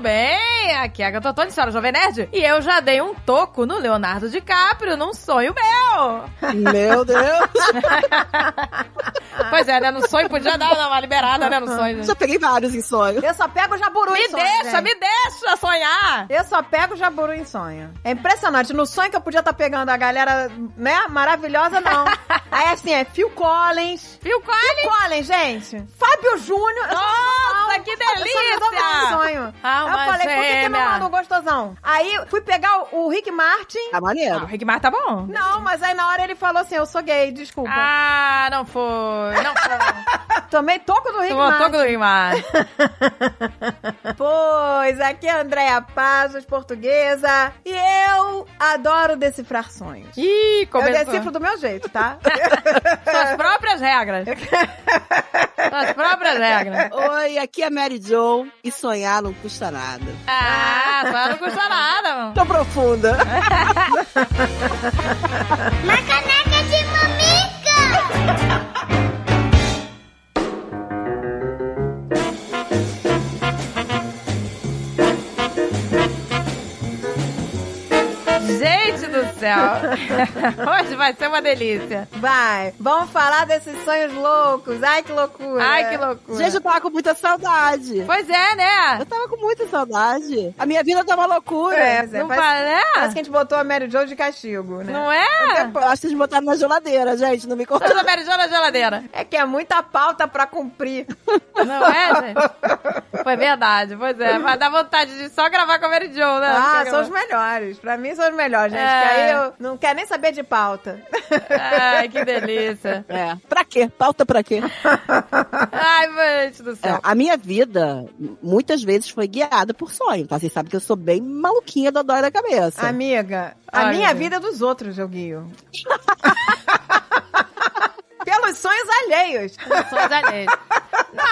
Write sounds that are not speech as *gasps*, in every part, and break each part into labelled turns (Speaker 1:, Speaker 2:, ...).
Speaker 1: bem? Aqui é a Agatha Tony, senhora Jovem Nerd. E eu já dei um toco no Leonardo DiCaprio num sonho meu.
Speaker 2: Meu Deus! *laughs*
Speaker 3: Ah.
Speaker 1: Pois é, né? No sonho podia dar uma liberada, né? No sonho.
Speaker 2: Já peguei vários em sonho.
Speaker 3: Eu só pego jaburu
Speaker 1: Me
Speaker 3: em Ah. sonho.
Speaker 1: deixa,
Speaker 3: gente.
Speaker 1: me deixa sonhar!
Speaker 3: Eu só pego jaburu em sonho. É impressionante. No sonho que eu podia estar pegando a galera, né, maravilhosa,
Speaker 1: *laughs*
Speaker 3: não. Aí assim, é Phil Collins.
Speaker 1: Viu, é, Colin?
Speaker 3: Phil Collins, gente. Fábio Júnior. Eu só
Speaker 1: Nossa,
Speaker 3: mal.
Speaker 1: que
Speaker 3: Eu só me dou mal em
Speaker 1: delícia!
Speaker 3: sonho.
Speaker 1: Alma
Speaker 3: eu falei, por que, que não
Speaker 1: gêmea.
Speaker 3: manda um gostosão? Aí fui pegar o, o Rick Martin.
Speaker 2: Tá
Speaker 1: Ah, o
Speaker 2: maneiro.
Speaker 1: Rick Mar tá bom.
Speaker 3: Não, mas aí na hora ele falou assim, eu sou gay, desculpa.
Speaker 1: Ah, não foi. Não foi.
Speaker 3: *laughs* Tomei toco do Rick
Speaker 1: Tomou um
Speaker 3: Martin.
Speaker 1: toco do Rick Mar.
Speaker 3: Pois, aqui é a Andréa Pazos, portuguesa. E eu adoro decifrar sonhos.
Speaker 1: Ih,
Speaker 3: Eu
Speaker 1: começou.
Speaker 3: decifro do meu jeito, tá? *laughs*
Speaker 1: Suas próprias regras. Suas próprias regras.
Speaker 2: Oi, aqui é Mary Jo e sonhar não custa nada.
Speaker 1: Ah, só não custa nada, mano.
Speaker 2: Tô profunda.
Speaker 4: Uma caneca de mamica!
Speaker 1: Gente do céu. *laughs* Hoje vai ser uma delícia.
Speaker 3: Vai, vamos falar desses sonhos loucos. Ai, que loucura.
Speaker 1: Ai, que loucura.
Speaker 2: *laughs* Gente, eu tava com muita saudade.
Speaker 1: Pois é, né?
Speaker 2: Eu tava com muita saudade. A minha vida tá uma loucura.
Speaker 3: É, pois
Speaker 1: Não
Speaker 3: parece- Parece
Speaker 1: parece?
Speaker 3: que a gente botou a Mary Jo de castigo, né?
Speaker 1: Não é?
Speaker 2: Eu acho que vocês botaram na geladeira, gente. Não me conta.
Speaker 1: Toda berijão na geladeira.
Speaker 3: É que é muita pauta
Speaker 1: *laughs*
Speaker 3: pra cumprir.
Speaker 1: Não é, gente? Foi verdade, pois é. Mas dá vontade de só gravar com a Mary Jo, né?
Speaker 3: ah,
Speaker 1: Só
Speaker 3: são os
Speaker 1: gravar.
Speaker 3: melhores. Pra mim são os melhores, gente.
Speaker 1: É.
Speaker 3: Que aí eu não quero nem saber de pauta.
Speaker 1: Ai, que delícia.
Speaker 2: É. Pra quê? Pauta pra quê?
Speaker 1: Ai, gente do
Speaker 2: É,
Speaker 1: céu.
Speaker 2: a minha vida, m- muitas vezes, foi guiada por sonho. Tá? Vocês sabem que eu sou bem maluquinha da dói da cabeça.
Speaker 3: Amiga, a
Speaker 1: Olha.
Speaker 3: minha vida é dos outros, eu guio. *laughs* Pelos sonhos alheios.
Speaker 1: Sonhos alheios.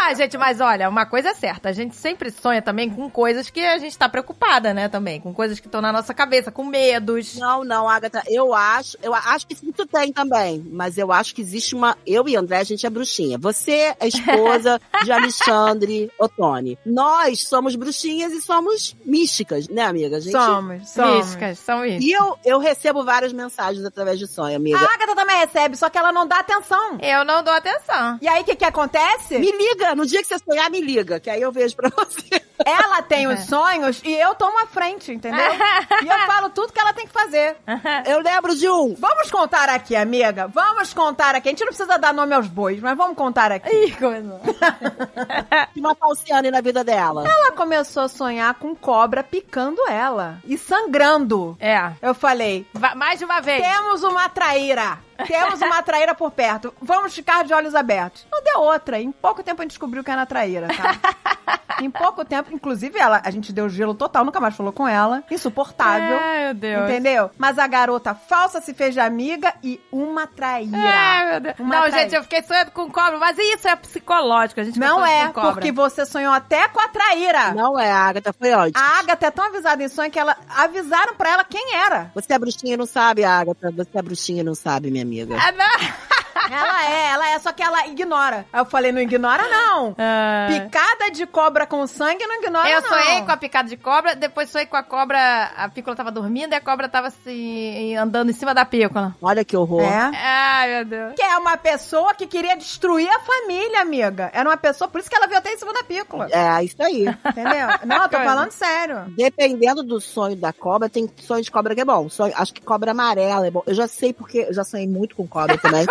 Speaker 1: Ah, gente, mas olha, uma coisa é certa. A gente sempre sonha também com coisas que a gente tá preocupada, né? Também. Com coisas que estão na nossa cabeça, com medos.
Speaker 2: Não, não, Agatha, eu acho, eu acho que isso tem também, mas eu acho que existe uma, eu e André, a gente é bruxinha. Você é esposa de
Speaker 3: *laughs*
Speaker 2: Alexandre Ottoni. Nós somos bruxinhas e somos místicas, né, amiga? A gente...
Speaker 3: Somos, somos.
Speaker 1: Místicas, são isso.
Speaker 2: E eu, eu recebo várias mensagens através de sonho, amiga. É.
Speaker 3: A Agatha também recebe, só que ela não dá atenção.
Speaker 1: Eu não dou atenção.
Speaker 3: E aí, o que, que acontece?
Speaker 2: Me liga, no dia que você sonhar, me liga, que aí eu vejo pra você.
Speaker 3: Ela tem os sonhos e eu tomo a frente, entendeu? e eu falo tudo que ela tem que fazer. É.
Speaker 2: Eu lembro de um.
Speaker 3: Vamos contar aqui, amiga. Vamos contar aqui. A gente não precisa dar nome aos bois, mas vamos contar aqui.
Speaker 1: Ih, começou.
Speaker 2: de uma falciane na vida dela.
Speaker 3: Ela começou a sonhar com cobra picando ela e sangrando.
Speaker 1: É.
Speaker 3: Eu falei,
Speaker 1: Va- mais de uma vez.
Speaker 3: Temos uma traíra. Temos uma traíra por perto. Vamos ficar de olhos abertos. Não deu outra. Em pouco tempo a gente descobriu que era traíra, tá? em pouco tempo, inclusive ela, a gente deu gelo total, nunca mais falou com ela. Insuportável.
Speaker 1: Ai, meu Deus.
Speaker 3: Entendeu? Mas a garota falsa se fez de amiga e uma traíra.
Speaker 1: É, meu Deus.
Speaker 3: Uma
Speaker 1: não,
Speaker 3: traíra.
Speaker 1: gente, eu fiquei sonhando com cobra, mas isso é psicológico, a gente fica
Speaker 3: Não
Speaker 1: sonhando
Speaker 3: é,
Speaker 1: com cobra.
Speaker 3: porque você sonhou até com a traíra.
Speaker 2: Não é, Agatha, foi antes.
Speaker 3: A Agatha é tão avisada em sonho que ela avisaram pra ela
Speaker 2: *laughs*
Speaker 3: quem era.
Speaker 2: Você é bruxinha e não sabe, Agatha. Você é bruxinha e não sabe, minha amiga.
Speaker 3: É.
Speaker 1: Ah, não.
Speaker 3: Ela é, ela é, só que ela ignora. Aí eu falei, não ignora não.
Speaker 1: Ah.
Speaker 3: Picada de cobra com sangue É. não ignora,
Speaker 1: Eu
Speaker 3: não. É.
Speaker 1: sonhei com a picada de cobra, depois sonhei com a cobra. A pícola tava dormindo e a cobra tava assim, andando em cima da pícola.
Speaker 2: Olha que horror.
Speaker 3: É.
Speaker 1: Ai, meu Deus.
Speaker 3: Que é uma pessoa que queria destruir a família, amiga. Era uma pessoa, por isso que ela veio até em cima
Speaker 2: *laughs*
Speaker 3: da pícola.
Speaker 2: É, isso aí.
Speaker 3: Entendeu? Não, eu tô
Speaker 1: Coisa.
Speaker 3: falando sério.
Speaker 2: Dependendo do sonho da cobra, tem sonho de cobra que é bom. Sonho- acho que cobra amarela é bom. Eu já sei porque eu já sonhei muito com cobra também.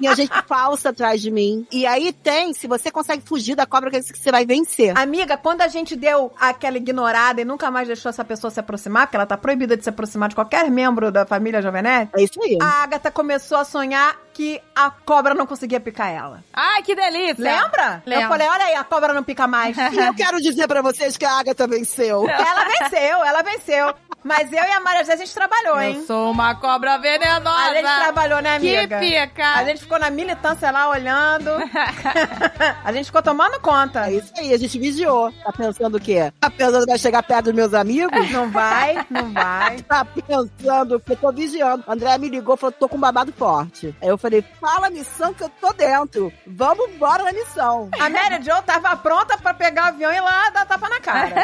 Speaker 2: E a gente falsa atrás de mim. E aí tem, se você consegue fugir da cobra, quer dizer que você vai vencer.
Speaker 3: Amiga, quando a gente deu aquela ignorada e nunca mais deixou essa pessoa se aproximar, porque ela tá proibida de se aproximar de qualquer membro da família Jovenete,
Speaker 2: É isso aí.
Speaker 3: a Agatha começou a sonhar que a cobra não conseguia picar ela.
Speaker 1: Ai, que delícia.
Speaker 3: Lembra?
Speaker 1: Lembro.
Speaker 3: Eu falei, olha aí, a cobra não
Speaker 1: *laughs*
Speaker 3: pica mais.
Speaker 2: E eu quero dizer pra vocês que a Agatha venceu.
Speaker 3: ela venceu, ela venceu. Mas eu e a Maria José, a gente trabalhou, hein?
Speaker 1: Eu sou uma cobra venenosa.
Speaker 3: A gente trabalhou, né,
Speaker 1: Que
Speaker 3: amiga?
Speaker 1: pica.
Speaker 3: A gente ficou na militância lá
Speaker 1: *laughs*
Speaker 3: olhando. *laughs* a gente ficou tomando conta.
Speaker 2: É isso aí, a gente vigiou. Tá pensando o quê? Tá pensando que vai chegar perto dos meus amigos?
Speaker 3: Não vai, não vai.
Speaker 2: Tá pensando que eu tô vigiando. André me ligou e falou: tô com um babado forte. Aí eu falei: fala a missão que eu tô dentro. Vamos embora na missão.
Speaker 3: A Mary Jo tava pronta pra pegar o avião e ir lá dar tapa na *laughs* cara.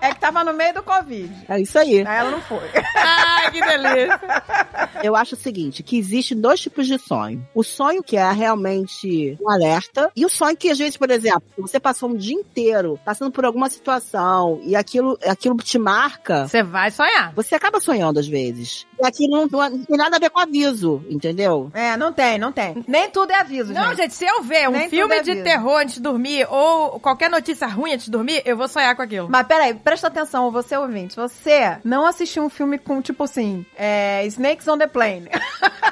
Speaker 3: É que tava no meio do Covid.
Speaker 2: É isso aí.
Speaker 3: Aí ela não foi.
Speaker 1: Ai, que delícia.
Speaker 3: *laughs*
Speaker 2: Eu acho o seguinte, que existe dois tipos de sonho. O sonho que é realmente um alerta e o sonho que às vezes, por exemplo, você passou um dia inteiro passando por alguma situação e aquilo, aquilo te marca,
Speaker 1: Você vai sonhar.
Speaker 2: você acaba sonhando às vezes. E aquilo não, não tem nada a ver com aviso, entendeu?
Speaker 3: É, não tem, não tem. Nem tudo é aviso,
Speaker 1: Não,
Speaker 3: gente.
Speaker 1: gente, se eu ver um
Speaker 3: Nem
Speaker 1: filme
Speaker 3: tudo é
Speaker 1: de
Speaker 3: vida.
Speaker 1: terror antes de dormir ou qualquer notícia ruim antes de dormir, eu vou sonhar com
Speaker 3: *laughs*
Speaker 1: aquilo. *laughs*
Speaker 3: Mas peraí, presta atenção, você ouvinte. Você não assistiu um filme com, tipo assim, é, Snakes on the *laughs* Plane.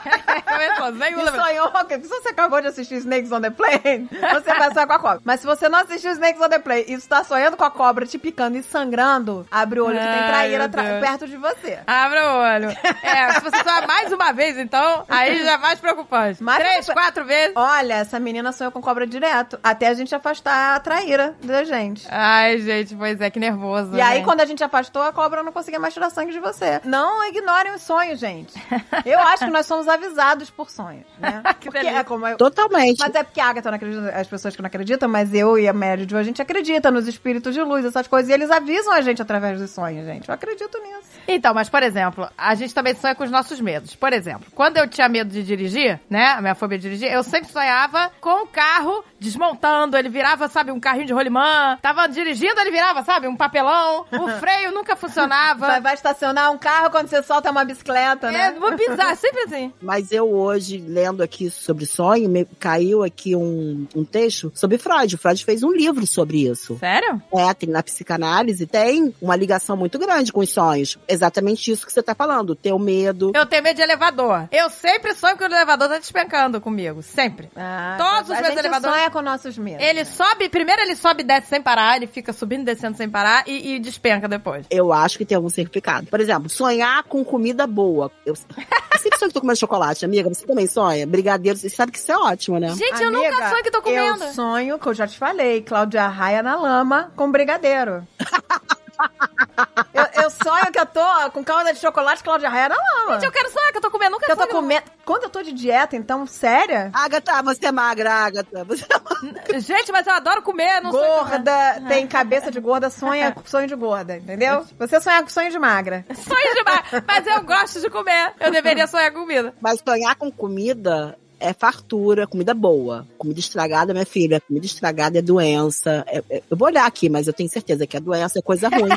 Speaker 1: Começou, sem
Speaker 3: E
Speaker 1: problema.
Speaker 3: sonhou que se você acabou de assistir Snakes on the *laughs* Plane, você vai sonhar com a cobra. Mas se você não assistiu Snakes on the Plane e está sonhando com a cobra te picando e sangrando, abre o olho que tem
Speaker 1: Ai,
Speaker 3: traíra
Speaker 1: meu
Speaker 3: tra-
Speaker 1: Deus.
Speaker 3: perto de você.
Speaker 1: Abra o olho. É, se você sonhar mais uma vez, então, aí já é mais preocupante.
Speaker 3: Mais
Speaker 1: Três,
Speaker 3: preocupa-
Speaker 1: quatro vezes.
Speaker 3: Olha, essa menina sonhou com cobra direto, até a gente afastar a traíra da gente.
Speaker 1: Ai, gente, pois é, que nervoso.
Speaker 3: E aí,
Speaker 1: né?
Speaker 3: quando a gente afastou, a cobra não conseguia mais tirar sangue de você. Não ignorem os sonhos, gente. Eu acho que nós somos avisados por sonhos, né?
Speaker 1: *laughs* Que
Speaker 3: Porque
Speaker 1: delícia.
Speaker 3: é como eu-
Speaker 2: Totalmente.
Speaker 3: Mas é porque a Agatha não acredita, as pessoas que não acreditam, mas eu e a Mary Jo, a gente acredita nos espíritos de luz, essas coisas, e eles avisam a gente através dos sonhos, gente. Eu acredito nisso.
Speaker 1: Então, mas por exemplo, a gente também sonha com os nossos medos. Por exemplo, quando eu tinha medo de dirigir, né, a minha fobia de dirigir, eu sempre sonhava com o carro desmontando, ele virava, sabe, um carrinho de rolimã, tava dirigindo, ele virava, sabe, um papelão,
Speaker 3: *laughs*
Speaker 1: o freio nunca
Speaker 3: Vai,
Speaker 1: funcionava.
Speaker 3: vai estacionar um carro quando você solta uma bicicleta,
Speaker 1: É,
Speaker 3: né?
Speaker 1: vou pisar, sempre assim.
Speaker 2: Mas eu hoje, lendo aqui sobre sonho, me caiu aqui um, um texto sobre Freud. Freud fez um livro sobre isso.
Speaker 1: Sério?
Speaker 2: É, tem na psicanálise, tem uma ligação muito grande com os sonhos. Exatamente isso que você tá falando. Ter o medo.
Speaker 1: Eu tenho medo de elevador. Eu sempre sonho que o elevador tá despencando comigo, sempre.
Speaker 3: Ah,
Speaker 1: Todos os
Speaker 3: a
Speaker 1: meus
Speaker 3: gente
Speaker 1: elevadores-
Speaker 3: sonha com nossos medos.
Speaker 1: Ele sobe, primeiro ele sobe e desce sem parar, ele fica subindo e descendo sem parar e, e despenca depois.
Speaker 2: Eu acho que tem algum significado. Por exemplo, sonhar com comida boa. Eu, eu sempre sonho que tô comendo chocolate, amiga. Você também sonha? Brigadeiro, você sabe que isso é ótimo, né?
Speaker 1: Gente, eu nunca
Speaker 3: Amiga,
Speaker 1: sonho que tô comendo.
Speaker 3: Eu sonho, que eu já te falei, Cláudia Raia na lama
Speaker 1: *laughs*
Speaker 3: com brigadeiro. eu, eu sonho que eu tô com calda de chocolate Cláudia Raia na lama.
Speaker 1: Gente, eu quero sonhar que eu tô comendo, nunca
Speaker 3: que eu tô
Speaker 1: sonho.
Speaker 3: comendo. Quando eu tô de dieta, então, séria?
Speaker 2: Agatha, você é magra, Agatha. Você é magra.
Speaker 1: Gente, mas eu adoro comer, Ah, não sei.
Speaker 3: gorda, tem cabeça de gorda, sonha com sonho de
Speaker 1: *laughs*
Speaker 3: gorda, entendeu? Você sonha com sonho de magra.
Speaker 1: Sonho demais, mas eu gosto de comer. Eu deveria sonhar com comida.
Speaker 2: Mas sonhar com comida é fartura, comida boa. Comida estragada, minha filha, comida estragada é doença. É- é- eu vou olhar aqui, mas eu tenho certeza que é doença, é coisa ruim.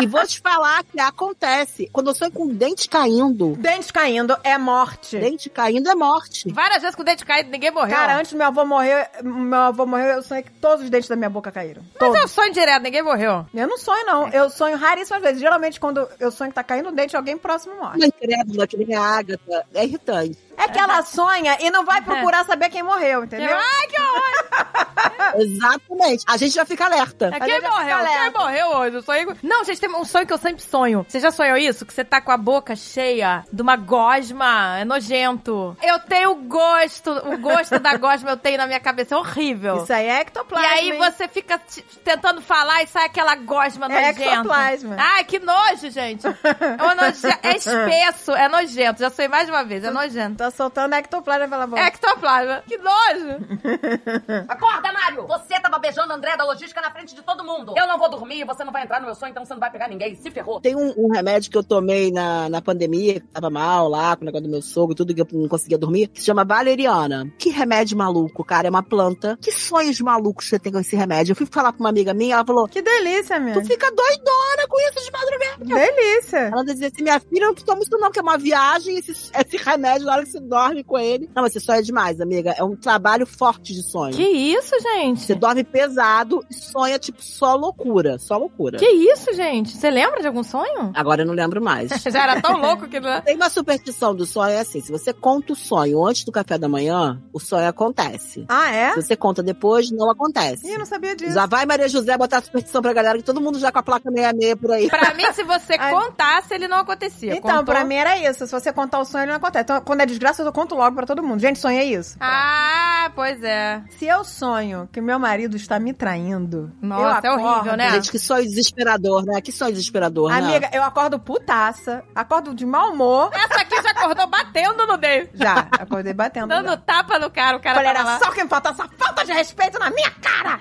Speaker 2: e vou te falar que acontece. Quando eu sonho com dente caindo,
Speaker 3: Dente caindo é morte.
Speaker 2: dente caindo é morte.
Speaker 1: Várias vezes com o dente caído, ninguém morreu.
Speaker 3: Cara, antes do meu avô morrer, meu avô morreu, eu sonhei que todos os dentes da minha boca caíram.
Speaker 1: mas
Speaker 3: Todos.
Speaker 1: eu sonho direto, ninguém morreu.
Speaker 3: Eu não sonho, não.
Speaker 1: É.
Speaker 3: Eu sonho raríssimas vezes. Geralmente, quando eu sonho que tá caindo um dente, alguém próximo morre.
Speaker 2: Uma incrédula que nem a Agatha. É irritante.
Speaker 3: É que ela sonha e não vai procurar saber quem morreu, entendeu?
Speaker 1: Ai, que horror!
Speaker 2: Exatamente. A gente já fica alerta.
Speaker 1: É,
Speaker 3: Mas eu
Speaker 1: Quem
Speaker 3: já
Speaker 1: morreu?
Speaker 3: fico
Speaker 1: Quem
Speaker 3: alerta.
Speaker 1: morreu hoje? Eu sonhei com... Não, gente, tem um sonho que eu sempre sonho. Você já sonhou isso? Que você tá com a boca cheia de uma gosma. É nojento. Eu tenho o gosto, o gosto da gosma eu tenho na minha cabeça. É horrível.
Speaker 3: Isso aí é
Speaker 1: E
Speaker 3: ectoplasma.
Speaker 1: aí
Speaker 3: hein?
Speaker 1: você fica te- tentando falar e sai aquela gosma nojenta.
Speaker 3: É
Speaker 1: Ah.
Speaker 3: ectoplasma.
Speaker 1: Ai, que nojo, gente. É, noje- é espesso, é nojento. Já sei mais de uma vez, é nojento.
Speaker 3: Tá soltando ectoplasma pela
Speaker 1: É
Speaker 3: boca.
Speaker 1: Ectoplasma. Que nojo.
Speaker 5: Acorda, Mário! Você tava beijando o André da logística na frente de todo mundo. Eu não vou dormir, você não vai entrar no meu sonho, então você não vai pegar ninguém. Se ferrou.
Speaker 2: Tem um, um remédio que eu tomei na, na pandemia, que tava mal lá, com o negócio do meu sogro e tudo, que eu não conseguia dormir, que se chama valeriana. Que remédio maluco, cara. É uma planta. Que sonhos malucos você tem com esse remédio? Eu fui falar pra uma amiga minha, ela falou,
Speaker 3: Que delícia,
Speaker 2: tu
Speaker 3: minha.
Speaker 1: É.
Speaker 2: fica doidona com isso de madrugada.
Speaker 3: Delícia.
Speaker 2: Ela dizia assim, minha filha, eu não tomo isso não, que é uma viagem, esse, esse remédio na hora que você dorme com ele. Não, mas você sonha demais, amiga. É um trabalho forte de sonho.
Speaker 1: Que isso,
Speaker 2: Você
Speaker 1: gente?
Speaker 2: dorme pesado e sonha, tipo, só loucura. Só loucura.
Speaker 1: Que isso, gente? Você lembra de algum sonho?
Speaker 2: Agora eu não lembro mais.
Speaker 1: Já era tão louco que... não-
Speaker 2: Tem uma superstição do sonho, é assim, se você conta o sonho antes do café da manhã, o sonho acontece.
Speaker 3: Ah, é?
Speaker 2: Se você conta depois, não acontece.
Speaker 3: Ih, eu não sabia disso.
Speaker 2: Já vai Maria José botar superstição pra galera, que todo mundo já com a placa 66 por aí.
Speaker 1: Pra mim, se você
Speaker 3: Ai.
Speaker 1: contasse, ele não acontecia.
Speaker 3: Então,
Speaker 1: Contou-
Speaker 3: pra mim era isso. Se você contar o sonho, ele não acontece. Então, quando é desgraça, eu conto logo pra todo mundo. Gente, sonhei isso.
Speaker 1: Ah, pois é.
Speaker 3: Se eu sonho que meu marido está me traindo.
Speaker 1: Nossa,
Speaker 3: eu
Speaker 1: é horrível,
Speaker 3: acordo-
Speaker 1: né?
Speaker 2: Gente, que sonho desesperador, né? Que sonho desesperador, né?
Speaker 3: Amiga, eu acordo putaça, acordo de mau humor.
Speaker 1: Essa aqui já acordou batendo no meio.
Speaker 3: Já, acordei batendo. já.
Speaker 1: Dando tapa no cara, o cara
Speaker 3: Falei,
Speaker 1: tava lá.
Speaker 3: era só quem falta essa falta de respeito na minha cara!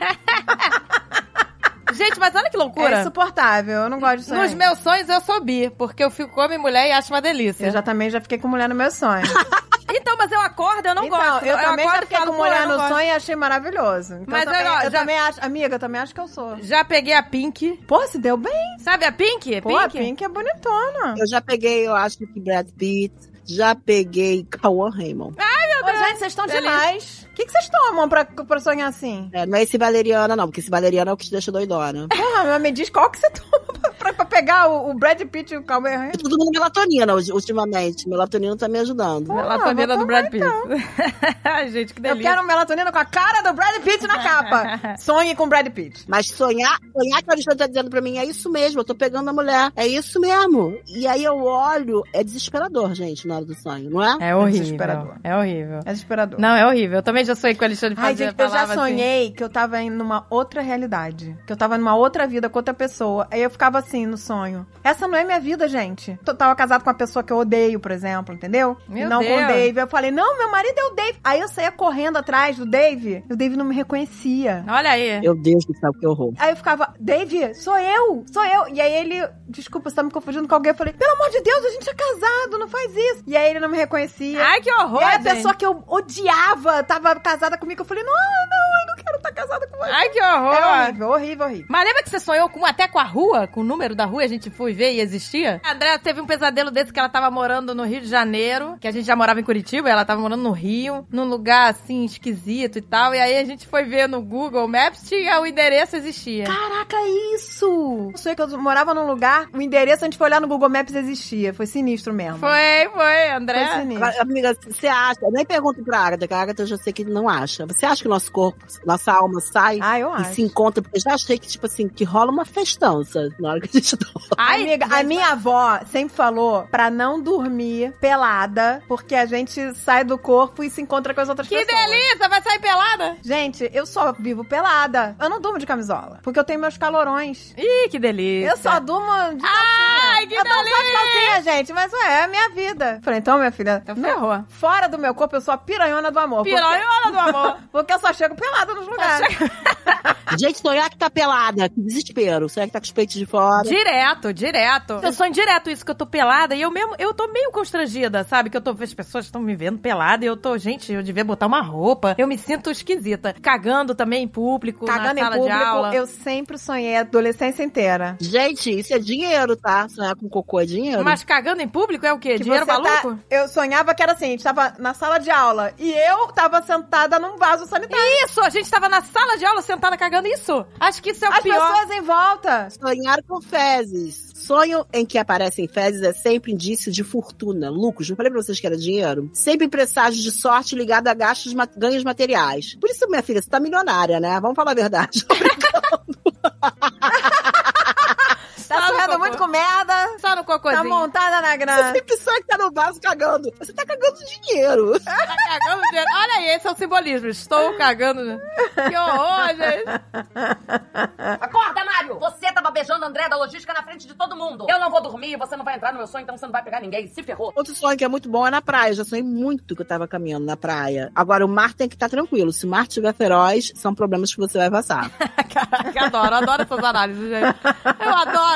Speaker 1: Gente, mas olha que
Speaker 3: É
Speaker 1: loucura.
Speaker 3: insuportável, eu não gosto disso.
Speaker 1: Nos
Speaker 3: aí.
Speaker 1: meus sonhos eu sou bi, porque eu fico homem e mulher e acho uma delícia.
Speaker 3: Eu já também já fiquei com mulher no meu sonho.
Speaker 1: Então, mas eu acordo, eu *laughs* não
Speaker 3: então,
Speaker 1: gosto.
Speaker 3: Eu, também já
Speaker 1: acordo e
Speaker 3: fiquei
Speaker 1: falo,
Speaker 3: com
Speaker 1: pô, eu
Speaker 3: mulher
Speaker 1: não
Speaker 3: no
Speaker 1: gosto.
Speaker 3: sonho e achei maravilhoso. Então,
Speaker 1: Mas
Speaker 3: eu também,
Speaker 1: agora,
Speaker 3: eu
Speaker 1: já-
Speaker 3: também acho. Amiga, eu também acho que eu sou.
Speaker 1: Já peguei a Pink.
Speaker 3: Pô, se deu bem.
Speaker 1: Sabe a Pink?
Speaker 3: Pô, a Pink é bonitona.
Speaker 2: Eu já peguei, eu acho que Brad Pitt. Já peguei Cauã Raymond.
Speaker 3: Ô, gente, vocês estão
Speaker 1: Delícia.
Speaker 3: demais. O que que vocês tomam pra, pra sonhar assim?
Speaker 2: É, não é esse Valeriana, não, porque esse Valeriana é o que te deixa doidona.
Speaker 3: Porra, mas me diz qual que você *laughs* toma pra- pra, pra pegar o, o Brad Pitt e o Calma aí.
Speaker 2: É todo mundo melatonina hoje- ultimamente. Melatonina tá me ajudando.
Speaker 1: Melatonina
Speaker 3: vou
Speaker 1: do Brad Pitt. Ai, *laughs* gente, que
Speaker 3: então. Eu
Speaker 1: delícia.
Speaker 3: quero melatonina com a cara do Brad Pitt
Speaker 1: *laughs*
Speaker 3: na capa. Sonhe com o Brad Pitt.
Speaker 2: Mas sonhar, sonhar que a Alexandre tá dizendo pra mim, é isso mesmo, eu tô pegando a mulher. É isso mesmo. E aí eu olho, é desesperador, gente, na hora do sonho, não
Speaker 3: um
Speaker 2: é?
Speaker 1: É horrível.
Speaker 3: Desesperador.
Speaker 1: É horrível.
Speaker 3: É desesperador.
Speaker 1: Não, é horrível. Eu também já sonhei com o Alexandre
Speaker 3: Ai,
Speaker 1: fazer
Speaker 3: gente, eu já
Speaker 1: palavra assim.
Speaker 3: sonhei que eu tava em numa outra realidade. Que eu tava numa outra vida com outra pessoa. Aí eu ficava assim no sonho. Essa não é minha vida, gente. Eu tava casado com uma pessoa que eu odeio, por exemplo, entendeu?
Speaker 1: Meu
Speaker 3: e não com
Speaker 1: Deus.
Speaker 3: o Dave. Eu falei, não, meu marido é o Dave. Aí eu saía correndo atrás do Dave. E o Dave não me reconhecia.
Speaker 1: Olha aí.
Speaker 2: Meu Deus do céu, que horror.
Speaker 3: Aí eu ficava, Dave, sou eu, sou eu. E aí ele, desculpa, você tá me confundindo com alguém. Eu falei, pelo amor de Deus, a gente é casado, não faz isso. E aí ele não me reconhecia.
Speaker 1: Ai, que horror,
Speaker 3: E aí a
Speaker 1: gente.
Speaker 3: pessoa que eu odiava tava casada comigo. Eu falei, não, não, eu não quero estar casada com você.
Speaker 1: Ai, que
Speaker 3: É
Speaker 1: horror.
Speaker 3: horrível, horrível, horrível.
Speaker 1: Mas lembra que você sonhou com, até com a rua, com o número da rua, e a gente foi ver e existia? A Andrea teve um pesadelo desse que ela tava morando no Rio de Janeiro, que a gente já morava em Curitiba, e ela tava morando no Rio, num lugar assim esquisito e tal. E aí a gente foi ver no Google Maps, tinha o endereço
Speaker 3: É.
Speaker 1: existia.
Speaker 3: Caraca, isso! Eu sei é que eu morava num lugar, o endereço a gente foi olhar no Google Maps existia. Foi sinistro mesmo.
Speaker 1: Foi, foi, André.
Speaker 3: Foi sinistro.
Speaker 2: Agora, Amiga, você acha? Eu nem pergunto pra Agatha, que a Agatha eu já sei que não acha. Você acha que o nosso corpo, nossa alma sai
Speaker 3: Ah, eu
Speaker 2: e
Speaker 3: acho.
Speaker 2: se encontra? Porque eu já achei que, tipo assim, que rola uma festança na hora que a gente
Speaker 3: *laughs*
Speaker 2: dorme.
Speaker 1: Ai,
Speaker 3: Amiga, a minha avó sempre falou pra não dormir pelada, porque a gente sai do corpo e se encontra com as outras
Speaker 1: que
Speaker 3: pessoas.
Speaker 1: delícia, vai sair pelada?
Speaker 3: Gente, eu só vivo pelada. Eu não durmo de camisola, porque eu tenho meus calorões.
Speaker 1: Ih, que delícia.
Speaker 3: Eu só durmo de calcinha.
Speaker 1: Né? Ai, que
Speaker 3: eu durmo só de
Speaker 1: delícia.
Speaker 3: calcinha, gente, mas ué, é a minha vida. Falei, então, minha filha,
Speaker 1: Então
Speaker 3: não-
Speaker 1: ferrou.
Speaker 3: fora do meu corpo, eu sou a piranhona do amor. porque-
Speaker 1: Piranhona
Speaker 3: *laughs*
Speaker 1: do amor.
Speaker 3: Porque eu só chego pelada nos lugares.
Speaker 2: Gente, sonhar que tá pelada, que desespero. Sonhar que tá com os peitos de fora.
Speaker 1: Direto, direto. Eu sonho direto Então, isso que eu tô pelada e eu mesmo, eu tô meio constrangida, sabe? Que eu tô, as pessoas estão me vendo pelada e eu tô, gente, eu devia botar uma roupa. Eu me sinto esquisita. Cagando também em público, na
Speaker 3: Cagando em
Speaker 1: sala de aula.
Speaker 3: público, eu sempre sonhei a adolescência inteira.
Speaker 2: Gente, isso é dinheiro, tá? Sonhar com cocô é dinheiro.
Speaker 1: Mas cagando em público é o quê?
Speaker 3: Que
Speaker 1: Dinheiro
Speaker 3: você tá-
Speaker 1: maluco?
Speaker 3: Eu sonhava que era assim, a gente tava na sala de aula e eu tava sentada num vaso sanitário.
Speaker 1: Isso, a gente tava na sala de aula sentada cagando isso. Acho que isso é o
Speaker 3: As
Speaker 1: pior.
Speaker 3: pessoas em volta.
Speaker 2: Sonhar com fezes. Sonho em que aparecem fezes é sempre indício de fortuna, lucros. Não falei pra vocês que era dinheiro? Sempre presságio de sorte ligado a gastos, ma- ganhos materiais. Por isso, minha filha, você tá milionária, né? Vamos falar a verdade.
Speaker 3: Tá
Speaker 1: Só no
Speaker 3: sonhando
Speaker 1: cocô.
Speaker 3: muito com merda.
Speaker 1: Só no
Speaker 3: Tá
Speaker 1: cocôzinho.
Speaker 3: montada na
Speaker 1: *laughs*
Speaker 2: Você *laughs*
Speaker 3: grana.
Speaker 2: sempre sonha que tá no vaso cagando. Você tá cagando dinheiro.
Speaker 1: Tá cagando dinheiro. Olha aí, esse é o simbolismo. Estou cagando. Que horror, gente.
Speaker 5: Acorda, Mário! Ah. Você tava beijando o André da logística na frente de todo mundo. Eu não vou dormir, você não vai entrar no meu sonho, então você não vai pegar ninguém. Se ferrou.
Speaker 2: Outro sonho que é muito bom é na praia. Eu já sonhei muito que eu tava caminhando na praia. Agora, o mar tem que estar tranquilo. Se o mar tiver feroz, são problemas que você vai passar.
Speaker 1: Caraca, eu adoro, eu adoro essas análises, gente. Eu adoro.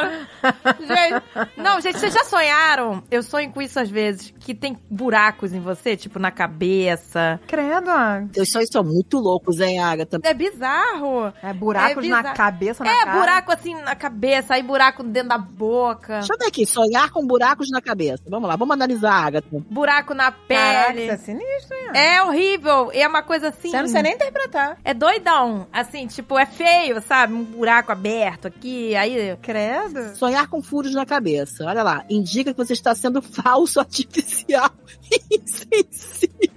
Speaker 1: Gente, não, gente, vocês já sonharam? Eu sonho com isso às vezes, que tem buracos em você, tipo na cabeça.
Speaker 3: Credo. ó.
Speaker 2: *laughs* Teus sonhos são muito loucos, hein, Agatha?
Speaker 1: É bizarro.
Speaker 3: É buracos
Speaker 1: É
Speaker 3: na
Speaker 1: bizarro.
Speaker 3: cabeça, na
Speaker 1: é,
Speaker 3: cara.
Speaker 1: buraco assim na cabeça, aí buraco dentro da boca,
Speaker 2: Deixa eu ver aqui. Sonhar com buracos na cabeça. Vamos lá, vamos analisar, Agatha.
Speaker 1: buraco na
Speaker 3: Caraca, isso
Speaker 1: pele.
Speaker 3: é sinistro, hein?
Speaker 1: é horrível. E é uma coisa assim.
Speaker 3: Você não sei nem interpretar.
Speaker 1: É doidão. Assim, tipo, é feio, sabe? Um buraco aberto aqui, aí.
Speaker 3: Credo.
Speaker 2: Sonhar com furos na cabeça. Olha lá. Indica que você está sendo *laughs* falso, artificial e insensível.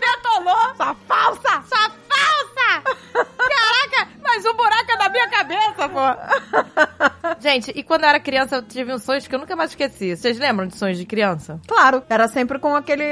Speaker 1: Betolou! Sua falsa! Sua falsa! Caraca, mas o buraco é da minha cabeça, pô!
Speaker 3: *laughs*
Speaker 1: Gente, e quando eu era criança, eu tive uns sonhos que eu nunca mais esqueci. Vocês lembram de sonhos de criança?
Speaker 3: Claro, era sempre com aquele.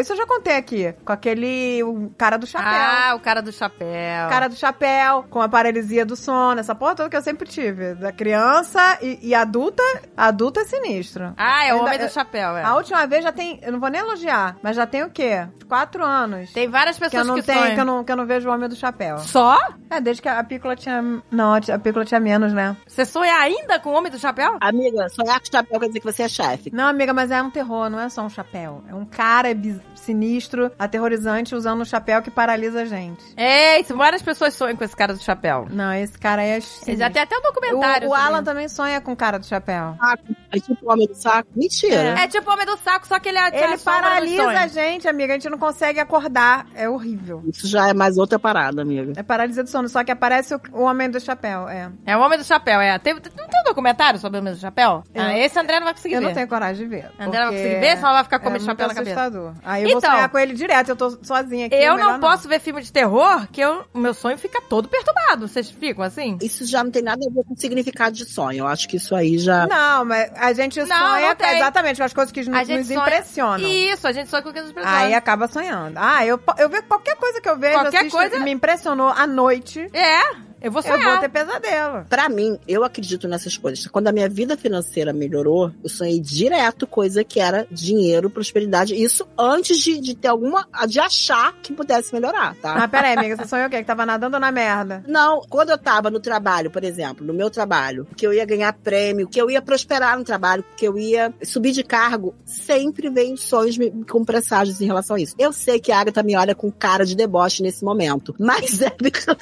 Speaker 3: Isso eu já contei aqui. Com aquele. O cara do chapéu.
Speaker 1: Ah, o cara do chapéu.
Speaker 3: cara do chapéu, com a paralisia do sono, essa porra toda que eu sempre tive. Da criança e, e adulta, adulta é sinistro.
Speaker 1: Ah, é o
Speaker 3: Ainda-
Speaker 1: homem do chapéu, é.
Speaker 3: A última vez já tem, eu não vou nem elogiar, mas já tem o quê? Quatro anos.
Speaker 1: Tem várias
Speaker 3: que eu
Speaker 1: pessoas
Speaker 3: não
Speaker 1: que
Speaker 3: tenho,
Speaker 1: sonham.
Speaker 3: que eu não, que eu não vejo o homem do chapéu.
Speaker 1: Só?
Speaker 3: É, desde que a Pícola tinha. Não, a Pícola tinha menos, né?
Speaker 1: Você sonha ainda com o Homem do Chapéu?
Speaker 2: Amiga, sonhar com chapéu quer dizer que você é chefe.
Speaker 3: Não, amiga, mas é um terror, não é só um chapéu. É um cara bis- sinistro, aterrorizante, usando um chapéu que paralisa a gente.
Speaker 1: É, isso, várias pessoas sonham com esse cara do chapéu.
Speaker 3: Não, esse cara aí é. sinistro.
Speaker 1: Já tem até um documentário.
Speaker 3: O, o
Speaker 1: sobre
Speaker 3: Alan também sonha com o cara do chapéu.
Speaker 2: Saco, é tipo homem do saco. Mentira.
Speaker 1: É tipo o Homem do Saco, só que ele, a-
Speaker 3: Ele
Speaker 1: a sombra nos
Speaker 3: paralisa a
Speaker 1: sonhos.
Speaker 3: gente, amiga. A gente não consegue acordar. É horrível.
Speaker 2: Isso já é mais outra parada, amiga.
Speaker 3: É paralisia do sono, só que aparece o, o homem do chapéu. É.
Speaker 1: É o Homem do Chapéu, é. Teve- não tem um documentário sobre o Homem do Chapéu?
Speaker 3: Eu-
Speaker 1: Ah, esse André não vai conseguir
Speaker 3: eu
Speaker 1: ver.
Speaker 3: não tenho é coragem de ver. André
Speaker 1: não vai conseguir ver, senão ela vai ficar com o homem de chapéu na cabeça.
Speaker 3: assustador. Aí eu vou
Speaker 1: Então-
Speaker 3: sonhar com ele direto, eu tô sozinha aqui.
Speaker 1: Eu
Speaker 3: É melhor
Speaker 1: não posso ver filme de terror, que eu- o meu sonho fica todo perturbado. Vocês ficam assim?
Speaker 2: Isso já não tem nada a ver com o significado de sonho. Eu acho que isso aí já.
Speaker 3: Não, mas a gente
Speaker 1: Não,
Speaker 3: sonha
Speaker 1: não tem.
Speaker 3: exatamente com as coisas que
Speaker 1: A
Speaker 3: nos,
Speaker 1: gente
Speaker 3: nos
Speaker 1: sonha-
Speaker 3: impressionam.
Speaker 1: Isso, a gente sonha com o que nos impressiona.
Speaker 3: Aí acaba sonhando. Ah, eu, po- eu vejo qualquer coisa que eu vejo,
Speaker 1: Qualquer
Speaker 3: assisto,
Speaker 1: coisa-
Speaker 3: me impressionou à noite,
Speaker 1: É, eu vou
Speaker 3: eu
Speaker 1: sonhar.
Speaker 3: vou ter pesadelo.
Speaker 2: Pra mim, eu acredito nessas coisas. Quando a minha vida financeira melhorou, eu sonhei direto coisa que era dinheiro, prosperidade. Isso antes de, de ter alguma. de achar que pudesse melhorar, tá?
Speaker 3: Ah, peraí, amiga, você sonhou o quê? Que tava nadando na merda.
Speaker 2: Não, quando eu tava no trabalho, por exemplo, no meu trabalho, que eu ia ganhar prêmio, que eu ia prosperar no trabalho, que eu ia subir de cargo, sempre vem sonhos me- com presságios em relação a isso. Eu sei que a Agatha me olha com cara de deboche nesse momento, *laughs* mas é verdade.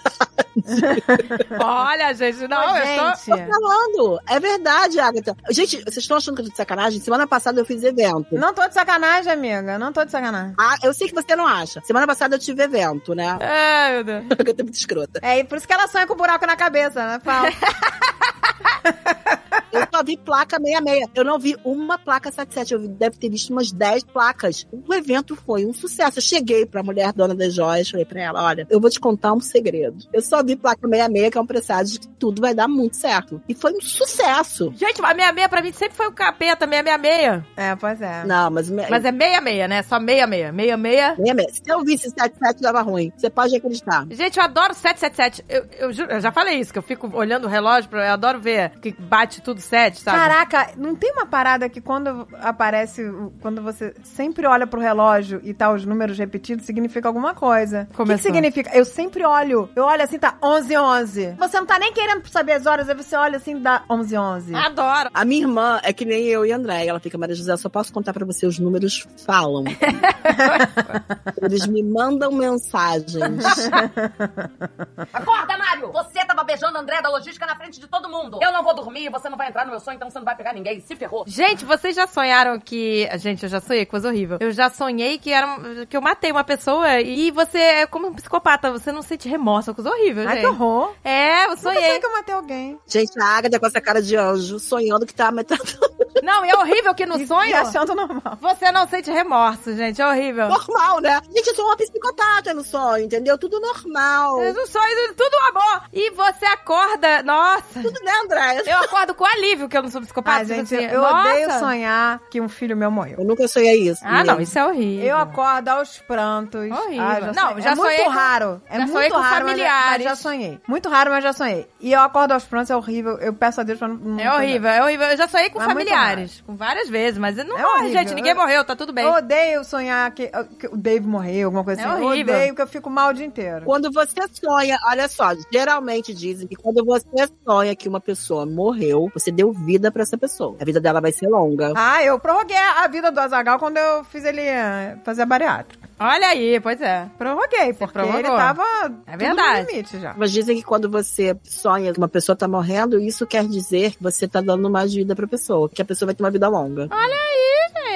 Speaker 1: Olha, gente, não,
Speaker 3: Mas,
Speaker 1: eu tô...
Speaker 3: gente,
Speaker 2: falando. É verdade, Agatha. Gente, vocês estão achando que eu tô de sacanagem? Semana passada eu fiz evento.
Speaker 3: não tô de sacanagem, amiga, não tô de sacanagem.
Speaker 2: Ah, eu sei que você não acha. Semana passada eu tive evento, né? *laughs*
Speaker 1: Ai, meu Deus.
Speaker 2: A Agatha é muito escrota.
Speaker 3: É, e por isso que ela sonha com buraco na cabeça, né?
Speaker 1: *laughs*
Speaker 3: Fala.
Speaker 2: Eu só vi placa 66. Eu não vi uma placa 77. Eu vi- deve ter visto umas 10 placas. O evento foi um sucesso. Eu cheguei pra mulher dona das joias, falei pra ela: olha, eu vou te contar um segredo. Eu só vi placa 66, que é um presságio de que tudo vai dar muito certo. E foi um sucesso.
Speaker 1: Gente, a 66 pra mim sempre foi o capeta, 666.
Speaker 3: É, pois é.
Speaker 2: Não, mas.
Speaker 1: Mas é 66, né? Só 66. 66...
Speaker 2: 66. Se eu visse 77, dava ruim. Você pode acreditar.
Speaker 1: Gente, eu adoro 777. Eu, eu juro, eu já falei isso, que eu fico olhando o relógio, pra- eu adoro ver que bate tudo 7, sabe?
Speaker 3: Caraca, não tem uma parada que quando aparece, o- quando você sempre olha pro relógio e tá os números repetidos, significa alguma coisa. O que, que
Speaker 1: Começou.
Speaker 3: significa? Eu sempre olho, eu olho assim, tá 11 11. Você não tá nem querendo saber as horas, aí você olha assim, dá 11 11.
Speaker 1: Adoro.
Speaker 2: A minha irmã é que nem eu e a André. Ela fica, Maria José, eu só posso contar pra você, os números *laughs* falam. Eles me mandam mensagens.
Speaker 5: Acorda, Mário! Você tava beijando André da logística na frente de todo mundo. Eu não vou dormir, você não vai entrar no meu sonho, então você não vai pegar ninguém. Se ferrou.
Speaker 1: Gente, vocês já sonharam que. Gente, eu já sonhei, coisa horrível. Eu já sonhei que, era... um- que eu matei uma pessoa e você é como um psicopata, você não sente remorso, é coisa horrível,
Speaker 3: Ai, que
Speaker 1: gente.
Speaker 3: horror.
Speaker 1: é, eu
Speaker 3: Nunca sonhei
Speaker 1: sonhei.
Speaker 3: que eu matei alguém.
Speaker 2: Gente, a Agatha com essa cara de anjo, sonhando que tá metendo
Speaker 1: Não, e é horrível que no
Speaker 3: *laughs* E-
Speaker 1: sonho
Speaker 3: E achando normal.
Speaker 1: você não sente remorso, gente. É horrível.
Speaker 2: normal, né? Gente, eu sou uma psicopata no sonho, entendeu? Tudo normal.
Speaker 1: No sonho, tudo é amor. E você acorda, nossa.
Speaker 2: Tudo, né, André? Eu...
Speaker 1: Eu acordo com alívio que eu não sou psicopata.
Speaker 3: Ai,
Speaker 1: tipo
Speaker 3: gente,
Speaker 1: assim,
Speaker 3: eu
Speaker 1: nossa.
Speaker 3: odeio sonhar que um filho meu morreu.
Speaker 2: nunca sonhei isso.
Speaker 1: Ah,
Speaker 2: né?
Speaker 1: não, isso é horrível.
Speaker 3: Eu acordo aos prantos.
Speaker 1: Horrível.
Speaker 3: Ah, já
Speaker 1: Não,
Speaker 3: sonhei.
Speaker 1: já
Speaker 3: é
Speaker 1: sonhei
Speaker 3: muito
Speaker 1: com-
Speaker 3: raro. É
Speaker 1: já
Speaker 3: muito
Speaker 1: sonhei com
Speaker 3: raro, mas já-
Speaker 1: familiares.
Speaker 3: Mas já sonhei. Muito raro, mas já sonhei. E eu acordo aos prantos, é horrível. Eu peço a Deus pra não. não
Speaker 1: É horrível, é horrível. Eu já sonhei com
Speaker 3: Mas muito
Speaker 1: familiares, com várias vezes, mas não
Speaker 3: É
Speaker 1: morre,
Speaker 3: horrível.
Speaker 1: gente. Ninguém
Speaker 3: Eu-
Speaker 1: morreu, tá tudo bem.
Speaker 3: Eu odeio sonhar que, que o Dave morreu, alguma coisa
Speaker 1: É
Speaker 3: assim.
Speaker 1: horrível.
Speaker 3: Eu odeio que eu fico mal o dia inteiro.
Speaker 2: Quando você sonha, olha só, geralmente dizem que quando você sonha que uma pessoa morreu, você deu vida pra essa pessoa. A vida dela vai ser longa.
Speaker 3: Ah, eu prorroguei a vida do Azagal quando eu fiz ele eh, fazer a bariátrica.
Speaker 1: Olha aí, pois é.
Speaker 3: Prorroguei, porque
Speaker 1: prorrogou. É
Speaker 3: ele tava tudo
Speaker 1: verdade.
Speaker 3: no limite já.
Speaker 2: Mas dizem que quando você sonha que uma pessoa tá morrendo, isso quer dizer que você tá dando mais vida pra pessoa, que a pessoa vai ter uma vida longa.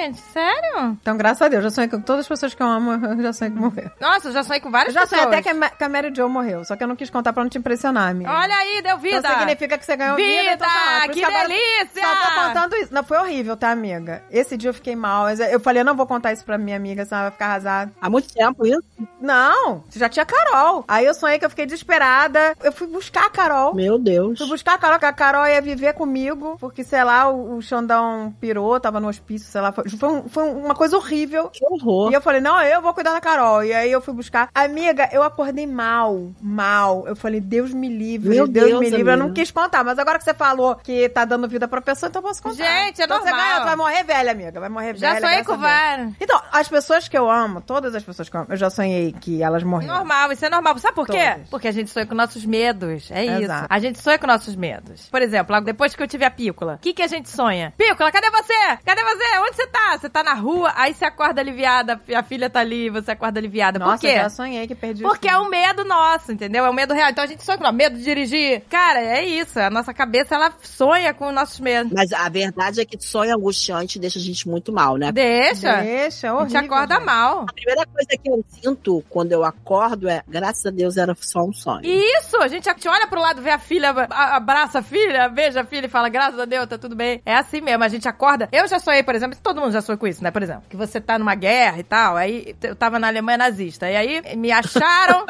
Speaker 1: Gente, sério?
Speaker 3: Então, graças a Deus, já sonhei com todas as pessoas que eu amo, *laughs* eu já sonhei que morreu.
Speaker 1: Nossa, eu já sonhei com
Speaker 3: Eu
Speaker 1: várias
Speaker 3: já sonhei
Speaker 1: pessoas.
Speaker 3: até que é a, Ma- que a Mary Jo morreu, só que eu não quis contar pra não te impressionar, amiga.
Speaker 1: Olha aí, deu vida.
Speaker 3: Então significa que você ganhou vida,
Speaker 1: Vida,
Speaker 3: então tá ótimo. Por
Speaker 1: que
Speaker 3: isso agora
Speaker 1: delícia!
Speaker 3: Só tô contando isso. Não, foi horrível, tá, amiga? Esse dia eu fiquei mal. mas Eu falei, eu não vou contar isso pra minha amiga, senão ela vai ficar arrasada.
Speaker 2: Há muito tempo isso?
Speaker 3: Não, já tinha Carol. Aí eu sonhei que eu fiquei desesperada. Eu fui buscar a Carol.
Speaker 2: Meu Deus.
Speaker 3: Fui buscar a Carol, que a Carol ia viver comigo, porque, sei lá, o, o Xandão pirou, tava no hospício, sei lá, foi- foi, um- foi uma coisa horrível.
Speaker 2: Que horror.
Speaker 3: E eu falei, não, eu vou cuidar da Carol. E aí eu fui buscar. Amiga, eu acordei mal, mal. Eu falei, Deus me livre,
Speaker 2: Meu
Speaker 3: Deus,
Speaker 2: Deus,
Speaker 3: me livre. Eu não
Speaker 2: amiga.
Speaker 3: quis contar, mas agora que você falou que tá dando vida pra pessoa, então eu posso contar.
Speaker 1: Gente, é
Speaker 3: então Você
Speaker 1: normal.
Speaker 3: ganhou, tu vai morrer velha, amiga. Vai morrer
Speaker 1: Já
Speaker 3: velha.
Speaker 1: sonhei
Speaker 3: graças
Speaker 1: com
Speaker 3: a Deus.
Speaker 1: VAR.
Speaker 3: Então, as pessoas que eu amo, todas as pessoas que eu amo, eu já sonhei que elas
Speaker 1: É
Speaker 3: morreram.
Speaker 1: normal, isso é normal. Sabe por quê?
Speaker 3: Todas.
Speaker 1: Porque a gente sonha com nossos medos. É
Speaker 3: Exato.
Speaker 1: isso. A gente sonha com nossos medos. Por exemplo, logo depois que eu tive a pícola, o que, que a gente sonha? Pícola, cadê você? Cadê você? Onde você tá? Você tá na rua, aí você acorda aliviada, a filha tá ali, você acorda aliviada.
Speaker 3: Nossa,
Speaker 1: por quê?
Speaker 3: eu já sonhei que perdi
Speaker 1: Porque
Speaker 3: o
Speaker 1: é um medo nosso, entendeu? É um medo real. Então a gente sonha com o medo de dirigir. Cara, é isso. A nossa cabeça, ela sonha com os nossos medos.
Speaker 2: Mas a verdade é que sonho angustiante deixa a gente muito mal, né?
Speaker 1: Deixa.
Speaker 3: Deixa, é
Speaker 1: a gente
Speaker 3: horrível.
Speaker 1: acorda
Speaker 3: gente.
Speaker 1: mal.
Speaker 2: A primeira coisa que eu sinto quando eu acordo é, graças a Deus, era só um sonho.
Speaker 1: E isso, a gente, a gente olha pro lado, vê a filha, a- abraça a filha, beija a filha e fala, graças a Deus, tá tudo bem. É assim mesmo, a gente acorda. Eu já sonhei, por exemplo, todo mundo já sonhou com isso, né? Por exemplo, que você tá numa guerra e tal, aí eu tava na Alemanha nazista, e aí me acharam,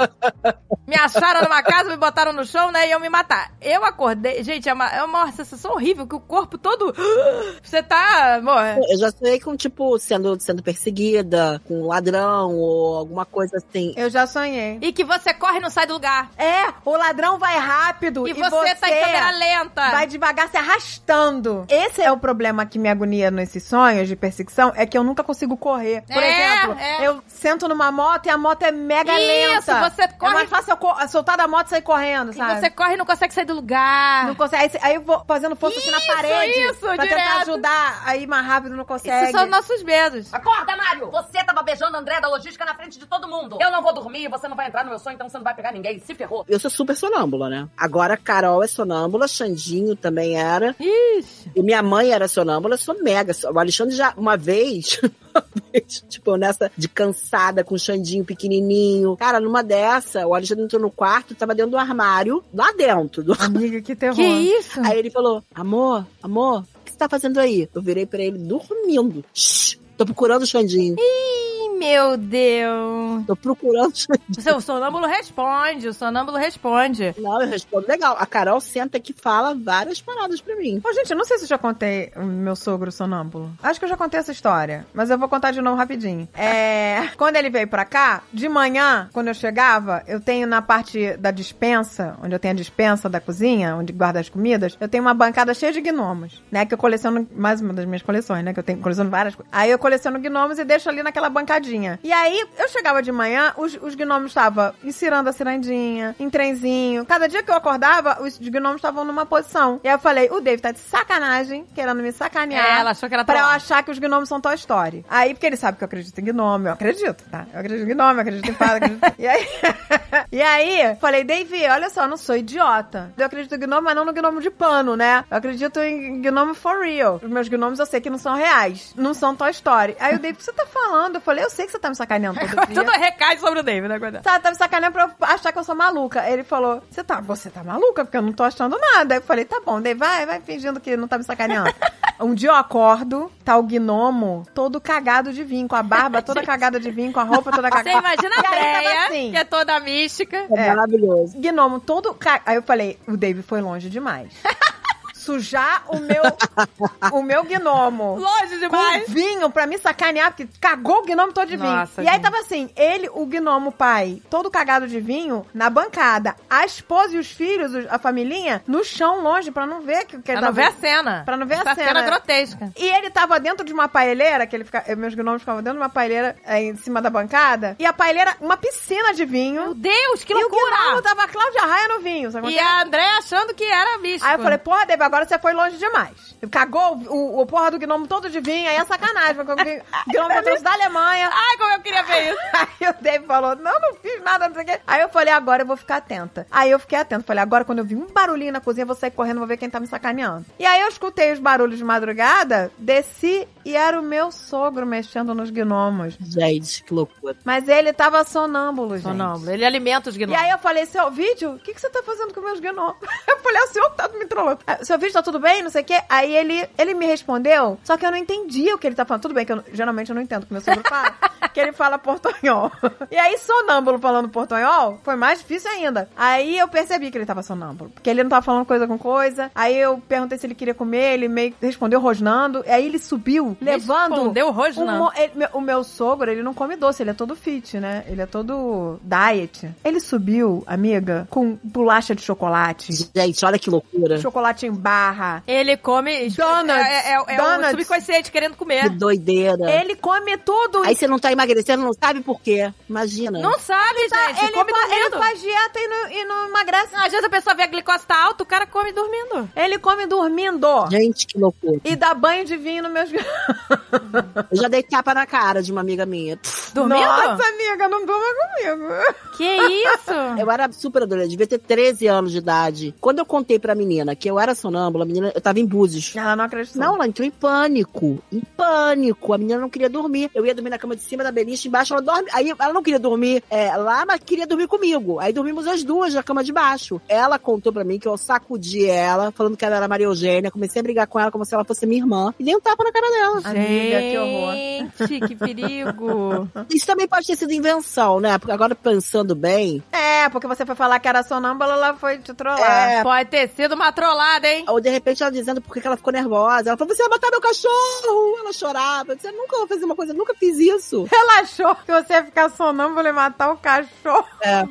Speaker 1: me acharam numa casa, me botaram no chão, né? E iam me matar. Eu acordei, gente, é uma, é uma sensação horrível, que o corpo todo. *gasps* Você tá. Amor,
Speaker 2: Eu já sonhei com, tipo, sendo, sendo perseguida, com um ladrão ou alguma coisa assim.
Speaker 3: Eu já sonhei.
Speaker 1: e que você corre e não sai do lugar.
Speaker 3: É, o ladrão vai rápido
Speaker 1: E,
Speaker 3: e,
Speaker 1: você, tá em câmera lenta.
Speaker 3: Vai devagar se arrastando. Esse é o problema que me agonia nesses sonhos de perseguição, é que eu nunca consigo correr. Por
Speaker 1: É,
Speaker 3: exemplo,
Speaker 1: é.
Speaker 3: eu sento numa moto e a moto é mega
Speaker 1: Isso,
Speaker 3: lenta.
Speaker 1: você corre-
Speaker 3: É mais fácil eu co- soltar da moto e sair correndo,
Speaker 1: e
Speaker 3: sabe?
Speaker 1: você corre e não consegue sair do lugar.
Speaker 3: Não consegue. Aí, você- aí eu vou fazendo força assim na
Speaker 1: Isso,
Speaker 3: parede
Speaker 1: isso,
Speaker 3: pra
Speaker 1: direto.
Speaker 3: tentar ajudar, aí mais rápido não consegue.
Speaker 1: Isso são nossos medos.
Speaker 5: Acorda, Mário! Você tava beijando André da logística na frente de todo mundo. Eu não vou dormir, você não vai entrar no meu sonho, então você não vai pegar ninguém. Se ferrou.
Speaker 2: Eu sou super sonâmbula, né? Agora Carol é sonâmbula, Xandinho também era.
Speaker 1: Ixi.
Speaker 2: E minha mãe era sonâmbula, eu sou mega. son- O Alexandre já, uma vez, *laughs* uma vez, tipo, nessa de cansada, com o Xandinho pequenininho. Cara, numa dessa, o Alexandre entrou no quarto, tava dentro do armário, lá dentro. do-
Speaker 3: Amiga, que terror.
Speaker 1: Que isso?
Speaker 2: Aí ele falou, amor, amor, o que você tá fazendo aí? Eu virei pra ele dormindo. Shhh, tô procurando o Xandinho.
Speaker 1: Ai, meu Deus.
Speaker 2: Tô procurando o Xandinho.
Speaker 1: O seu sonâmbulo responde, o sonâmbulo responde.
Speaker 2: Não, eu respondo, legal. A Carol senta aqui e fala várias paradas pra mim.
Speaker 3: Ô, gente, eu não sei se eu já contei o meu sogro sonâmbulo. Acho que eu já contei essa história, mas eu vou contar de novo rapidinho. É. *laughs* Quando ele veio pra cá, de manhã, quando eu chegava, eu tenho na parte da dispensa, onde eu tenho a dispensa da cozinha, onde guarda as comidas, eu tenho uma bancada cheia de gnomos, né? Que eu coleciono, mais uma das minhas coleções, né? Que eu tenho coleciono várias coisas. Aí eu coleciono gnomos e deixo ali naquela bancadinha. E aí eu chegava de manhã, os, os gnomos estavam encirando a cirandinha, em trenzinho. Cada dia que eu acordava, os gnomos estavam numa posição. E aí eu falei, o Dave tá de sacanagem, querendo me sacanear.
Speaker 1: É, ela achou que ela tá
Speaker 3: Pra eu
Speaker 1: lá.
Speaker 3: achar que os gnomos são Toy Story. Aí, porque ele sabe que eu acredito em gnome, eu acredito, tá? Eu acredito em gnome, eu acredito em *laughs* fada, eu acredito... E aí... e aí, falei, Dave, olha só, eu não sou idiota. Eu acredito em gnome, mas não no gnomo de pano, né? Eu acredito em gnome for real. Os meus gnomos eu sei que não são reais, não são Toy Story. Aí o Dave, o que você tá falando? Eu falei, eu sei que você tá me
Speaker 1: *laughs*
Speaker 3: sacaneando todo dia.
Speaker 1: Tudo recai sobre o David, né, coitada?
Speaker 3: Tá, tá me sacaneando pra eu achar que eu sou maluca. Ele falou: Você tá, você tá maluca, porque eu não tô achando nada. Aí eu falei, tá bom, daí vai, vai fingindo que não tá me
Speaker 1: *laughs*
Speaker 3: sacaneando. um dia eu acordo, tá o gnomo todo cagado de vinho, com a barba toda cagada de vinho, com a roupa toda
Speaker 1: Você
Speaker 3: cagada.
Speaker 1: imagina a
Speaker 3: E aí tava
Speaker 1: Breia,
Speaker 3: Tá, assim.
Speaker 1: que é toda mística.
Speaker 2: É,
Speaker 3: É.
Speaker 2: maravilhoso.
Speaker 3: Gnomo todo ca... Aí eu falei, o Dave foi
Speaker 1: *laughs*
Speaker 3: longe demais. Sujar o meu o meu gnomo.
Speaker 1: Longe demais.
Speaker 3: Com vinho pra me sacanear, porque cagou o gnomo todo de vinho.
Speaker 1: Nossa,
Speaker 3: e aí
Speaker 1: gente.
Speaker 3: tava assim, ele, o gnomo pai, todo cagado de vinho, na bancada. A esposa e os filhos, os- a familhinha, no chão, longe, pra não ver que, que
Speaker 1: Pra
Speaker 3: tava-
Speaker 1: não ver a cena.
Speaker 3: Pra não ver a
Speaker 1: Essa
Speaker 3: cena.
Speaker 1: grotesca.
Speaker 3: E ele tava dentro de uma paeleira, que ele fica, eh, meus gnomos ficavam dentro de uma paeleira eh, em cima da bancada. E a paeleira, uma piscina de
Speaker 1: Meu
Speaker 3: vinho.
Speaker 1: Deus, que
Speaker 3: e o gnomo
Speaker 1: loucura!
Speaker 3: tava a Cláudia Raia no vinho, sabe?
Speaker 1: E é a André achando que era mística.
Speaker 3: Aí eu falei, porra, Dave, agora você foi longe demais. Cagou o, o- o porra do gnomo todo de vinho, aí é
Speaker 1: *laughs*
Speaker 3: sacanagem, porque o gnomo eu trouxe da Alemanha.
Speaker 1: Ai, como eu queria ver isso.
Speaker 3: *laughs* Aí o Dave falou, não, não fiz nada, não sei o quê. Aí eu falei, agora eu vou ficar atenta. Aí eu fiquei atenta. Falei, agora quando eu vi um barulhinho na cozinha, eu vou sair correndo, vou ver quem tá me sacaneando. E aí eu escutei os barulhos de madrugada, desci e era o meu sogro mexendo nos gnomos.
Speaker 2: Gente, que loucura.
Speaker 3: Mas ele tava sonâmbulo, gente.
Speaker 1: Sonâmbulo, ele alimenta os
Speaker 3: E
Speaker 1: gnomos.
Speaker 3: aí eu falei, seu vídeo, o que, que você tá fazendo com meus gnomos? *laughs* Eu falei, ah, o senhor que tá me trollando. Ah, Seu vídeo tá tudo bem, não sei o quê. Aí ele, ele me respondeu, só que eu não entendi o que ele tá falando. Tudo bem que eu, não- geralmente eu não entendo o que meu sogro fala. que ele fala portonhol. *laughs* E aí, sonâmbulo falando portonhol, foi mais difícil ainda. Aí eu percebi que ele tava sonâmbulo, porque ele não tava falando coisa com coisa. Aí eu perguntei se ele queria comer, ele meio que respondeu rosnando. Aí ele subiu, levando...
Speaker 1: Respondeu
Speaker 3: um
Speaker 1: rosnando.
Speaker 3: mo- ele- meu- o meu sogro, ele não come doce, ele é todo fit, né? Ele é todo diet. Ele subiu, amiga, com bolacha de chocolate,
Speaker 2: Gente, olha que loucura.
Speaker 3: chocolate em barra.
Speaker 1: Ele come...
Speaker 3: Donuts.
Speaker 1: É, é, é o
Speaker 3: Donuts.
Speaker 1: subconsciente querendo
Speaker 2: Que
Speaker 1: comer.
Speaker 2: doideira.
Speaker 3: Ele come tudo
Speaker 2: É. Aí você não tá emagrecendo, não sabe por quê. Imagina.
Speaker 1: Não sabe,
Speaker 3: Tá,
Speaker 1: gente.
Speaker 3: ele,
Speaker 1: come
Speaker 3: fa- ele
Speaker 1: dormindo.
Speaker 3: faz dieta e não, e não emagrece.
Speaker 1: Às vezes a pessoa vê a glicose tá alta, o cara come dormindo.
Speaker 3: Ele come dormindo.
Speaker 2: Gente, que loucura.
Speaker 3: E dá banho de vinho nos meus...
Speaker 2: Eu já dei tapa na cara de uma amiga minha. Pff,
Speaker 1: Dormindo?
Speaker 3: Nossa, amiga, não durma comigo.
Speaker 1: Que isso?
Speaker 2: Eu era super adolescente, devia ter 13 anos de idade. Quando eu contei pra menina que eu era sonâmbula, a menina, eu tava em Búzios.
Speaker 3: Ela não acreditou.
Speaker 2: Não, ela entrou em pânico. Em pânico. A menina não queria dormir. Eu ia dormir na cama de cima da beliche, embaixo. Ela dorme. Aí ela não queria dormir é, lá, mas queria dormir comigo. Aí dormimos as duas na cama de baixo. Ela contou pra mim que eu sacudi ela, falando que ela era Maria Eugênia. Comecei a brigar com ela como se ela fosse minha irmã. E dei um tapa na cara dela.
Speaker 3: *laughs* Amiga, que horror.
Speaker 1: Gente, que perigo.
Speaker 2: Isso também pode ter sido invenção, né? Porque agora pensando bem,
Speaker 3: É, porque você foi falar que era sonâmbula, ela foi te trollar.
Speaker 2: É.
Speaker 1: Pode ter sido uma trollada, hein?
Speaker 2: ou de repente ela dizendo por que que ela ficou nervosa. Ela falou: você vai matar meu cachorro! Ela chorava. Eu disse, eu nunca vou fazer uma coisa, eu nunca fiz isso.
Speaker 3: Ela achou que você ia ficar sonâmbula e matar o cachorro.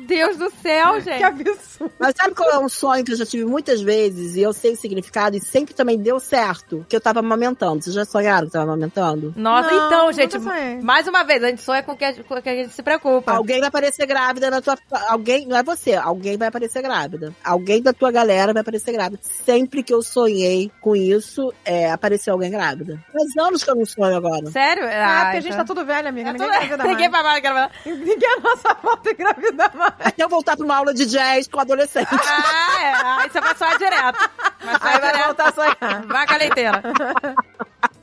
Speaker 1: Deus do céu,
Speaker 3: Que
Speaker 1: gente.
Speaker 3: absurdo.
Speaker 2: Mas sabe qual é um sonho que eu já tive muitas vezes e eu sei o significado e sempre também deu certo? Que eu tava amamentando. Vocês já sonharam que tava amamentando?
Speaker 1: Nossa,
Speaker 3: Não,
Speaker 1: então,
Speaker 3: nunca
Speaker 1: gente,
Speaker 3: sonhei.
Speaker 1: mais uma vez, a gente sonha com o que a, com o que a gente se preocupa.
Speaker 2: Alguém vai aparecer grávida na tua. Alguém, não é você, alguém vai aparecer grávida. Alguém da tua galera vai aparecer grávida. Sempre que eu sonhei com isso, é, apareceu alguém grávida. Faz anos que eu não sonho agora.
Speaker 1: Sério?
Speaker 3: Ah, porque a gente tá tudo velho, amiga.
Speaker 1: Eu tô-
Speaker 3: Ninguém engravida
Speaker 1: Ninguém
Speaker 3: mais.
Speaker 1: vai mais gravar.
Speaker 3: Ninguém é nossa volta engravida mais.
Speaker 2: Até eu voltar pra uma aula de jazz com adolescente.
Speaker 1: Ah, é. Aí você vai sonhar direto. Vai
Speaker 3: Aí
Speaker 1: sonhar
Speaker 3: Ah, vai
Speaker 1: direto.
Speaker 3: voltar a sonhar.
Speaker 1: Vaca leiteira.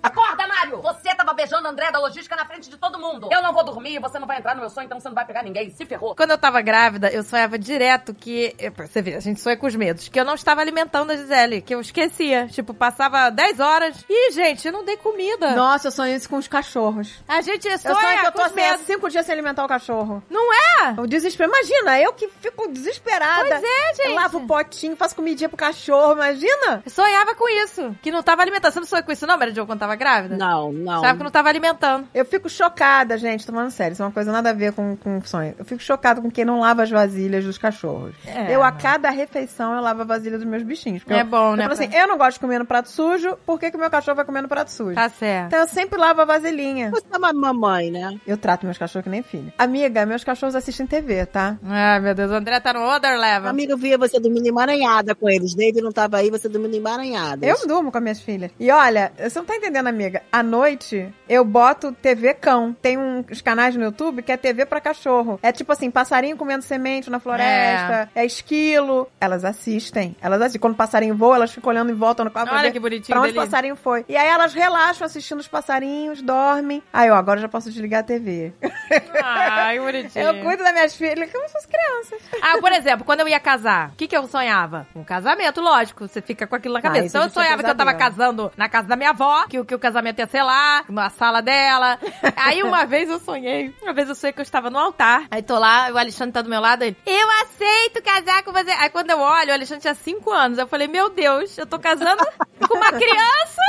Speaker 5: Acorda, Mário! Você tava beijando André da logística na frente de todo mundo. Eu não vou dormir, você não vai entrar no meu sonho, então você não vai pegar ninguém. Se ferrou.
Speaker 1: Quando eu tava grávida, eu sonhava direto que. eu- Você vê, a gente sonha com os medos. Que eu não estava alimentando a Gisele, que eu esquecia. Tipo, passava 10 horas. Ih, gente, eu não dei comida.
Speaker 3: Nossa, eu sonho isso com os cachorros.
Speaker 1: A gente
Speaker 3: Eu
Speaker 1: sonha
Speaker 3: sonho que eu
Speaker 1: com
Speaker 3: tô
Speaker 1: os
Speaker 3: assim, há
Speaker 1: medos.
Speaker 3: cinco dias sem alimentar o cachorro.
Speaker 1: Não é?
Speaker 3: O desespero. Imagina, eu que fico desesperada.
Speaker 1: Pois é, gente.
Speaker 3: Eu lavo o potinho, faço comidinha pro cachorro, imagina?
Speaker 1: Eu sonhava com isso. Que não tava alimentando. Você não sonhou com isso, não, Mary Jo, quando tava grávida?
Speaker 2: Não, não.
Speaker 1: Sabe que não tava alimentando.
Speaker 3: Eu fico chocada, gente, tomando sério, isso é uma coisa nada a ver com, com sonho. Eu fico chocada com quem não lava as vasilhas dos cachorros.
Speaker 1: É,
Speaker 3: eu, a
Speaker 1: mas-
Speaker 3: cada refeição, eu lavo a vasilha dos meus bichinhos. porque
Speaker 1: É
Speaker 3: eu-
Speaker 1: bom,
Speaker 3: eu
Speaker 1: né,
Speaker 3: falo assim,
Speaker 1: pra-
Speaker 3: eu não gosto de comer no prato sujo, por que que o meu cachorro vai comer no prato sujo?
Speaker 1: Tá certo.
Speaker 3: Então eu sempre lavo a vasilhinha.
Speaker 2: Você é uma mamãe, né?
Speaker 3: Eu trato meus cachorros que nem filho. Amiga, meus cachorros assistem TV, tá?
Speaker 1: Ai, meu Deus, o André tá no other level.
Speaker 2: Amiga, eu via você dormindo emaranhada com eles. David não tava aí, você dormindo emaranhada.
Speaker 3: Eu durmo com as minhas filhas. E olha, você não tá entendendo, amiga. À noite, eu boto TV cão. Tem uns canais no YouTube que é TV pra cachorro. É tipo assim, passarinho comendo semente na floresta, é, esquilo. Elas assistem. Elas assistem. Quando o passarinho voa, elas ficam olhando em volta no quarto. pra
Speaker 1: Olha
Speaker 3: ver
Speaker 1: que bonitinho
Speaker 3: Pra onde o
Speaker 1: dele.
Speaker 3: passarinho foi. E aí elas relaxam assistindo os passarinhos, dormem. Aí, ó, agora eu já posso desligar a TV.
Speaker 1: *laughs* Ai, que bonitinho.
Speaker 3: Eu cuido das minhas filhas como se fosse criança.
Speaker 1: Ah, por exemplo, quando eu ia casar, o que, que eu sonhava? Um casamento, lógico. Você fica com aquilo na cabeça.
Speaker 3: Ah, isso
Speaker 1: então eu
Speaker 3: a gente é
Speaker 1: sonhava que eu tava
Speaker 3: pesadelo.
Speaker 1: casando na casa da minha avó, que, o- que o casamento ia ser lá, na sala
Speaker 3: *laughs*
Speaker 1: dela. Aí uma vez eu sonhei, uma vez eu sonhei que eu estava no altar. Aí tô lá, o Alexandre tá do meu lado, ele, eu aceito casar com você. Aí quando eu olho, o Alexandre tinha cinco anos. Eu falei, meu Deus, eu tô casando com uma
Speaker 3: *laughs*
Speaker 1: criança?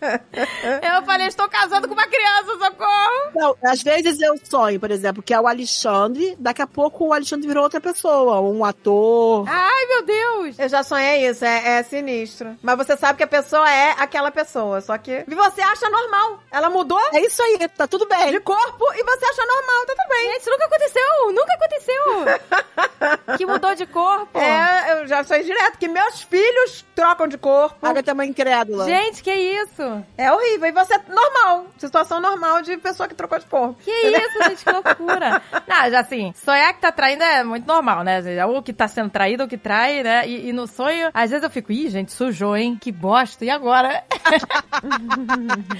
Speaker 1: Eu falei, estou casando com uma criança, socorro!
Speaker 2: Não, às vezes eu sonho, por exemplo, que é o Alexandre, daqui a pouco o Alexandre virou outra pessoa, um ator.
Speaker 1: Ai, meu Deus!
Speaker 3: Eu já sonhei isso, é, é sinistro. Mas você sabe que a pessoa é aquela pessoa, só que você acha normal. Ela mudou
Speaker 2: É isso aí, tá tudo bem.
Speaker 3: de corpo e você acha normal, tá tudo bem.
Speaker 1: Gente, isso nunca aconteceu! Nunca aconteceu!
Speaker 3: *laughs*
Speaker 1: que mudou de corpo!
Speaker 3: É, eu já sonhei direto que meus filhos trocam de corpo.
Speaker 2: Agatha é uma incrédula.
Speaker 1: Gente, que isso?
Speaker 3: É horrível. E você, normal. Situação normal de pessoa que trocou de corpo. *laughs*
Speaker 1: Que isso, gente, que loucura. Não, já assim, sonhar que tá traindo é muito normal, né? Ou que tá sendo traído, ou que trai, né? E, e no sonho, às vezes eu fico, ih, gente, sujou, hein? Que bosta, e agora?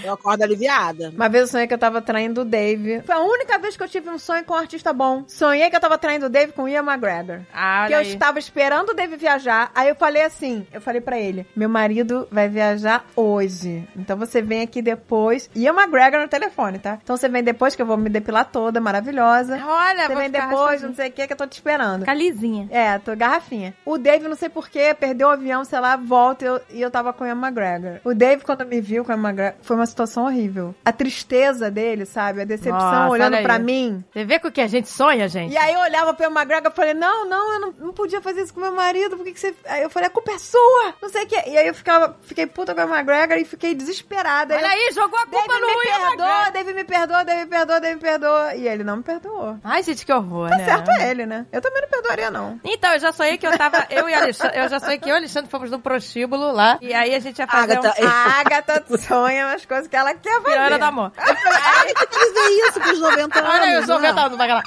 Speaker 2: Eu acordo aliviada.
Speaker 3: Uma vez eu sonhei que eu tava traindo o Dave. Foi a única vez que eu tive um sonho com um artista bom. Sonhei que eu tava traindo o Dave com o Ian McGregor.
Speaker 1: Ah,
Speaker 3: Que eu estava esperando o Dave viajar. Aí eu falei assim, eu falei pra ele, meu marido vai viajar viajar hoje. Então você vem aqui depois. E a McGregor no telefone, tá? Então você vem depois que eu vou me depilar toda, maravilhosa.
Speaker 1: Olha,
Speaker 3: Você
Speaker 1: Ah, vou
Speaker 3: vem
Speaker 1: ficar
Speaker 3: depois,
Speaker 1: respondendo.
Speaker 3: não sei o que, que eu tô te esperando.
Speaker 6: Fica lisinha.
Speaker 3: É, tô garrafinha. O Dave, não sei porquê, perdeu o avião, sei lá, volta e eu, e eu tava com a Ian McGregor. O Dave, quando me viu com a Ian McGregor, foi uma situação horrível. A tristeza dele, sabe? A decepção
Speaker 1: Nossa,
Speaker 3: olhando
Speaker 1: olha
Speaker 3: pra
Speaker 1: aí.
Speaker 3: mim.
Speaker 1: Você vê com o que a gente sonha, gente?
Speaker 3: E aí eu olhava pra Ian McGregor e falei, não, não, eu não, não podia fazer isso com meu marido, por que, que você... Aí eu falei, a culpa é sua, não sei o quê. E aí eu ficava, fiquei puta com a Ian McGregor e fiquei desesperada.
Speaker 1: Olha
Speaker 3: Aí eu,
Speaker 1: aí, jogou a culpa
Speaker 3: Dave
Speaker 1: no
Speaker 3: me
Speaker 1: Ian
Speaker 3: perdoa,
Speaker 1: McGregor.
Speaker 3: Dave me perdoa, Dave me perdoa, Dave me perdoa. E ele não me perdoou.
Speaker 1: Ai, gente, que horror,
Speaker 3: Tá
Speaker 1: né?
Speaker 3: certo é ele, né? Eu também não perdoaria, não.
Speaker 1: Então, eu já sonhei que eu tava. Eu e Alexandre. Eu já sonhei que eu e Alexandre fomos no prostíbulo lá. E aí a gente ia fazer
Speaker 2: Agatha,
Speaker 1: um.
Speaker 2: eu-
Speaker 3: A Agatha sonha umas coisas que ela quer fazer.
Speaker 1: Piranha do amor.
Speaker 2: Tem que dizer isso pros 90 anos.
Speaker 1: Olha, eu sou
Speaker 2: né?
Speaker 1: mental, não vai lá.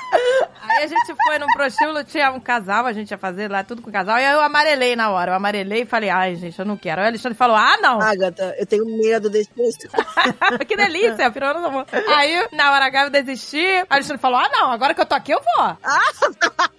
Speaker 1: Aí a gente foi num prostíbulo, tinha um casal, a gente ia fazer lá tudo com o casal. E aí eu amarelei na hora. Eu amarelei e falei, ai, gente, eu não quero. Aí o Alexandre falou, ah, não.
Speaker 2: Agatha, eu tenho medo desse texto.
Speaker 1: *laughs* que delícia, piranha do amor. Aí, na hora H, eu desisti. Aí o Alexandre falou, ah, não, agora que eu tô aqui, eu vou.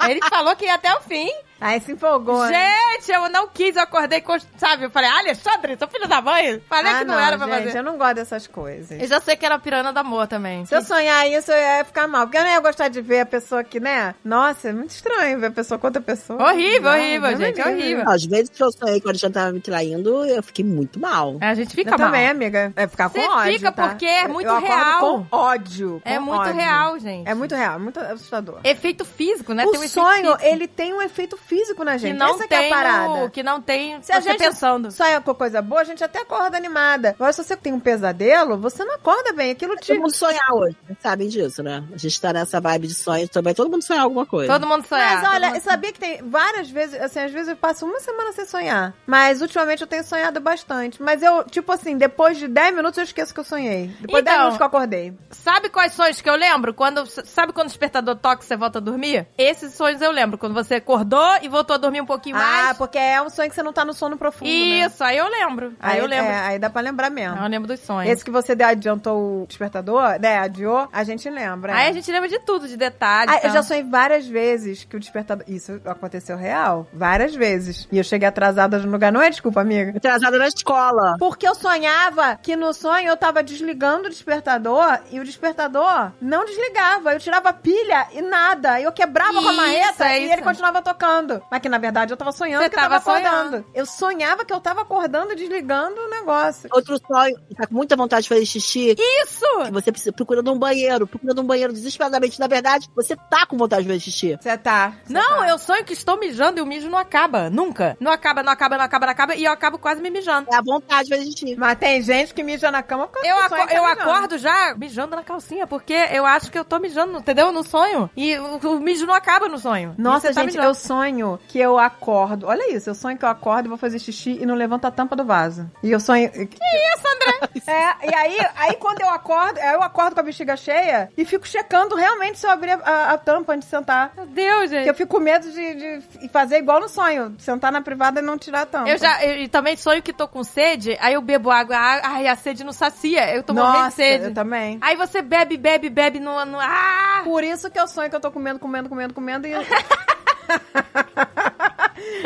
Speaker 1: Ele falou que ia até o fim.
Speaker 3: Aí se empolgou. né?
Speaker 1: Gente, eu não quis, eu acordei, com- sabe? Eu falei, Alexandre, seu filho da mãe? Falei
Speaker 3: Ah,
Speaker 1: que não, era pra
Speaker 3: gente,
Speaker 1: fazer.
Speaker 3: Eu não gosto dessas coisas.
Speaker 1: Eu já sei que era piranha do amor também.
Speaker 3: Se eu sonhar isso, eu ia ficar mal. Porque eu não ia gostar de ver a pessoa que, né? Nossa, é muito estranho ver a pessoa com outra pessoa.
Speaker 1: Horrível,
Speaker 3: Não, é
Speaker 1: horrível,
Speaker 3: Deus me
Speaker 1: gente, é
Speaker 3: livre.
Speaker 1: horrível.
Speaker 2: Às vezes que eu sonhei que o Alexandre tava me traindo, eu fiquei muito mal.
Speaker 1: A gente fica
Speaker 3: eu
Speaker 1: mal.
Speaker 3: também, amiga. É ficar
Speaker 1: Você
Speaker 3: com ódio.
Speaker 1: fica
Speaker 3: tá?
Speaker 1: porque é
Speaker 3: Eu-
Speaker 1: muito
Speaker 3: eu acordo
Speaker 1: real.
Speaker 3: Com ódio.
Speaker 1: É
Speaker 3: com
Speaker 1: muito
Speaker 3: ódio.
Speaker 1: real, gente.
Speaker 3: É muito real, é muito assustador.
Speaker 1: Efeito físico, né?
Speaker 3: o
Speaker 1: tem um efeito
Speaker 3: sonho,
Speaker 1: físico
Speaker 3: ele tem um efeito físico na
Speaker 1: que
Speaker 3: gente.
Speaker 1: não
Speaker 3: Essa que
Speaker 1: tem
Speaker 3: é a parada.
Speaker 1: o- que não tem
Speaker 3: Se a
Speaker 1: você tá
Speaker 3: gente
Speaker 1: pensando.
Speaker 3: sonha com coisa boa, a gente até acorda animada. Agora, se você tem um pesadelo, você não acorda bem. Aquilo te.
Speaker 2: Todo mundo sonhar hoje, vocês sabem disso, né? A gente tá nessa vibe de sonho, também todo mundo sonhar alguma coisa.
Speaker 1: Todo mundo sonha.
Speaker 3: Mas olha, eu sabia que tem várias vezes, assim, às vezes eu passo uma semana sem sonhar. Mas ultimamente eu tenho sonhado bastante. Mas eu, tipo assim, depois de 10 minutos eu esqueço que eu sonhei. Depois de 10
Speaker 1: Então.
Speaker 3: minutos que eu acordei.
Speaker 1: Sabe quais sonhos que eu lembro? Quando, sabe quando o despertador toca e você volta a dormir? Esses sonhos eu lembro. Quando você acordou e voltou a dormir um pouquinho
Speaker 3: Ah,
Speaker 1: mais.
Speaker 3: porque é um sonho que você não tá no sono profundo. né?
Speaker 1: Isso, aí eu lembro. Aí, eu lembro.
Speaker 3: é, aí dá pra lembrar mesmo.
Speaker 1: Aí eu lembro dos sonhos.
Speaker 3: Esse que você deu- adiantou o despertador, né? Adiou, a gente lembra.
Speaker 1: Aí a gente lembra de tudo, de detalhes. então.
Speaker 3: Ah, eu já sonhei várias vezes que o despertador. Isso aconteceu real. Várias vezes. E eu cheguei atrasada no lugar. Não é desculpa, amiga.
Speaker 2: Atrasada na escola.
Speaker 3: Porque eu sonhava que no sonho eu tava desligando o despertador e o despertador não desligava. Eu tirava a pilha e nada. Eu quebrava com a
Speaker 1: Isso,
Speaker 3: marreta
Speaker 1: é
Speaker 3: e
Speaker 1: isso.
Speaker 3: ele continuava tocando. Mas que na verdade eu tava sonhando
Speaker 1: Você
Speaker 3: que eu tava,
Speaker 1: tava
Speaker 3: acordando.
Speaker 1: sonhando.
Speaker 3: Eu sonhava que eu tava acordando e desligando o negócio.
Speaker 2: Outro sonho, tá com muita vontade de fazer xixi,
Speaker 1: Isso!
Speaker 2: que você precisa procurando um banheiro, procurando um banheiro desesperadamente. Na verdade, você tá com vontade de fazer xixi.
Speaker 3: Você tá.
Speaker 1: Não, eu sonho que estou mijando e o mijo não acaba. Nunca. Não acaba, não acaba, não acaba, não acaba. E eu acabo quase me mijando.
Speaker 2: É a vontade de fazer xixi.
Speaker 3: Mas tem gente que mija na cama porque
Speaker 1: Eu,
Speaker 3: sonha
Speaker 1: aco-
Speaker 3: que tá
Speaker 1: eu
Speaker 3: mijando.
Speaker 1: acordo já mijando na calcinha, porque eu acho que eu tô mijando, entendeu? No sonho. E o, o mijo não acaba no sonho. E
Speaker 3: Nossa,
Speaker 1: você tá
Speaker 3: gente,
Speaker 1: mijando.
Speaker 3: eu sonho que eu acordo. Olha isso, eu sonho que eu acordo e vou fazer xixi e não levanto a tampa do vaso. E eu sonho. Que isso, André? *laughs* é, e aí, aí quando eu acordo, aí eu acordo com a bexiga cheia e fico checando realmente se eu abrir a, a tampa antes de sentar.
Speaker 1: Meu Deus, gente.
Speaker 3: Porque eu fico com medo de, de fazer igual no sonho, sentar na privada e não tirar a tampa.
Speaker 1: Eu já, eu, e também sonho que tô com sede, aí eu bebo água, a- ai, a sede não sacia, eu tô morrendo de
Speaker 3: Nossa,
Speaker 1: sede.
Speaker 3: eu também.
Speaker 1: Aí você bebe, bebe, bebe, no, no ah!
Speaker 3: Por isso que eu sonho que eu tô comendo, comendo, comendo,
Speaker 1: *laughs*
Speaker 3: comendo e.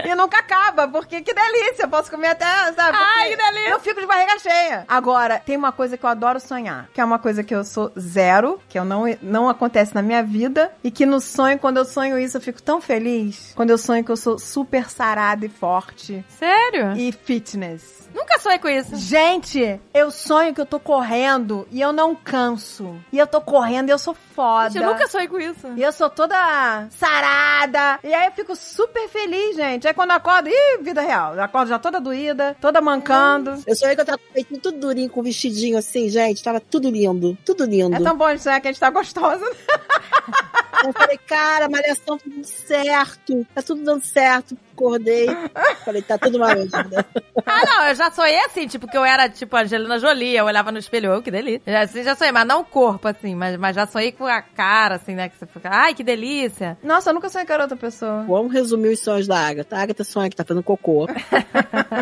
Speaker 3: e nunca acaba, porque que delícia, eu posso comer até, sabe?
Speaker 1: Ai,
Speaker 3: porque
Speaker 1: que delícia.
Speaker 3: Eu fico de barriga cheia. Agora, tem uma coisa que eu adoro sonhar, que é uma coisa que eu sou zero, que eu não, não acontece na minha vida, e que no sonho, quando eu sonho isso, eu fico tão feliz. Quando eu sonho que eu sou super sarada e forte
Speaker 1: Sério?
Speaker 3: e fitness.
Speaker 1: Nunca sonhei com isso.
Speaker 3: Gente, eu sonho que eu tô correndo e eu não canso. E eu tô correndo e eu sou foda.
Speaker 1: Gente, eu nunca sonhei com isso.
Speaker 3: E eu sou toda sarada. E aí eu fico super feliz, gente. Aí quando eu acordo, ih, vida real. Eu acordo já toda doída, toda mancando.
Speaker 2: Eu sonhei que eu tava com o peitinho tudo durinho, com um vestidinho assim, gente. Tava tudo lindo, tudo lindo.
Speaker 3: É tão bom de sonhar que a gente tá gostosa. né?
Speaker 2: Eu falei, cara, malhação tá tudo certo. Tá tudo dando certo. Acordei. Falei, tá tudo
Speaker 1: *laughs*
Speaker 2: uma merda.
Speaker 1: Ah, não, eu já sonhei assim, tipo, que eu era, tipo, Angelina Jolie, eu olhava no espelho, eu, que delícia. Já, assim, já sonhei, mas não o corpo, assim, mas, mas já sonhei com a cara, assim, né, que você fica, ai, que delícia.
Speaker 3: Nossa, eu nunca sonhei que era outra pessoa.
Speaker 2: Vamos resumir os sonhos da Agatha. A Agatha sonha que tá fazendo cocô.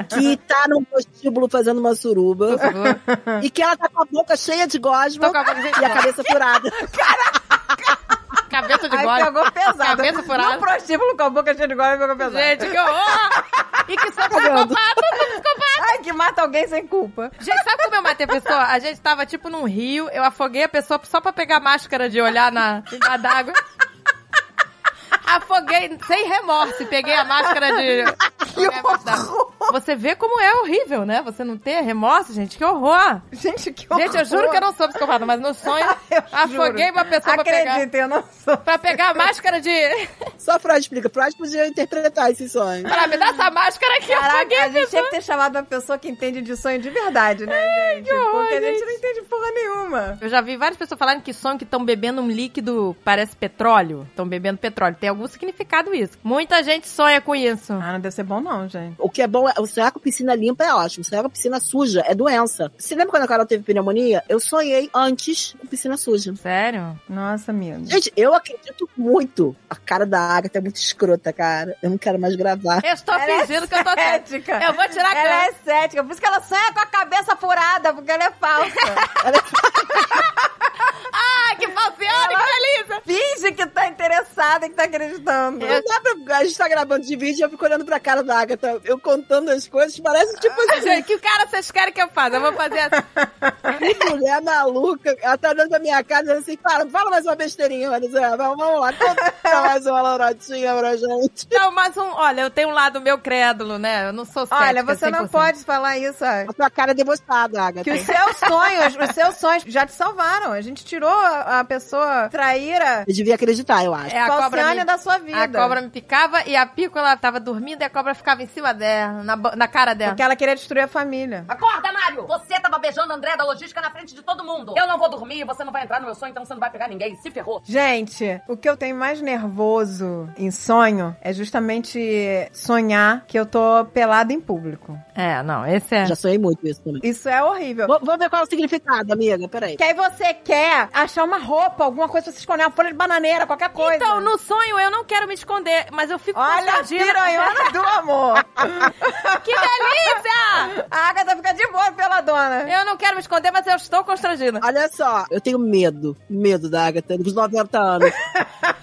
Speaker 2: que tá num prostíbulo fazendo uma suruba.
Speaker 1: *laughs*
Speaker 2: e que ela tá com a boca cheia de gosma
Speaker 1: Tô com a boca cheia de
Speaker 2: *laughs* e a cabeça furada.
Speaker 1: *laughs* Cabeça de
Speaker 3: Aí
Speaker 1: gole. *laughs*
Speaker 3: pegou pesado.
Speaker 1: Cabeça furada.
Speaker 3: No prostíbulo com a boca cheia de gola pegou pesado.
Speaker 1: Gente, que horror! E que sou
Speaker 2: vendo?
Speaker 1: psicopata,
Speaker 3: Ai, que mata mata alguém sem culpa.
Speaker 1: Gente, sabe como eu matei a pessoa? A gente tava tipo num rio, eu afoguei a pessoa só pra pegar a máscara de olhar na, na d'água. Afoguei sem remorso e peguei a máscara de.
Speaker 3: Que horror!
Speaker 1: Você vê como é horrível, né? Você não ter remorso, gente, que horror!
Speaker 3: Gente, que horror.
Speaker 1: Gente, eu juro que eu não sou psicopata, mas no sonho
Speaker 3: *laughs* Eu juro.
Speaker 1: afoguei uma pessoa pra pegar,
Speaker 3: Acreditem, eu não sou.
Speaker 1: pra pegar a máscara de.
Speaker 2: Só Freud explica. Freud podia interpretar esses sonhos.
Speaker 1: Ah, me dá essa máscara aqui, eu afoguei
Speaker 3: Caraca, a
Speaker 1: a
Speaker 3: gente tinha
Speaker 1: pessoa.
Speaker 3: que ter chamado uma pessoa que entende de sonho de verdade, né, gente?
Speaker 1: horror,
Speaker 3: Porque a gente
Speaker 1: gente.
Speaker 3: não entende porra nenhuma.
Speaker 1: Eu já vi várias pessoas falarem que sonham que estão bebendo um líquido, parece petróleo. Estão bebendo petróleo. Tem algum significado isso. Muita gente sonha com isso.
Speaker 3: Ah, não deve ser bom não, gente.
Speaker 2: O que é bom é o sonhar com piscina limpa é ótimo. Sonhar com piscina suja é doença. Você lembra quando a Carol teve pneumonia? Eu sonhei antes com piscina suja.
Speaker 1: Sério?
Speaker 3: Nossa, amigo.
Speaker 2: Gente, eu acredito muito. A cara da Agatha é muito escrota, cara. Eu não quero mais gravar.
Speaker 1: Eu estou
Speaker 3: Ela é
Speaker 1: fingindo que eu tô cética. Eu vou tirar a
Speaker 3: Ela
Speaker 1: câmera.
Speaker 3: é cética, por isso que ela sonha com a cabeça furada, porque ela é
Speaker 1: *laughs*
Speaker 3: falsa.
Speaker 1: Ai, que falciane,
Speaker 3: é
Speaker 1: que delícia!
Speaker 3: Finge que tá interessada e que tá acreditando.
Speaker 2: Não dá pra... A gente tá gravando de vídeo e eu fico olhando pra cara da Agatha. Eu contando as coisas, parece tipo
Speaker 1: *laughs*
Speaker 2: assim.
Speaker 1: Gente, que cara vocês querem que eu faça? Eu vou fazer
Speaker 3: *laughs*
Speaker 1: assim.
Speaker 2: Que mulher maluca. Ela tá olhando pra minha cara dizendo assim, fala, fala mais uma besteirinha, Marisela. Vamos, vamos lá, conta mais uma lorotinha pra gente.
Speaker 1: Não, mas um. Olha, eu tenho um lado meu crédulo, né? Eu não sou cética.
Speaker 3: Olha, você não
Speaker 1: 100%.
Speaker 3: pode falar isso, ó.
Speaker 2: A tua cara é debochada,
Speaker 3: Que
Speaker 2: Agatha.
Speaker 3: os seus sonhos, os seus sonhos já te salvaram. A gente tirou a a pessoa traíra,
Speaker 2: Eu devia acreditar, eu acho.
Speaker 1: É a cobra.
Speaker 3: falciane
Speaker 1: Me...
Speaker 3: da sua vida.
Speaker 1: A cobra me picava e a pícola tava dormindo e a cobra ficava em cima dela, na, bo- na cara dela.
Speaker 3: Porque ela queria destruir a família.
Speaker 5: Acorda, Mário! Você tava beijando André da logística na frente de todo mundo. Eu não vou dormir, você não vai entrar no meu sonho, então você não vai pegar ninguém. Se ferrou.
Speaker 3: Gente, o que eu tenho mais nervoso em sonho é justamente sonhar que eu tô pelada em público.
Speaker 1: É, não, esse é.
Speaker 2: Já sonhei muito isso também.
Speaker 3: Isso é horrível.
Speaker 2: Vou, vou ver qual é o significado, amiga. Peraí.
Speaker 3: Que aí você quer achar uma roupa, alguma coisa pra você esconder, uma folha de bananeira, qualquer coisa.
Speaker 1: Então, no sonho eu não quero me esconder, mas eu fico
Speaker 3: é. Olha a
Speaker 1: constrangida.
Speaker 3: piranhona do
Speaker 1: *laughs*
Speaker 3: amor.
Speaker 1: Que delícia!
Speaker 3: A Agatha fica de boa pela dona.
Speaker 1: Eu não quero me esconder, mas eu estou constrangida.
Speaker 2: Olha só, eu tenho medo, medo da Agatha, dos 90
Speaker 3: *laughs*
Speaker 2: anos.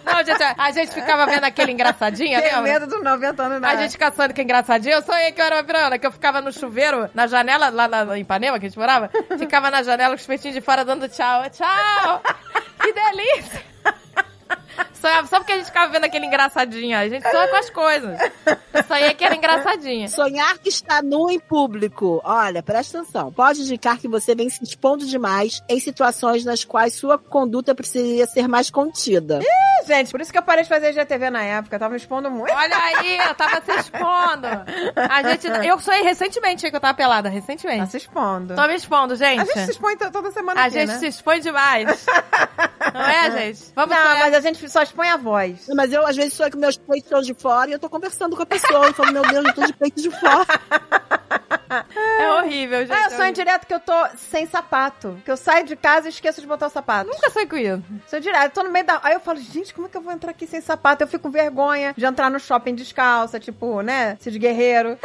Speaker 1: Não, gente, a gente ficava vendo aquele engraçadinho,
Speaker 3: Tenho
Speaker 1: lembra?
Speaker 3: medo dos 90 anos, não.
Speaker 1: A gente caçando que é engraçadinho. Eu sonhei que eu era uma pirana, que eu ficava no chuveiro, na janela, lá na, em Ipanema, que a gente morava. Ficava na janela com os peitinhos de fora dando tchau. Tchau! Que delícia! Sonhava só porque a gente ficava vendo aquele engraçadinho. A gente sonha com as coisas. Eu sonhei que era engraçadinha.
Speaker 2: Sonhar que está nu em público. Olha, presta atenção. Pode indicar que você vem se expondo demais em situações nas quais sua conduta precisaria ser mais contida.
Speaker 3: Ih, gente, por isso que eu parei de fazer GTV na época. Eu tava me expondo muito.
Speaker 1: Olha aí, eu tava se expondo. A gente, eu sonhei recentemente que eu tava pelada,
Speaker 3: Tá
Speaker 1: recentemente.
Speaker 3: se expondo.
Speaker 1: Tô me expondo, gente.
Speaker 3: A gente se expõe to- toda semana
Speaker 1: A
Speaker 3: aqui,
Speaker 1: gente
Speaker 3: né?
Speaker 1: se expõe demais. Não é, gente? Vamos
Speaker 3: Não,
Speaker 1: sonhar.
Speaker 3: mas a gente só expõe a voz.
Speaker 2: Mas eu, às vezes, sonho que meus peitos estão de fora e eu tô conversando com a pessoa e falo, meu Deus, eu tô de peito de fora.
Speaker 1: É horrível, gente.
Speaker 3: Ah, eu
Speaker 1: é
Speaker 3: sonho
Speaker 1: horrível.
Speaker 3: direto que eu tô sem sapato. Que eu saio de casa e esqueço de botar o sapato.
Speaker 1: Nunca sonhei com isso.
Speaker 3: Sou direto, tô no meio da. Aí eu falo, gente, como é que eu vou entrar aqui sem sapato? Eu fico com vergonha de entrar no shopping descalça, tipo, né? Esses guerreiro.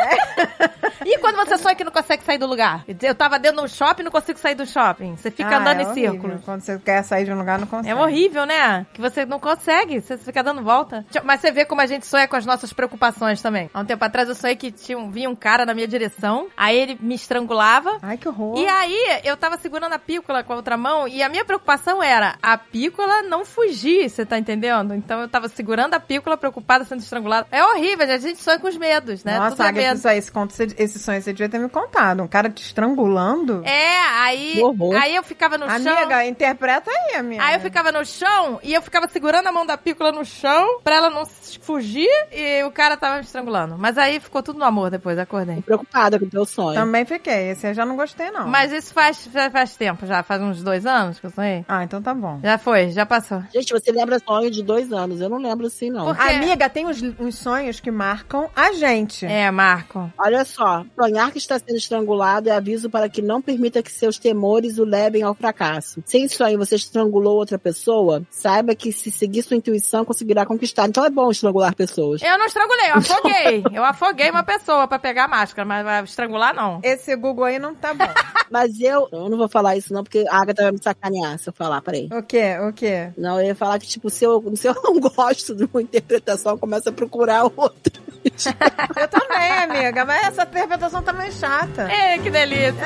Speaker 1: E quando você sonha que não consegue sair do lugar? Eu tava dentro de um shopping e não consigo sair do shopping. Você fica
Speaker 3: Ah,
Speaker 1: andando
Speaker 3: é
Speaker 1: em
Speaker 3: horrível.
Speaker 1: círculo.
Speaker 3: Quando você quer sair de um lugar, não consegue.
Speaker 1: É horrível, né? Que você não consegue, você fica dando volta. Tipo, Mas você vê como a gente sonha com as nossas preocupações também. Há um tempo atrás eu sonhei que tinha, um- vinha um cara na minha direção, aí ele me estrangulava.
Speaker 3: Ai, que horror.
Speaker 1: E é, aí, eu tava segurando a pícola com a outra mão e a minha preocupação era a pícola não fugir, você tá entendendo? Então eu tava segurando a pícola, preocupada, sendo estrangulada. É horrível, gente. A gente sonha com os medos, né?
Speaker 3: Nossa,
Speaker 1: Tudo é
Speaker 3: Agatha,
Speaker 1: medo.
Speaker 3: isso aí, esse, conto, você- esse sonho você devia ter me contado. Um cara te estrangulando.
Speaker 1: É, aí,
Speaker 2: Que horror.
Speaker 1: aí eu ficava no chão.
Speaker 3: um Amiga, interpreta aí, amiga.
Speaker 1: Aí eu ficava no chão e eu ficava segurando a mão da pícola no chão pra ela não s- fugir e o cara tava me estrangulando. Mas aí ficou tudo no amor depois, acordei.
Speaker 2: Preocupada com o teu sonho.
Speaker 3: Também fiquei. Esse eu já não gostei, não.
Speaker 1: Mas isso faz, faz, faz tempo já, faz uns dois anos que eu sonhei.
Speaker 3: Ah, então tá bom.
Speaker 1: Já foi, já passou.
Speaker 2: Gente, você lembra sonho de dois anos. Eu não lembro assim, não.
Speaker 1: Por- Porque-
Speaker 3: Amiga, tem uns, uns sonhos que marcam a gente.
Speaker 1: É, Marco.
Speaker 2: Olha só, sonhar que está sendo estrangulado é aviso para que não permita que seus temores o levem ao fracasso. Se em sonho você estrangulou outra pessoa, saiba que se seguir sua intuição conseguirá conquistar. Então é bom estrangular pessoas.
Speaker 1: Eu não estrangulei, eu afoguei. Eu afoguei uma pessoa pra pegar a máscara, mas vai estrangular não.
Speaker 3: Esse Google aí não tá bom.
Speaker 2: Mas eu, eu não vou falar isso não, porque a Agatha vai me sacanear se eu falar, peraí.
Speaker 3: o quê? O quê?
Speaker 2: *laughs* Não, eu ia falar que, tipo, se eu, se eu não gosto de uma interpretação, começa a procurar outra. gente.
Speaker 3: Eu também, amiga, mas essa interpretação tá meio chata.
Speaker 1: É, que delícia.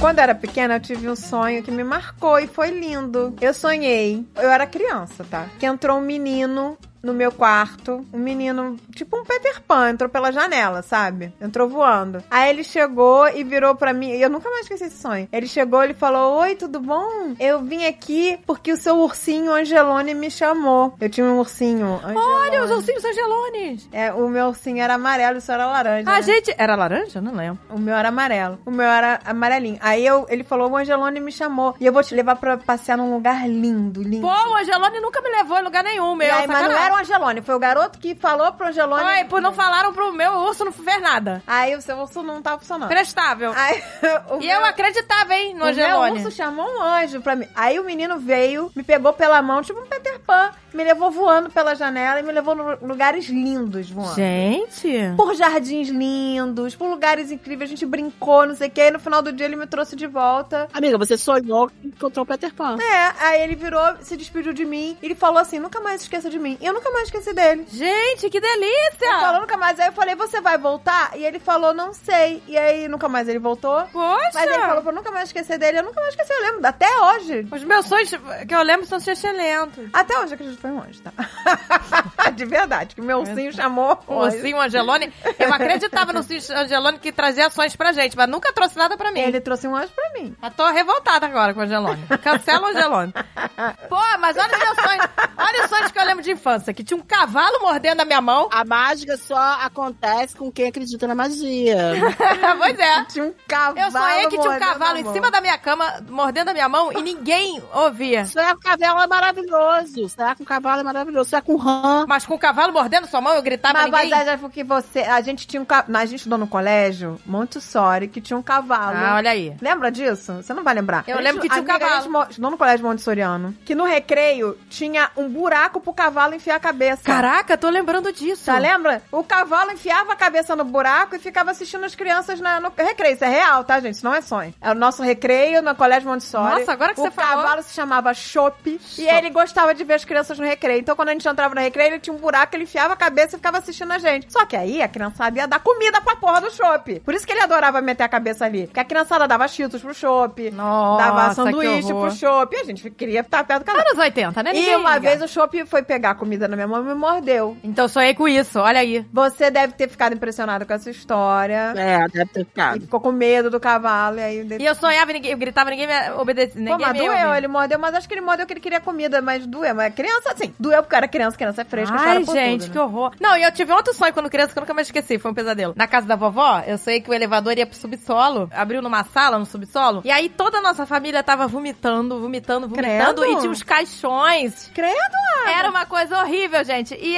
Speaker 3: Quando eu era pequena, eu tive um sonho que me marcou e foi lindo. Eu sonhei, eu era criança, tá? Que entrou um menino no meu quarto, um menino, tipo um Peter Pan, entrou pela janela, sabe? Entrou voando. Aí ele chegou e virou pra mim, e eu nunca mais esqueci esse sonho. Ele chegou, ele falou: "Oi, tudo bom? Eu vim aqui porque o seu ursinho Angelone me chamou". Eu tinha um ursinho.
Speaker 1: Olha, os
Speaker 3: Angelone.
Speaker 1: ursinhos angelones.
Speaker 3: É, o meu ursinho era amarelo, isso era laranja.
Speaker 1: A
Speaker 3: né?
Speaker 1: Ah, gente... Era laranja? Não lembro.
Speaker 3: O meu era amarelo. O meu era amarelinho. Aí eu, ele falou, o Angelone me chamou. E eu vou te levar pra passear num lugar lindo, lindo.
Speaker 1: Pô, o Angelone nunca me levou em lugar nenhum, meu.
Speaker 3: e aí, mas não
Speaker 1: sacanagem.
Speaker 3: era o Angelone. Foi o garoto que falou pro Angelone...
Speaker 1: Ai, pô, não falaram pro meu urso, não fez nada.
Speaker 3: Aí o seu urso não tava funcionando.
Speaker 1: Prestável.
Speaker 3: Aí, o
Speaker 1: e
Speaker 3: meu-
Speaker 1: eu acreditava, hein, no
Speaker 3: o meu
Speaker 1: Angelone.
Speaker 3: urso chamou um anjo pra mim. Aí o menino veio, me pegou pela mão, tipo um Peter Pan, me levou voando pela janela e me levou em lugares lindos voando.
Speaker 1: Gente.
Speaker 3: por jardins lindos, por lugares incríveis, a gente brincou, não sei o que, aí no final do dia ele me trouxe de volta.
Speaker 2: Amiga, você sonhou que encontrou o Peter Pan.
Speaker 3: É, aí ele virou, se despediu de mim, e ele falou assim, nunca mais esqueça de mim. E eu nunca mais esqueci dele.
Speaker 1: Gente, que
Speaker 3: Ele falou
Speaker 1: delícia.
Speaker 3: nunca mais, aí eu falei, você vai voltar? E ele falou, não sei. E aí nunca mais ele voltou.
Speaker 1: Poxa.
Speaker 3: Mas ele falou pra eu nunca mais esquecer dele, eu nunca mais esqueci, eu lembro, até hoje.
Speaker 1: Os meus sonhos que eu lembro são excelentes.
Speaker 3: Até hoje eu acredito que foi um anjo, tá? *laughs* de verdade, que meu ursinho chamou
Speaker 1: O
Speaker 3: um anjo.
Speaker 1: ursinho Angelone, eu acreditava no ursinho Angelone que trazia ações pra gente, mas nunca trouxe nada pra mim.
Speaker 3: Ele trouxe um anjo pra mim.
Speaker 1: Eu tô revoltada agora com o Angelone. Cancela o Angelone. Pô, mas olha os meus sonhos. Olha os sonhos que eu lembro de infância, que tinha um cavalo mordendo a minha mão. *laughs*
Speaker 2: A mágica só acontece com quem acredita na magia.
Speaker 1: pois é.
Speaker 3: Tinha um cavalo
Speaker 1: Eu sonhei que tinha um
Speaker 3: mordendo a
Speaker 1: cavalo em
Speaker 3: mão.
Speaker 1: cima da minha cama, mordendo a minha mão, e ninguém ouvia.
Speaker 2: Sonhar com cavalo é maravilhoso. Sonhar com cavalo é maravilhoso. Sonhar com rã.
Speaker 1: Mas com o cavalo mordendo sua mão, eu gritava,
Speaker 3: Mas é-
Speaker 1: ninguém...
Speaker 3: Bazar já falou que você. A gente tinha um cavalo. A gente estudou no colégio, Montessori, que tinha um cavalo.
Speaker 1: Ah, olha aí.
Speaker 3: Lembra disso? Você não vai lembrar.
Speaker 1: Eu
Speaker 3: A gente-
Speaker 1: lembro que tinha um
Speaker 3: amiga,
Speaker 1: cavalo.
Speaker 3: A gente mo- estudou no colégio Montessoriano, que no recreio tinha um buraco pro cavalo enfiar a cabeça.
Speaker 1: Caraca, tô lembrando disso.
Speaker 3: Tá lembra? O cavalo enfiava a cabeça no buraco e ficava assistindo as crianças na- no recreio. Isso é real, tá, gente? Isso não é sonho. É o nosso recreio no Colégio Montessori.
Speaker 1: Nossa, agora que
Speaker 3: o
Speaker 1: você falou.
Speaker 3: O cavalo se chamava Chope e ele gostava de ver as crianças no recreio. Então, quando a gente entrava no recreio, ele tinha um buraco, ele enfiava a cabeça e ficava assistindo a gente. Só que aí a criançada ia dar comida pra porra do Chope. Por isso que ele adorava meter a cabeça ali. Porque a criançada dava cheetos pro Chope,
Speaker 1: Nossa,
Speaker 3: dava
Speaker 1: que
Speaker 3: sanduíche
Speaker 1: horror.
Speaker 3: pro Chope. E a gente queria estar perto do cavalo.
Speaker 1: Anos 80, né? Ninguém
Speaker 3: E uma
Speaker 1: liga.
Speaker 3: vez o Chope foi pegar a comida na minha mão e me mordeu.
Speaker 1: Então eu sonhei com isso, olha aí.
Speaker 3: Você deve ter ficado impressionado com essa história.
Speaker 2: É, deve ter
Speaker 3: E
Speaker 2: ficado.
Speaker 3: ficou com medo do cavalo. E aí.
Speaker 1: E eu sonhava, e ninguém, eu gritava, ninguém me obedecia.
Speaker 3: Pô,
Speaker 1: Ninguém
Speaker 3: mas
Speaker 1: me
Speaker 3: doeu,
Speaker 1: ouvia.
Speaker 3: ele mordeu, mas acho que ele mordeu que ele queria comida, mas doeu. Mas criança, assim, doeu porque era criança, criança é fresca,
Speaker 1: Ai,
Speaker 3: chora por
Speaker 1: gente,
Speaker 3: tudo,
Speaker 1: que
Speaker 3: né?
Speaker 1: horror. Não, e eu tive um outro sonho quando criança que eu nunca mais esqueci, foi um pesadelo. Na casa da vovó, eu sei que o elevador ia pro subsolo, abriu numa sala no subsolo, e aí toda a nossa família tava vomitando, vomitando, vomitando,
Speaker 3: Credo.
Speaker 1: e tinha uns caixões.
Speaker 3: Credo!
Speaker 1: Era uma coisa horrível, gente. E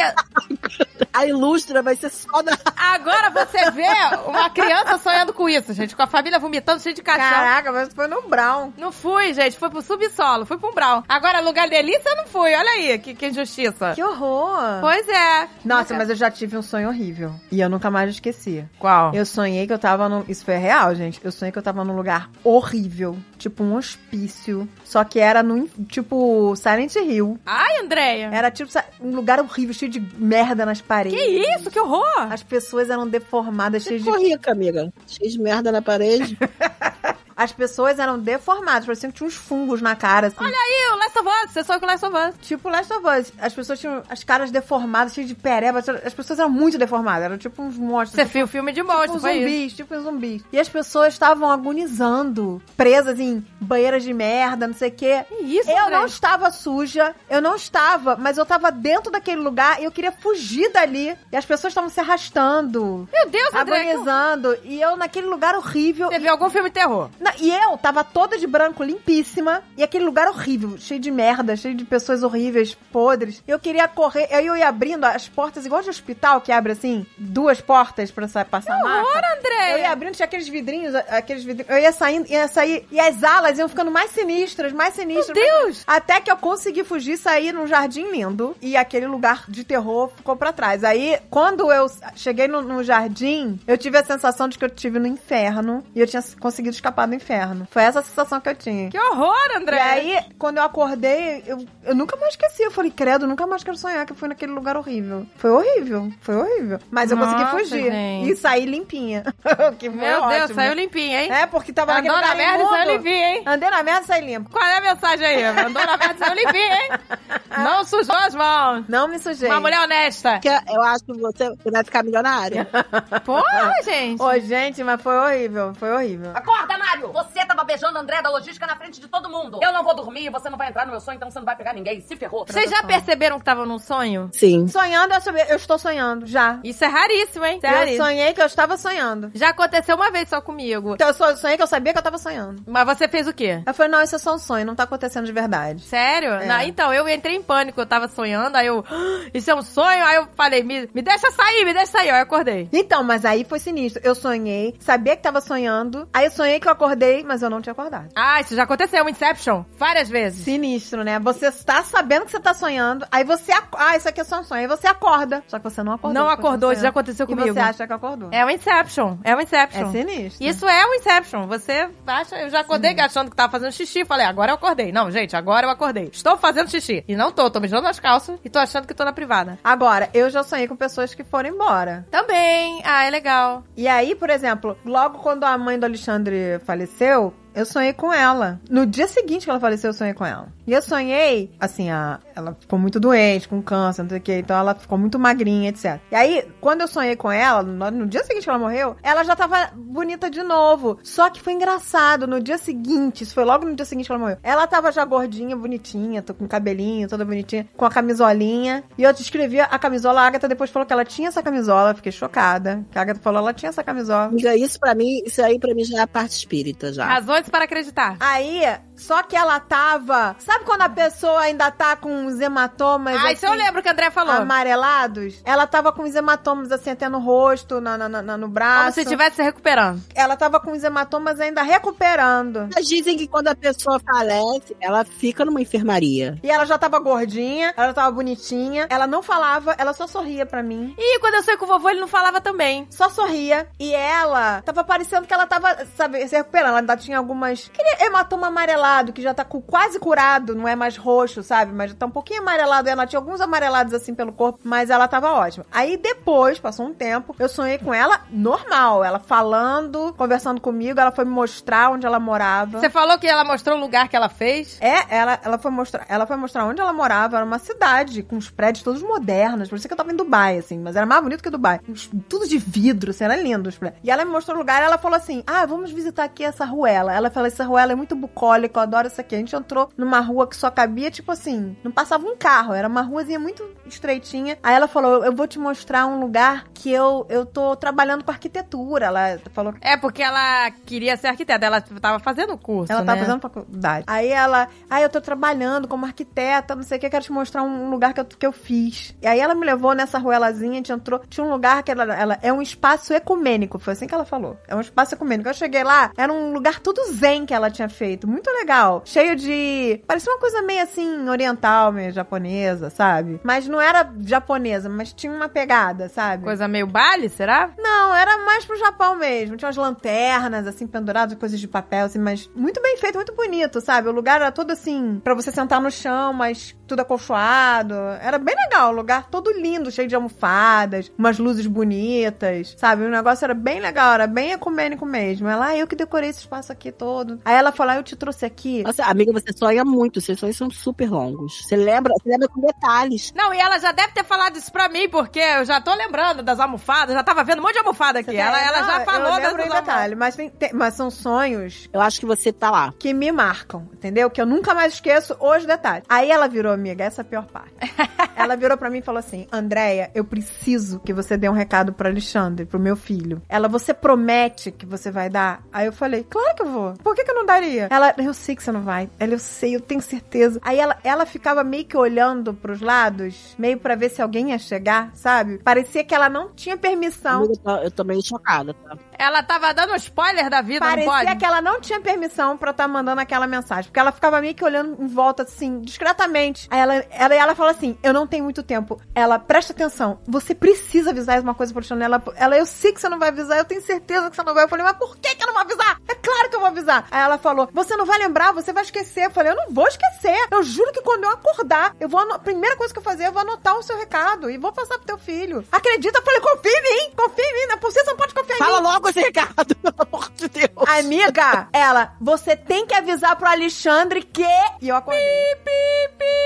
Speaker 2: A ilustra vai ser só da...
Speaker 1: agora você vê uma criança sonhando com isso, gente, com a família vomitando, cheio de caixão.
Speaker 3: Caraca, mas foi no Brown.
Speaker 1: Não fui, gente, foi pro subsolo, fui pro umbral. Agora, lugar delícia, eu não fui, olha aí, que, que injustiça.
Speaker 3: Que horror!
Speaker 1: Pois é.
Speaker 3: Nossa, mas eu já tive um sonho horrível. E eu nunca mais esqueci.
Speaker 1: Qual?
Speaker 3: Eu sonhei que eu tava num. Isso foi real, gente. Eu sonhei que eu tava num lugar horrível. Tipo um hospício. Só que era no. Tipo Silent Hill.
Speaker 1: Ai, Andréia.
Speaker 3: Era tipo sa- um lugar horrível, cheio de merda nas paredes.
Speaker 1: Que isso, que horror.
Speaker 3: Ah. As pessoas eram deformadas, cheias de...
Speaker 2: Ficou rica, amiga. Cheio de merda na parede.
Speaker 3: As pessoas eram deformadas, pareciam que tinha uns fungos na cara, assim. Olha aí!
Speaker 1: o Last of Us, você sonha com o Last of Us.
Speaker 3: Tipo Last of Us. As pessoas tinham as caras deformadas, cheias de pereba. As pessoas eram muito deformadas, eram tipo uns monstros.
Speaker 1: Você viu o filme de
Speaker 3: Tipo
Speaker 1: monstro, foi isso.
Speaker 3: zumbis, tipo zumbis. E as pessoas estavam agonizando, presas em banheiras de merda, não sei o quê.
Speaker 1: Que isso,
Speaker 3: Eu
Speaker 1: Andréia?
Speaker 3: não estava suja, eu não estava, mas eu estava dentro daquele lugar e eu queria fugir dali. E as pessoas estavam se arrastando,
Speaker 1: Meu Deus, André.
Speaker 3: agonizando, e eu naquele lugar horrível.
Speaker 1: Você viu algum filme de terror?
Speaker 3: Não, Porra, e eu tava toda de branco, limpíssima, e aquele lugar horrível, cheio de merda, cheio de pessoas horríveis, podres. Eu queria correr, aí eu ia abrindo as portas, igual de hospital, que abre assim, duas portas pra sa- passar a maca.
Speaker 1: Horror,
Speaker 3: Eu ia
Speaker 1: André!
Speaker 3: abrindo, tinha aqueles vidrinhos, a- aqueles vidrinhos. Eu ia saindo, ia sair, e as alas iam ficando mais sinistras, mais sinistras.
Speaker 1: Meu
Speaker 3: mais
Speaker 1: Deus!
Speaker 3: até que eu consegui fugir, sair num jardim lindo. E aquele lugar de terror ficou pra trás. Aí, quando eu s- cheguei no, no jardim, eu tive a sensação de que eu tive no inferno. E eu tinha s- conseguido escapar do inferno. Foi essa a sensação que eu tinha.
Speaker 1: Que horror, André!
Speaker 3: E aí, quando eu acordei, eu, eu nunca mais esqueci. Eu falei, credo, nunca mais quero sonhar que eu fui naquele lugar horrível. Foi horrível, foi horrível. Mas eu
Speaker 1: Nossa,
Speaker 3: consegui fugir.
Speaker 1: gente.
Speaker 3: E saí limpinha. *laughs* que foi
Speaker 1: Meu Deus,
Speaker 3: ótimo.
Speaker 1: saiu limpinho, hein?
Speaker 3: É, porque tava
Speaker 1: Andou
Speaker 3: naquele
Speaker 1: na
Speaker 3: lugar
Speaker 1: merda e saiu
Speaker 3: imundo.
Speaker 1: limpinho, hein?
Speaker 3: Andei na merda e saí limpa.
Speaker 1: Qual é a mensagem aí? Andou na merda e saiu limpinho,
Speaker 3: *laughs*
Speaker 1: hein? Não sujou as mãos.
Speaker 3: Não me sujei.
Speaker 1: Uma mulher honesta.
Speaker 2: Que eu acho que você vai ficar *laughs* milionária.
Speaker 1: Porra, gente!
Speaker 3: Ô, gente, mas foi horrível, foi horrível.
Speaker 5: Acorda, Mário! Você tava beijando André da logística na frente de todo mundo. Eu não vou dormir, você não vai entrar no meu sonho, então você não vai pegar ninguém. Se ferrou.
Speaker 1: Vocês já perceberam que estavam num sonho?
Speaker 2: Sim.
Speaker 3: Sonhando, eu, soube- eu estou sonhando, já.
Speaker 1: Isso é raríssimo, hein? Isso é
Speaker 3: Eu
Speaker 1: raríssimo.
Speaker 3: sonhei que eu estava sonhando.
Speaker 1: Já aconteceu uma vez só comigo.
Speaker 3: Então, eu so- sonhei que eu sabia que eu estava sonhando.
Speaker 1: Mas você fez o quê?
Speaker 3: Eu falei, não, isso é só um sonho, não tá acontecendo de verdade.
Speaker 1: Sério?
Speaker 3: É.
Speaker 1: Não, então, eu entrei em pânico, eu tava sonhando, aí eu. "Ah, Isso é um sonho? Aí eu falei, me, me deixa sair, me deixa sair. Aí eu acordei.
Speaker 3: Então, mas aí foi sinistro. Eu sonhei, sabia que estava sonhando, aí eu sonhei que eu acordei, mas eu não tinha acordado.
Speaker 1: Ah, isso já aconteceu, Inception, várias vezes.
Speaker 3: Sinistro, né? Você tá sabendo que você tá sonhando, aí você. ac- Ah, isso aqui é só um sonho. Aí você acorda. Só que você não acordou.
Speaker 1: Não
Speaker 3: porque você
Speaker 1: acordou, isso já
Speaker 3: sonhou.
Speaker 1: aconteceu
Speaker 3: E
Speaker 1: comigo.
Speaker 3: você acha que acordou.
Speaker 1: É um Inception, é um Inception.
Speaker 3: É sinistro.
Speaker 1: Isso é um Inception. Você acha. Eu já acordei achando que tava fazendo xixi. Falei, agora eu acordei. Não, gente, agora eu acordei. Estou fazendo xixi. E não tô, tô mijando nas calças e tô achando que tô na privada.
Speaker 3: Agora, eu já sonhei com pessoas que foram embora.
Speaker 1: Também. Ah, é legal.
Speaker 3: E aí, por exemplo, logo quando a mãe do Alexandre faleceu, eu sonhei com ela. No dia seguinte que ela faleceu, eu sonhei com ela. E eu sonhei, assim, a, ela ficou muito doente, com câncer, não sei o que, então ela ficou muito magrinha, etc. E aí, quando eu sonhei com ela, no, no dia seguinte que ela morreu, ela já tava bonita de novo. Só que foi engraçado, no dia seguinte, isso foi logo no dia seguinte que ela morreu, ela tava já gordinha, bonitinha, tô com cabelinho, toda bonitinha, com a camisolinha. E eu descrevi a camisola, a Agatha depois falou que ela tinha essa camisola, eu fiquei chocada. Que a Agatha falou, ela tinha essa camisola.
Speaker 2: Amiga, isso pra mim, isso aí pra mim já é a parte espírita
Speaker 3: Ah.
Speaker 2: já.
Speaker 1: Razões para acreditar.
Speaker 3: Aí, só que ela tava. Sabe quando a pessoa ainda tá com uns hematomas?
Speaker 1: Ah, isso eu
Speaker 3: assim,
Speaker 1: lembro que o André falou.
Speaker 3: Amarelados? Ela tava com uns hematomas assim, até no rosto, na, na- na- na- no braço.
Speaker 1: Como se estivesse se recuperando.
Speaker 3: Ela tava com os hematomas ainda recuperando.
Speaker 2: Mas dizem que quando a pessoa falece, ela fica numa enfermaria.
Speaker 3: E ela já tava gordinha, ela tava bonitinha, ela não falava, ela só sorria pra mim.
Speaker 1: E quando eu saí com o vovô, ele não falava também.
Speaker 3: Só sorria. E ela tava parecendo que ela tava, sabe, se recuperando. Ela ainda tinha algumas. Aquele hematoma amarelado, que já tá cu- quase curado, não é mais roxo, sabe? Mas tá um pouquinho amarelado. Ela tinha alguns amarelados assim pelo corpo, mas ela tava ótima. Aí depois, passou um tempo, eu sonhei com ela normal. Ela falando, conversando comigo, ela foi me mostrar onde ela morava.
Speaker 1: Você falou que ela mostrou o lugar que ela fez.
Speaker 3: É, ela, ela, foi mostrar, ela foi mostrar onde ela morava. Era uma cidade, com os prédios todos modernos. Parecia que eu tava em Dubai, assim. Mas era mais bonito que Dubai. Uns- Tudo de vidro, assim. Era lindo os prédios. E ela me mostrou o lugar e ela falou assim, ah, vamos visitar aqui essa ruela. Ela falou, essa ruela é muito bucólica, eu adoro isso aqui. A gente entrou numa rua que só cabia, tipo assim, não passava um carro. Era uma ruazinha muito estreitinha. Aí ela falou, eu vou te mostrar um lugar que eu, eu tô trabalhando com arquitetura. Ela falou
Speaker 1: É porque ela queria ser arquiteta. Ela tava fazendo o curso.
Speaker 3: ela
Speaker 1: né?
Speaker 3: tava fazendo faculdade. Aí ela, ah, eu tô trabalhando como arquiteta, não sei o que, quero te mostrar um lugar que eu, que eu fiz. E aí ela me levou nessa ruelazinha, a gente entrou, tinha um lugar que ela, ela- é um espaço ecumênico, foi assim que ela falou. É um espaço ecumênico. Eu cheguei lá, era um lugar tudo zen que ela tinha feito, muito legal. Cheio de, parecia uma coisa meio assim, oriental, meio japonesa, sabe? Mas não era japonesa, mas tinha uma pegada, sabe?
Speaker 1: Coisa meio baile, será?
Speaker 3: Não, era mais pro Japão mesmo. Tinha umas lanternas, assim, penduradas, coisas de papel, assim, mas muito bem feito, muito bonito, sabe? O lugar era todo assim, pra você sentar no chão, mas tudo acolchoado. Era bem legal, o lugar todo lindo, cheio de almofadas, umas luzes bonitas, sabe? O negócio era bem legal, era bem ecumênico mesmo. Ela, ah, eu que decorei esse espaço aqui todo. Aí ela falou, ah, eu te trouxe aqui.
Speaker 2: Nossa, amiga, você sonha muito, seus sonhos são super longos. Você lembra, você lembra com detalhes.
Speaker 1: Não, e ela já deve ter falado isso pra mim, porque eu já tô lembrando das almofadas, já tava vendo um monte de almofada aqui. Ela, ela
Speaker 3: tá Não,
Speaker 1: já falou
Speaker 3: Então, eu lembro
Speaker 1: dessas
Speaker 3: em
Speaker 1: almofadas.
Speaker 3: detalhe, mas, tem- tem- mas são sonhos
Speaker 2: Eu acho que você tá lá.
Speaker 3: que me marcam, entendeu? Que eu nunca mais esqueço os detalhes. Aí ela virou amiga, essa é a pior parte. Ela virou pra mim e falou assim: Andréia, eu preciso que você dê um recado pro Alexandre, pro meu filho. Ela, você promete que você vai dar? Aí eu falei: Claro que eu vou. Por que, que eu não daria? Ela, eu sei que você não vai. Ela, eu sei, eu tenho certeza. Aí ela, ela ficava meio que olhando pros lados, meio pra ver se alguém ia chegar, sabe? Parecia que ela não tinha permissão.
Speaker 2: Amiga, eu tô- Eu tô meio chocada, tá?
Speaker 1: Ela tava dando spoiler da vida, não
Speaker 3: Parecia
Speaker 1: pode?
Speaker 3: que ela não tinha permissão pra estar mandando aquela mensagem. Porque ela ficava meio que olhando em volta, assim, discretamente. Aí ela, ela, ela fala assim: Eu não tenho muito tempo. Ela, presta atenção, você precisa avisar uma coisa pro Alexandre. Ela, ela, eu sei que você não vai avisar, eu tenho certeza que você não vai. Eu falei, mas por que, que eu não vou avisar? É claro que eu vou avisar. Aí ela falou: Você não vai lembrar, você vai esquecer. Eu falei, eu não vou esquecer. Eu juro que quando eu acordar, eu vou. ano- A primeira coisa que eu fazer, eu vou anotar o seu recado e vou passar pro teu filho. Acredita, eu falei, confia em mim, confia em mim. Não é possível, você não pode confiar em mim.
Speaker 2: Fala logo esse recado, *laughs* pelo amor de Deus.
Speaker 3: *laughs* Amiga, ela, você tem que avisar pro Alexandre que. E eu acordei.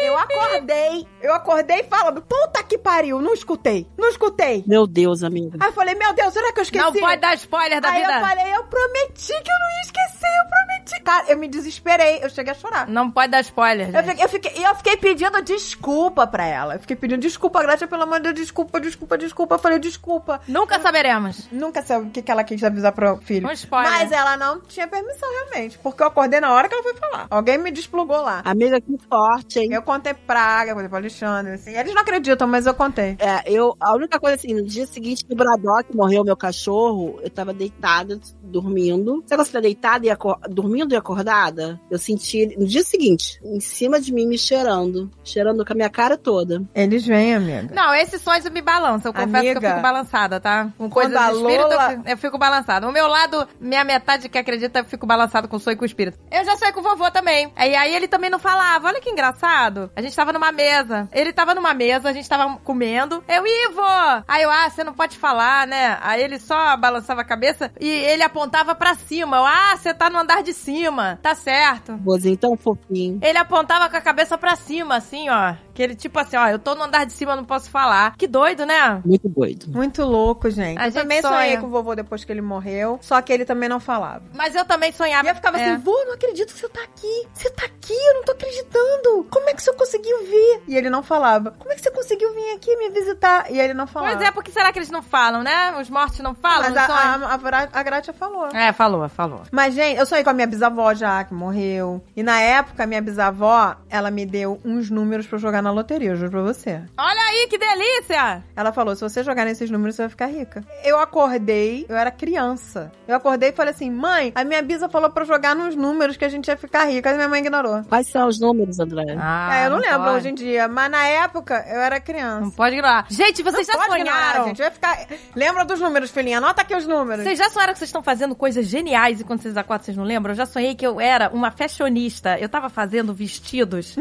Speaker 3: eu acordei. Eu acordei falando, puta que pariu, não escutei, não escutei.
Speaker 2: Meu Deus, amiga.
Speaker 3: Aí eu falei, meu Deus, será que eu esqueci?
Speaker 1: Não pode dar spoiler da
Speaker 3: Aí eu
Speaker 1: vida.
Speaker 3: falei, eu prometi que eu não ia esquecer, eu prometi. Cara, eu me desesperei, eu cheguei a chorar.
Speaker 1: Não pode dar spoiler,
Speaker 3: Eu
Speaker 1: gente.
Speaker 3: fiquei, eu, fiquei, eu fiquei pedindo desculpa pra ela. Eu fiquei pedindo desculpa, Graça, pelo amor de Deus, desculpa, desculpa, desculpa. Eu falei, desculpa.
Speaker 1: Nunca saberemos.
Speaker 3: Nunca sei o que, que ela quis avisar pro filho.
Speaker 1: Um spoiler.
Speaker 3: Mas ela não tinha permissão, realmente. Porque eu acordei na hora que ela foi falar. Alguém me desplugou lá.
Speaker 2: Amiga, que forte, hein?
Speaker 3: Eu contei pra Aga, eu contei pro Alexandre, assim. Eles não acreditam, mas eu contei.
Speaker 2: É, eu, a única coisa assim, no dia seguinte que o Braddock morreu, meu cachorro, eu tava deitada, dormindo. Sabe quando você tá deitada e acor- dormindo e acordada? Eu senti ele, no dia seguinte, em cima de mim, me cheirando. Cheirando com a minha cara toda.
Speaker 3: Eles vêm, amiga.
Speaker 1: Não, esses sonhos me balançam. Eu confesso que eu
Speaker 3: Amiga,
Speaker 1: fico balançada, tá? Com coisas
Speaker 3: quando
Speaker 1: do
Speaker 3: a
Speaker 1: espírito, eu
Speaker 3: Lola-
Speaker 1: fico- eu fico balançada. O meu lado, minha metade que acredita, eu fico balançada com o sonho e com o espírito. Eu já sonhei com o vovô também. E aí ele também não falava. Olha que engraçado. A gente tava numa mesa. Ele tava numa mesa, a gente tava comendo. Eu, Ivo! Aí eu, ah, você não pode falar, né? Aí ele só balançava a cabeça e ele apontava pra cima. Eu, ah, você tá no andar de cima. Tá certo.
Speaker 2: Vozinho tão fofinho.
Speaker 1: Ele apontava com a cabeça pra cima, assim, ó. Que ele, tipo assim, ó, eu tô no andar de cima, eu não posso falar. Que doido, né?
Speaker 2: Muito doido.
Speaker 3: Muito louco, gente. é.
Speaker 1: A
Speaker 3: eu
Speaker 1: gente
Speaker 3: também sonhei
Speaker 1: sonha.
Speaker 3: com o vovô depois que ele morreu, só que ele também não falava.
Speaker 1: Mas eu também sonhava.
Speaker 3: E eu ficava
Speaker 1: É.
Speaker 3: assim, vô, não acredito que você tá aqui. Você tá aqui, eu não tô acreditando. Como é que o senhor conseguiu vir? E ele não falava. Como é que você conseguiu vir aqui me visitar? E ele não falava.
Speaker 1: Pois é, porque será que eles não falam, né? Os mortos não falam,
Speaker 3: Mas
Speaker 1: não
Speaker 3: a,
Speaker 1: sonham.
Speaker 3: a, a, Vra- a Gratia falou.
Speaker 1: É, falou, falou.
Speaker 3: Mas, gente, eu sonhei com a minha bisavó já, que morreu. E na época, a minha bisavó, ela me deu uns números pra eu jogar na loteria, eu juro pra você.
Speaker 1: Olha aí, que delícia!
Speaker 3: Ela falou: se você jogar nesses números, você vai ficar rica. Eu acordei, eu era criança. Eu acordei e falei assim: mãe, a minha bisa falou pra eu jogar nos números que a gente ia ficar rica. E minha mãe ignorou.
Speaker 2: Quais são os números, André?
Speaker 1: Ah,
Speaker 3: é, eu não, lembro
Speaker 1: pode.
Speaker 3: hoje em dia, mas na época eu era criança.
Speaker 1: Não pode ignorar. Gente, vocês já
Speaker 3: Pode ignorar,
Speaker 1: sonharam.
Speaker 3: gente. Vai ficar... Lembra dos números, filhinha? Anota aqui os números.
Speaker 1: Vocês já sonharam que vocês estão fazendo coisas geniais e quando vocês acordam, vocês não lembram? Eu já sonhei que eu era uma fashionista. Eu tava fazendo
Speaker 3: *laughs*
Speaker 1: vestidos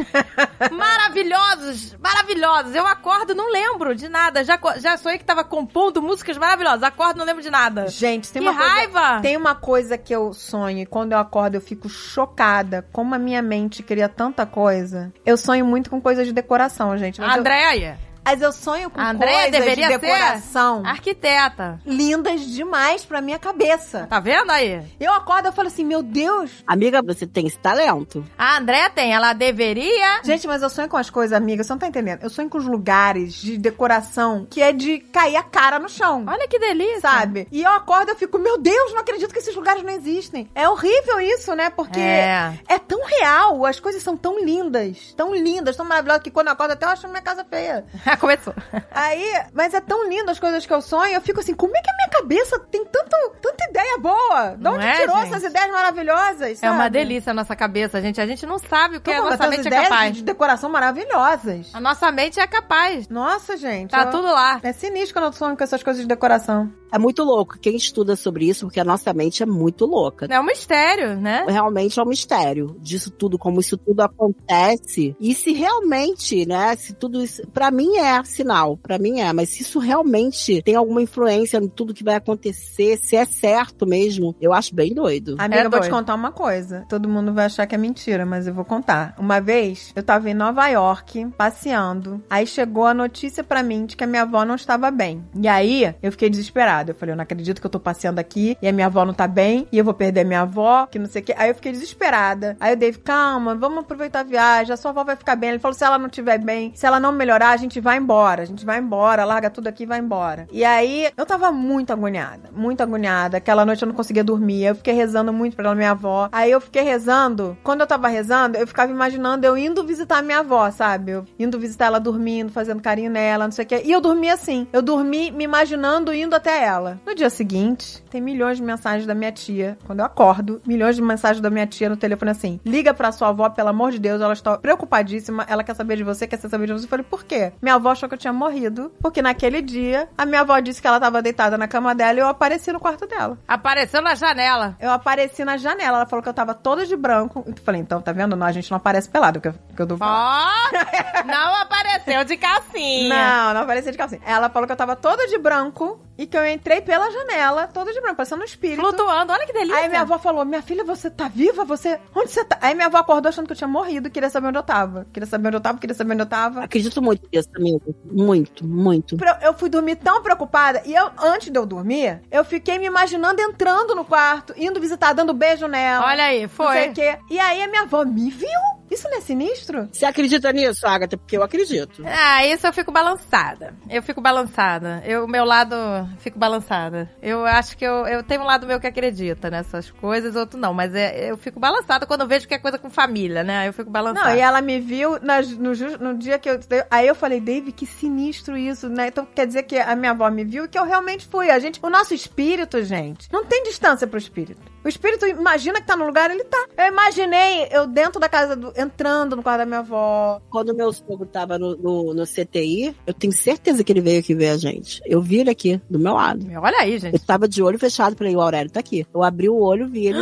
Speaker 1: maravilhosos, maravilhosos. Eu acordo e não lembro de nada. Já, co- já sonhei que tava compondo músicas maravilhosas. Acordo e não lembro de nada.
Speaker 3: Gente, tem
Speaker 1: que
Speaker 3: uma coisa
Speaker 1: raiva!
Speaker 3: Tem uma coisa que eu sonho e quando eu acordo eu fico chocada como a minha mente cria tanta coisa. Eu sonho muito com coisas de decoração, gente. Mas,
Speaker 1: Andréia,
Speaker 3: eu, mas eu sonho com
Speaker 1: A Andréia
Speaker 3: coisas
Speaker 1: deveria Ah.
Speaker 3: de decoração
Speaker 1: arquiteta.
Speaker 3: lindas demais pra minha cabeça.
Speaker 1: Tá vendo aí?
Speaker 3: Eu acordo eu falo assim, meu Deus.
Speaker 2: Amiga, você tem esse talento.
Speaker 1: A Andréia tem, ela deveria.
Speaker 3: Gente, mas eu sonho com as coisas, amiga, você não tá entendendo. Eu sonho com os lugares de decoração que é de cair a cara no chão.
Speaker 1: Olha que delícia.
Speaker 3: Sabe? E eu acordo eu fico, meu Deus, não acredito que esses lugares não existem. É horrível isso, né? Porque
Speaker 1: É. *laughs*
Speaker 3: É tão real, as coisas são tão lindas, tão lindas, tão maravilhosas, que quando eu acordo até eu acho minha casa feia.
Speaker 1: Ah, Começou.
Speaker 3: Aí, mas é tão lindo as coisas que eu sonho, eu fico assim, como é que a minha cabeça tem tanto, tanta ideia boa? De
Speaker 1: Não
Speaker 3: onde
Speaker 1: é,
Speaker 3: tirou
Speaker 1: gente?
Speaker 3: essas ideias maravilhosas?
Speaker 1: É uma
Speaker 3: sabe?
Speaker 1: delícia a nossa cabeça, gente. A gente não sabe o que a
Speaker 3: Todo mundo
Speaker 1: nossa
Speaker 3: tem
Speaker 1: mente é
Speaker 3: ideias
Speaker 1: capaz.
Speaker 3: de decoração maravilhosas.
Speaker 1: A nossa mente é capaz.
Speaker 3: Nossa, gente.
Speaker 1: Tá
Speaker 3: eu-
Speaker 1: tudo lá.
Speaker 3: É sinistro quando eu sonho com essas coisas de decoração.
Speaker 2: É muito louco. Quem estuda sobre isso, porque a nossa mente é muito louca.
Speaker 1: É um mistério, né?
Speaker 2: realmente é um mistério disso tudo, como isso tudo acontece. E se realmente, né, se tudo isso. Pra mim é é sinal. Pra mim é. Mas se isso realmente tem alguma influência em tudo que vai acontecer, se é certo mesmo, eu acho bem doido.
Speaker 3: Amiga,
Speaker 1: É
Speaker 3: eu vou te
Speaker 1: doido.
Speaker 3: contar uma coisa. Todo mundo vai achar que é mentira, mas eu vou contar. Uma vez, eu tava em Nova York, passeando. Aí chegou a notícia pra mim de que a minha avó não estava bem. E aí, eu fiquei desesperada. Eu falei, eu não acredito que eu tô passeando aqui e a minha avó não tá bem e eu vou perder minha avó, que não sei o quê. Aí eu fiquei desesperada. Aí o Dave, calma, vamos aproveitar a viagem, a sua avó vai ficar bem. Ele falou, se ela não estiver bem, se ela não melhorar, a gente vai embora. A gente vai embora, larga tudo aqui e vai embora. E aí, eu tava muito agoniada, muito agoniada. Aquela noite eu não conseguia dormir, eu fiquei rezando muito pela minha avó. Aí eu fiquei rezando, quando eu tava rezando, eu ficava imaginando eu indo visitar a minha avó, sabe? Eu indo visitar ela dormindo, fazendo carinho nela, não sei o quê. E eu dormi assim. Eu dormi me imaginando indo até ela. No dia seguinte, tem milhões de mensagens da minha tia. Quando eu acordo, milhões de mensagens da minha tia no telefone assim: liga pra sua avó, pelo amor de Deus, ela está preocupadíssima, ela quer saber de você, quer saber de você. Eu falei, por quê? Minha avó achou que eu tinha morrido, porque naquele dia a minha avó disse que ela tava deitada na cama dela e eu apareci no quarto dela.
Speaker 1: Apareceu na janela.
Speaker 3: Eu apareci na janela, ela falou que eu tava toda de branco. Eu falei, então, tá vendo? Não, a gente não aparece pelado, que eu, que eu dou *laughs*
Speaker 1: Ó, não apareceu de calcinha.
Speaker 3: Não, não aparecia de calcinha. Ela falou que eu tava toda de branco e que eu entrei pela janela, toda de branco, parecendo um espírito.
Speaker 1: Flutuando, olha que delícia.
Speaker 3: Aí minha avó falou: Minha filha, você tá viva? Você. Onde você tá? Aí minha avó acordou achando que eu tinha morrido, queria saber onde eu tava. Queria saber onde eu tava, queria saber onde eu tava.
Speaker 2: Acredito muito nisso, amigo. Muito, muito.
Speaker 3: Pre- Eu fui dormir tão preocupada e eu, antes de eu dormir, eu fiquei me imaginando entrando no quarto, indo visitar, dando beijo nela.
Speaker 1: Olha aí,
Speaker 3: não sei
Speaker 1: foi.
Speaker 3: o quê. E aí a minha avó me viu? Isso não é sinistro?
Speaker 2: Você acredita nisso, Agatha? Porque eu acredito.
Speaker 1: Ah, isso eu fico balançada. Eu fico balançada. Eu, meu lado, fico balançada. Eu acho que eu, eu tenho um lado meu que acredita nessas coisas, outro não. Mas é- eu fico balançada quando eu vejo que é coisa com família, né? Eu fico balançada.
Speaker 3: Não, e ela me viu na- no, ju- no dia que eu. Aí eu falei, Dave, que sinistro isso, né? Então quer dizer que a minha avó me viu e que eu realmente fui. A gente, o nosso espírito, gente, não tem distância pro espírito. O espírito imagina que tá no lugar, ele tá. Eu imaginei eu dentro da casa, do, entrando no quarto da minha avó.
Speaker 2: Quando meu sogro tava no, no, no CTI, eu tenho certeza que ele veio aqui ver a gente. Eu vi ele aqui, do meu lado.
Speaker 1: Olha aí, gente.
Speaker 2: Eu tava de olho fechado, falei, o Aurélio tá aqui. Eu abri o olho, vi ele,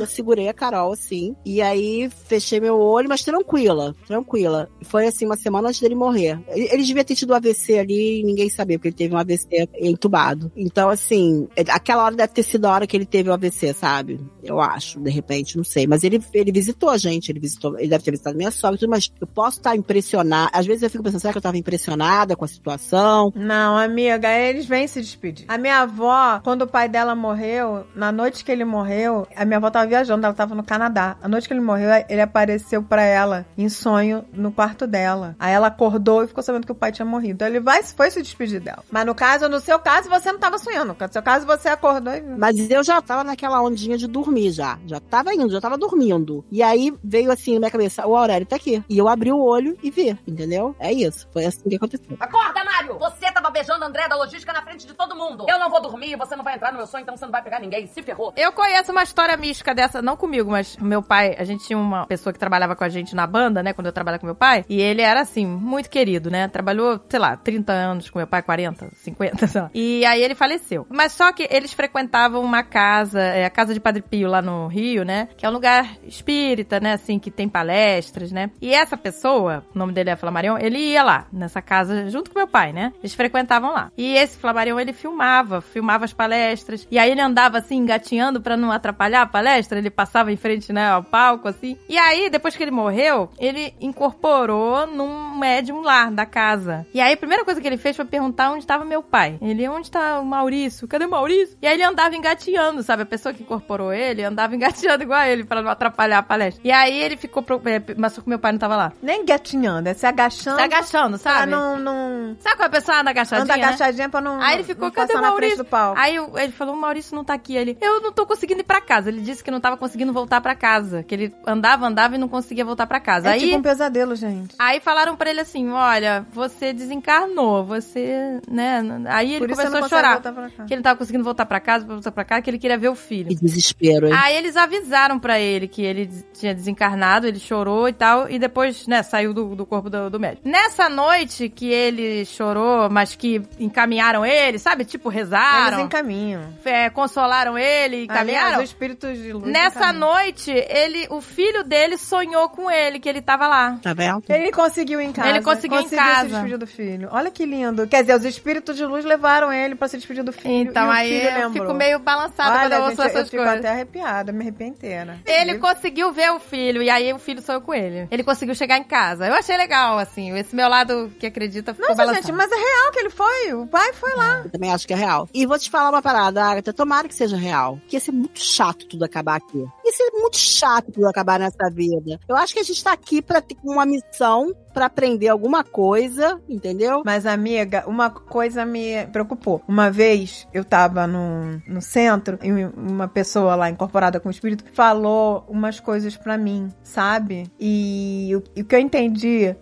Speaker 2: eu segurei a Carol, assim. E aí, fechei meu olho, mas tranquila, tranquila. Foi assim, uma semana antes dele morrer. Ele ele devia ter tido AVC ali e ninguém sabia, porque ele teve um AVC entubado. Então, assim, ele- aquela hora deve ter sido a hora que ele teve o AVC, sabe? Eu acho, de repente, não sei. Mas ele, ele visitou a gente, ele visitou, ele deve ter visitado minha sogra e tudo, mas eu posso estar impressionada. Às vezes eu fico pensando, será que eu tava impressionada com a situação?
Speaker 3: Não, amiga, eles vêm se despedir. A minha avó, quando o pai dela morreu, na noite que ele morreu, a minha avó tava viajando, ela tava no Canadá. A noite que ele morreu, ele apareceu pra ela em sonho no quarto dela. Aí ela acordou e ficou sabendo que o pai tinha morrido. Então, Ele vai, foi se despedir dela. Mas no caso, no seu caso, você não tava sonhando. No seu caso, você acordou e viu.
Speaker 2: Mas eu já tava naquela ondinha de dormir já. Já tava indo, já tava dormindo. E aí veio assim na minha cabeça, o Aurélio tá aqui. E eu abri o olho e vi, entendeu? É isso. Foi assim que aconteceu.
Speaker 5: Acorda, Mário! Você tava beijando André da logística na frente de todo mundo. Eu não vou dormir, você não vai entrar no meu sonho, então você não vai pegar ninguém. Se ferrou.
Speaker 1: Eu conheço uma história mística dessa, não comigo, mas meu pai, a gente tinha uma pessoa que trabalhava com a gente na banda, né, quando eu trabalhava com meu pai, e ele era assim, muito querido, né? Trabalhou, sei lá, 30 anos com meu pai, 40, 50, *laughs* sei lá. E aí ele faleceu. Mas só que eles frequentavam uma casa, é, a casa de Padre Pio lá no Rio, né, que é um lugar espírita, né, assim, que tem palestras, né? E essa pessoa, o nome dele é Flamarion, ele ia lá nessa casa junto com meu pai, né? Eles frequentavam lá. E esse Flamarion, ele filmava, filmava as palestras. E aí ele andava assim, engatinhando pra não atrapalhar a palestra. Ele passava em frente, né, ao palco, assim. E aí, depois que ele morreu, ele incorporou num médium lá da casa. E aí a primeira coisa que ele fez foi perguntar onde estava meu pai. Ele, onde tá o Maurício? Cadê o Maurício? E aí ele andava engatinhando, sabe? A pessoa que incorporou ele andava *laughs* engatinhando igual a ele, pra não atrapalhar a palestra. E aí ele ficou. pro- eh, Mas só que meu pai não tava lá.
Speaker 3: Nem gatinhando, é se agachando.
Speaker 1: Se agachando,
Speaker 3: pra
Speaker 1: sabe?
Speaker 3: não, não...
Speaker 1: Sabe quando a pessoa anda agachadinha?
Speaker 3: Anda
Speaker 1: né?
Speaker 3: agachadinha pra não.
Speaker 1: Aí ele ficou,
Speaker 3: não
Speaker 1: cadê o
Speaker 3: passar na frente
Speaker 1: Maurício?
Speaker 3: do palco.
Speaker 1: Aí eu- ele falou, o Maurício não tá aqui. Ele, eu não tô conseguindo ir pra casa. Ele disse que não tava conseguindo voltar pra casa. Que ele andava, andava e não conseguia voltar pra casa.
Speaker 3: É
Speaker 1: aí,
Speaker 3: tipo um pesadelo, gente.
Speaker 1: aí falaram pra ele assim, olha, você desencarnou, você, né? Aí ele
Speaker 3: Por isso eu
Speaker 1: começou
Speaker 3: não
Speaker 1: a
Speaker 3: consigo
Speaker 1: chorar.
Speaker 3: voltar pra cá.
Speaker 1: Que ele não tava conseguindo voltar pra casa, pra voltar pra casa, que ele queria ver o filho.
Speaker 2: Que desespero, hein?
Speaker 1: Aí eles avisaram pra ele que ele des- tinha desencarnado, ele chorou e tal, e depois, né, saiu do, do corpo do, do médico. Nessa noite que ele chorou, mas pessoas que encaminharam ele, sabe? Tipo,
Speaker 3: Eles
Speaker 1: rezaram,
Speaker 3: encaminham.
Speaker 1: é, consolaram ele,
Speaker 3: Aliás,
Speaker 1: encaminharam.
Speaker 3: os espíritos de luz.
Speaker 1: Nessa
Speaker 3: encaminham.
Speaker 1: noite, ele, o filho dele sonhou com ele, que ele tava lá.
Speaker 2: Tá vendo?
Speaker 3: Ele conseguiu em casa.
Speaker 1: Ele conseguiu em casa.
Speaker 3: se despedir do filho. Olha que lindo. Quer dizer, os espíritos de luz levaram ele pra se despedir do filho.
Speaker 1: Então
Speaker 3: e o
Speaker 1: aí
Speaker 3: filho
Speaker 1: eu
Speaker 3: lembrou.
Speaker 1: fico meio balançada
Speaker 3: Olha,
Speaker 1: quando eu ouço
Speaker 3: gente, eu
Speaker 1: essas
Speaker 3: fico
Speaker 1: coisas.
Speaker 3: até arrepiada, me arrepiei inteira.
Speaker 1: Ele conseguiu ver o filho, e aí o filho sonhou com ele. Ele conseguiu chegar em casa. Eu achei legal, assim. Esse meu lado que acredita ficou
Speaker 3: Nossa,
Speaker 1: balançado.
Speaker 3: gente, mas é real que ele foi. O pai foi lá.
Speaker 2: Eu também acho que é real. E vou te falar uma parada, Agatha. Tomara que seja real. Porque ia ser muito chato tudo acabar aqui. Ia ser muito chato tudo acabar nessa vida. Eu acho que a gente tá aqui pra ter uma missão, pra aprender alguma coisa, entendeu?
Speaker 3: Mas, amiga, uma coisa me preocupou. Uma vez eu tava no, no centro e uma pessoa lá incorporada com o espírito falou umas coisas pra mim, sabe? E o, e o que eu entendi.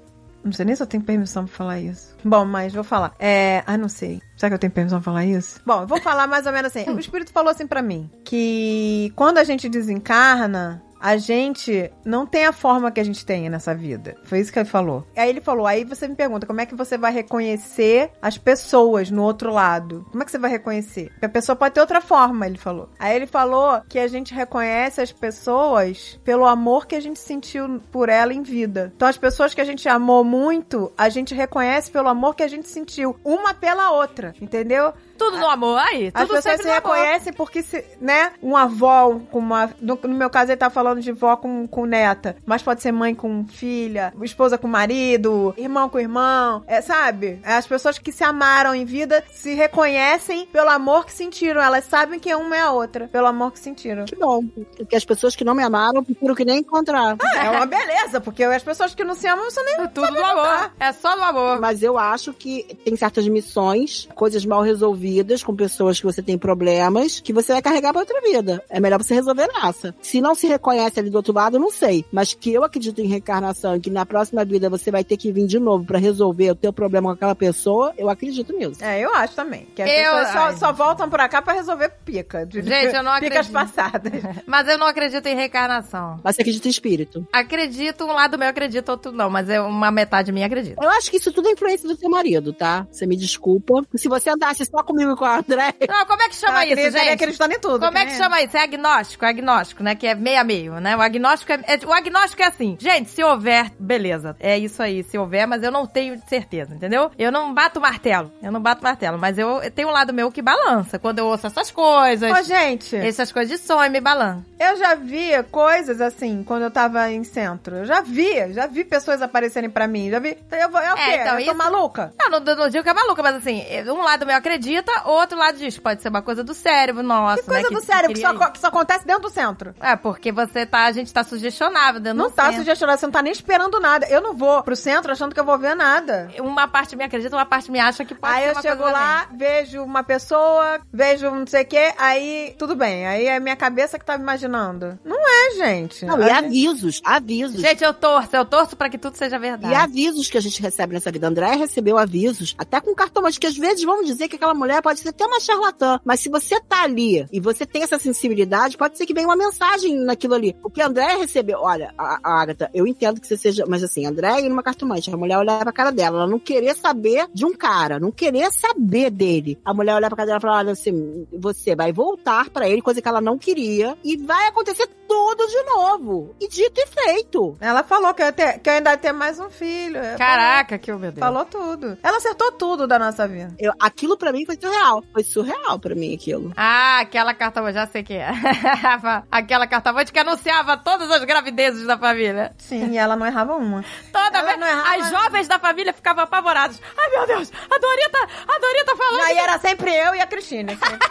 Speaker 3: Não sei nem se eu tenho permissão pra falar isso. Bom, mas vou falar. É. Ah, não sei. Será que eu tenho permissão pra falar isso? Bom, eu vou falar mais ou menos assim. O espírito falou assim pra mim: que quando a gente desencarna, a gente não tem a forma que a gente tem nessa vida. Foi isso que ele falou. Aí ele falou: aí você me pergunta, como é que você vai reconhecer as pessoas no outro lado? Como é que você vai reconhecer? Porque a pessoa pode ter outra forma, ele falou. Aí ele falou que a gente reconhece as pessoas pelo amor que a gente sentiu por ela em vida. Então, as pessoas que a gente amou muito, a gente reconhece pelo amor que a gente sentiu, uma pela outra, entendeu?
Speaker 1: Tudo no amor, aí.
Speaker 3: As
Speaker 1: Tudo
Speaker 3: pessoas
Speaker 1: sempre
Speaker 3: se
Speaker 1: no amor.
Speaker 3: reconhecem porque, se, né? Um avó com uma. No, no meu caso, ele tá falando de vó com, com neta. Mas pode ser mãe com filha, esposa com marido, irmão com irmão. É, sabe? As pessoas que se amaram em vida se reconhecem pelo amor que sentiram. Elas sabem que uma é a outra, pelo amor que sentiram.
Speaker 2: Que bom. Porque as pessoas que não me amaram, eu prefiro que nem encontrar.
Speaker 3: *laughs* É uma beleza, porque as pessoas que não se amam são nem.
Speaker 1: Tudo no amor. É só no amor.
Speaker 2: Mas eu acho que tem certas missões, coisas mal resolvidas com pessoas que você tem problemas, que você vai carregar pra outra vida. É melhor você resolver nessa. Se não se reconhece ali do outro lado, eu não sei. Mas que eu acredito em reencarnação e que na próxima vida você vai ter que vir de novo pra resolver o teu problema com aquela pessoa, eu acredito nisso.
Speaker 3: É, eu acho também. Que as
Speaker 1: Eu-
Speaker 3: pessoas só,
Speaker 1: ai.
Speaker 3: só voltam pra cá pra resolver pica. de-
Speaker 1: Gente, eu não
Speaker 3: *laughs* Picas
Speaker 1: acredito.
Speaker 3: passadas. Então
Speaker 1: Mas eu não acredito em reencarnação.
Speaker 2: Mas você acredita em espírito.
Speaker 1: Acredito, um lado meu acredita, outro não. Mas eu, uma metade minha acredita.
Speaker 2: Eu acho que isso tudo é influência do seu marido, tá? Você me desculpa. Se você andasse só comigo e com a André,
Speaker 1: Não, como é que chama
Speaker 3: Ah,
Speaker 1: isso,
Speaker 3: queria- queria
Speaker 1: gente?
Speaker 3: acreditar em tudo.
Speaker 1: Como é que
Speaker 3: né?
Speaker 1: chama isso? É agnóstico, é agnóstico, né? Que é meio a meio, né? O agnóstico é, é- O agnóstico é assim. Gente, se houver, beleza. É isso aí, se houver, mas eu não tenho certeza, entendeu? Eu não bato martelo. Eu não bato martelo, mas eu, eu tenho um lado meu que balança. Quando eu ouço essas coisas.
Speaker 3: Ô, gente,
Speaker 1: Essas coisas de sonho me balança.
Speaker 3: eu já vi coisas assim quando eu tava em centro. Eu já vi, já vi pessoas aparecerem pra mim. Já vi. Então eu vou. É o quê?
Speaker 1: É, então
Speaker 3: eu
Speaker 1: isso-
Speaker 3: tô maluca?
Speaker 1: Não, não, não digo que é maluca, mas assim, um lado meu acredita, outro lado diz, pode ser uma coisa do cérebro, nossa.
Speaker 3: Que coisa
Speaker 1: né,
Speaker 3: do cérebro que
Speaker 1: cria
Speaker 3: só,
Speaker 1: isso.
Speaker 3: co- que só acontece dentro do centro.
Speaker 1: É, porque você tá, a gente tá sugestionável dentro
Speaker 3: Não,
Speaker 1: do
Speaker 3: tá
Speaker 1: centro.
Speaker 3: sugestionado, você não tá nem esperando nada. Eu não vou pro centro achando que eu vou ver nada.
Speaker 1: Uma parte me acredita, uma parte me acha que pode
Speaker 3: aí
Speaker 1: ser
Speaker 3: eu
Speaker 1: uma
Speaker 3: chego
Speaker 1: coisa da
Speaker 3: lá, vejo uma pessoa, vejo um não sei o quê, aí tudo bem. Aí é minha cabeça que tá me imaginando. Não é, gente.
Speaker 2: não, e avisos, avisos.
Speaker 1: Gente, eu torço, eu torço pra que tudo seja verdade.
Speaker 2: E avisos que a gente recebe nessa vida. André recebeu avisos, até com cartomante, que às vezes vamos dizer que aquela mulher pode ser até uma charlatã. Mas se você tá ali e você tem essa sensibilidade, pode ser que venha uma mensagem naquilo ali. O que André recebeu, olha, a, a Agatha, eu entendo que você seja. Mas assim, André ir numa cartomante, a mulher olhar pra cara dela, ela não querer saber de um cara, não querer saber dele. A mulher olhar pra cara dela e falar: olha, assim, você vai voltar pra ele, coisa que ela não queria, e vai acontecer tudo de novo. E dito e feito.
Speaker 3: Ela falou que eu, ia ter- que eu ainda ia ter mais um filho.
Speaker 1: Caraca, que meu Deus.
Speaker 3: Falou tudo. Ela acertou tudo da nossa vida.
Speaker 2: Eu- aquilo pra mim foi surreal. Foi surreal pra mim aquilo.
Speaker 1: Ah, aquela cartomante, já sei quem é. *laughs* aquela cartomante que anunciava todas as gravidezes da família.
Speaker 3: Sim, e ela não errava uma.
Speaker 1: Toda
Speaker 3: Ela
Speaker 1: vez,
Speaker 3: não errava.
Speaker 1: as jovens da família ficavam apavoradas. Ai, meu Deus, a Dorita, a Dorita falou.
Speaker 3: Aí era sempre eu e a Cristina. assim. sempre.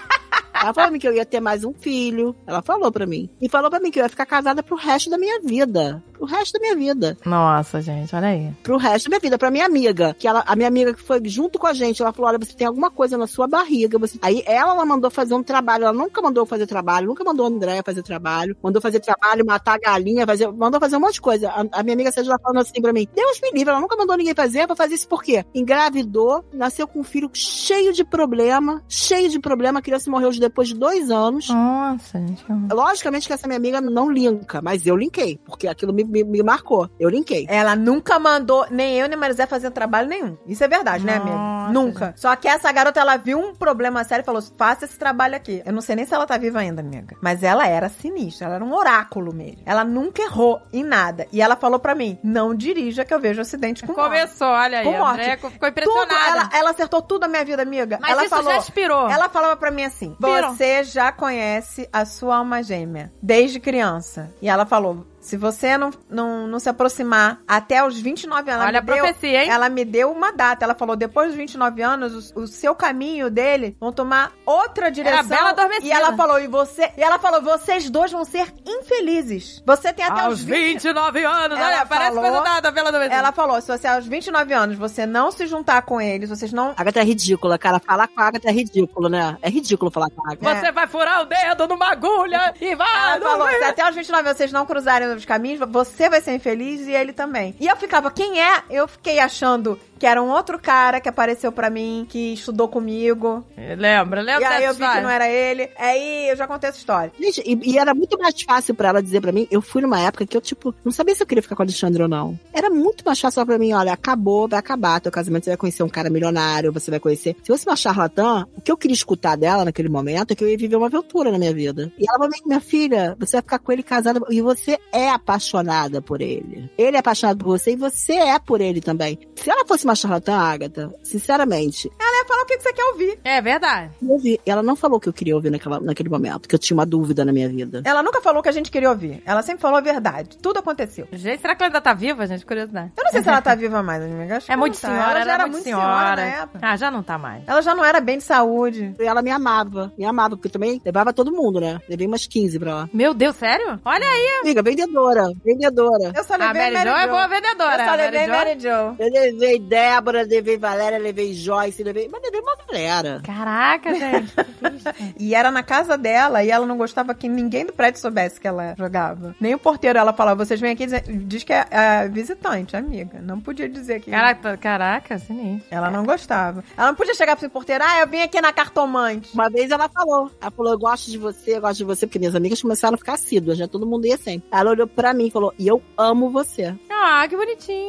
Speaker 2: Ela falou pra mim que eu ia ter mais um filho. Ela falou pra mim. E falou pra mim que eu ia ficar casada pro resto da minha vida. Pro resto da minha vida.
Speaker 1: Nossa, gente, olha aí.
Speaker 2: Pro resto da minha vida. Pra minha amiga. Que ela, a minha amiga que foi junto com a gente. Ela falou: olha, você tem alguma coisa na sua barriga. você- Aí ela, ela mandou fazer um trabalho. Ela nunca mandou eu fazer trabalho. Nunca mandou a Andréia fazer trabalho. Mandou fazer trabalho, matar a galinha, fazer, mandou fazer um monte de coisa. A, a minha amiga Sérgio ela falando assim pra mim: Deus me livre, ela nunca mandou ninguém fazer. Pra fazer isso por quê? Engravidou, nasceu com um filho cheio de problema, cheio de problema. A criança morreu de depois de dois anos.
Speaker 1: Nossa, gente. que
Speaker 3: Uhum.
Speaker 1: horror.
Speaker 2: Logicamente que essa minha amiga não linka, mas eu linkei, porque aquilo me, me, me marcou. Eu linkei.
Speaker 3: Ela nunca mandou nem eu nem Marisé fazer trabalho nenhum. Isso é verdade, né,
Speaker 1: Nossa,
Speaker 3: amiga? Nunca. Só que essa garota, ela viu um problema sério e falou: faça esse trabalho aqui. Eu não sei nem se ela tá viva ainda, amiga. Mas ela era sinistra, ela era um oráculo mesmo. Ela nunca errou em nada. E ela falou pra mim: não dirija que eu vejo acidente com morte.
Speaker 1: Começou, olha aí.
Speaker 3: Com
Speaker 1: A
Speaker 3: morte.
Speaker 1: Andrea ficou
Speaker 3: Tudo,
Speaker 1: impressionada.
Speaker 3: ela, ela acertou tudo a minha vida, amiga.
Speaker 1: Mas
Speaker 3: ela
Speaker 1: isso
Speaker 3: falou,
Speaker 1: já expirou.
Speaker 3: ela falava pra mim assim:
Speaker 1: Viram?
Speaker 3: Você já conhece a sua alma gêmea desde criança. E ela falou: se você não, não, não se aproximar até os 29 anos. ela
Speaker 1: Olha
Speaker 3: me
Speaker 1: a
Speaker 3: deu-
Speaker 1: profecia, hein?
Speaker 3: Ela me deu uma data. Ela falou: depois dos 29 anos, o, o seu caminho dele vão tomar outra direção.
Speaker 1: Bela Adormecida.
Speaker 3: E ela falou: e você. E ela falou: vocês dois vão ser infelizes. Você tem até
Speaker 1: Aos
Speaker 3: os 20
Speaker 1: 29 anos,
Speaker 3: Ela
Speaker 1: olha, parece
Speaker 3: falou-
Speaker 1: coisa nada, pela do
Speaker 3: Ela falou, se você aos 29 anos você não se juntar com eles, vocês não
Speaker 2: Agatha é ridícula, cara. Falar com a Agatha é ridículo, né? É ridículo falar com a Agatha.
Speaker 1: Você vai furar o dedo numa agulha e vai.
Speaker 3: É. Ela
Speaker 1: não é.
Speaker 3: falou,
Speaker 1: vai-
Speaker 3: se até os 29 vocês não cruzarem os caminhos, você vai ser infeliz e ele também. E eu ficava, quem é? Eu fiquei achando que era um outro cara que apareceu pra mim, que estudou comigo.
Speaker 1: Lembra,
Speaker 3: e
Speaker 1: lembra
Speaker 3: aí
Speaker 1: dessa
Speaker 3: eu vi que não
Speaker 1: história?
Speaker 3: era ele. Aí eu já contei essa história.
Speaker 2: Gente, e, e era muito mais fácil pra ela dizer pra mim. Eu fui numa época que eu, tipo, não sabia se eu queria ficar com o Alexandre ou não. Era muito mais fácil falar pra mim: olha, acabou, vai acabar. Teu casamento você vai conhecer um cara milionário, você vai conhecer. Se fosse uma charlatã, o que eu queria escutar dela naquele momento é que eu ia viver uma aventura na minha vida. E ela falou: pra mim, minha filha, você vai ficar com ele casada e você é apaixonada por ele. Ele é apaixonado por você e você é por ele também. Se ela fosse uma charlatã, Agatha, sinceramente,
Speaker 3: Ela ia falar o que que você quer ouvir.
Speaker 1: É verdade.
Speaker 2: eu ouvi. Ela não falou o que eu queria ouvir naquela, naquele momento, que eu tinha uma dúvida na minha vida.
Speaker 3: Ela nunca falou o que a gente queria ouvir. Ela sempre falou a verdade. Tudo aconteceu.
Speaker 1: Gente, será que ela ainda tá viva, gente? Curiosidade.
Speaker 3: Eu não sei
Speaker 1: *laughs*
Speaker 3: se ela tá viva mais, amiga. Acho que
Speaker 1: É muito
Speaker 3: não tá.
Speaker 1: senhora, ela,
Speaker 3: Ela já era
Speaker 1: muito
Speaker 3: senhora
Speaker 1: senhora.
Speaker 3: na época.
Speaker 1: ah, já não tá mais.
Speaker 3: Ela já não era bem de saúde.
Speaker 2: E ela me amava, me amava, porque eu também levava todo mundo, né? Levei umas 15 pra lá.
Speaker 1: Meu Deus, sério? Olha aí.
Speaker 2: Amiga, vendedora, vendedora.
Speaker 3: Eu só
Speaker 1: A
Speaker 3: levei
Speaker 1: Mary Jo é boa vendedora.
Speaker 3: Eu só
Speaker 1: A Mary
Speaker 3: levei
Speaker 1: Jo- é
Speaker 3: Mary Jo.
Speaker 2: Eu levei Débora, levei Valéria, levei Joyce, levei. Mas levei uma galera.
Speaker 1: Caraca,
Speaker 3: *laughs*
Speaker 1: gente. que triste.
Speaker 3: E era na casa dela e ela não gostava que ninguém do prédio soubesse que ela jogava. Nem o porteiro. Ela falava, vocês vêm aqui dizer, diz que é, é visitante, amiga. Não podia dizer que.
Speaker 1: caraca, caraca, sinistro.
Speaker 3: Ela não gostava. Ela não podia chegar pro porteiro, ah, eu vim aqui na cartomante.
Speaker 2: Uma vez ela falou. Ela falou: Eu gosto de você, eu gosto de você, porque minhas amigas começaram a ficar assíduas, já todo mundo ia sempre. Ela olhou pra mim e falou: E eu amo você.
Speaker 1: Ah, que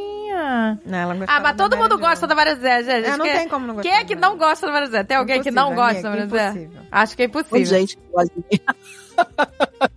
Speaker 1: bonitinha.
Speaker 3: Não, ela gostava
Speaker 1: Ah, mas
Speaker 3: da
Speaker 1: todo mundo
Speaker 3: Mary Jo.
Speaker 1: gosta da Marizé, gente.
Speaker 3: É, não
Speaker 1: Que-
Speaker 3: tem como não gostar.
Speaker 1: Quem é que não gosta da Marizé? Tem alguém que não gosta da
Speaker 3: amiga,
Speaker 1: Marizé?
Speaker 3: impossível. Um
Speaker 1: Acho que é
Speaker 2: Foi
Speaker 1: impossível.
Speaker 2: gente que gosta de mim.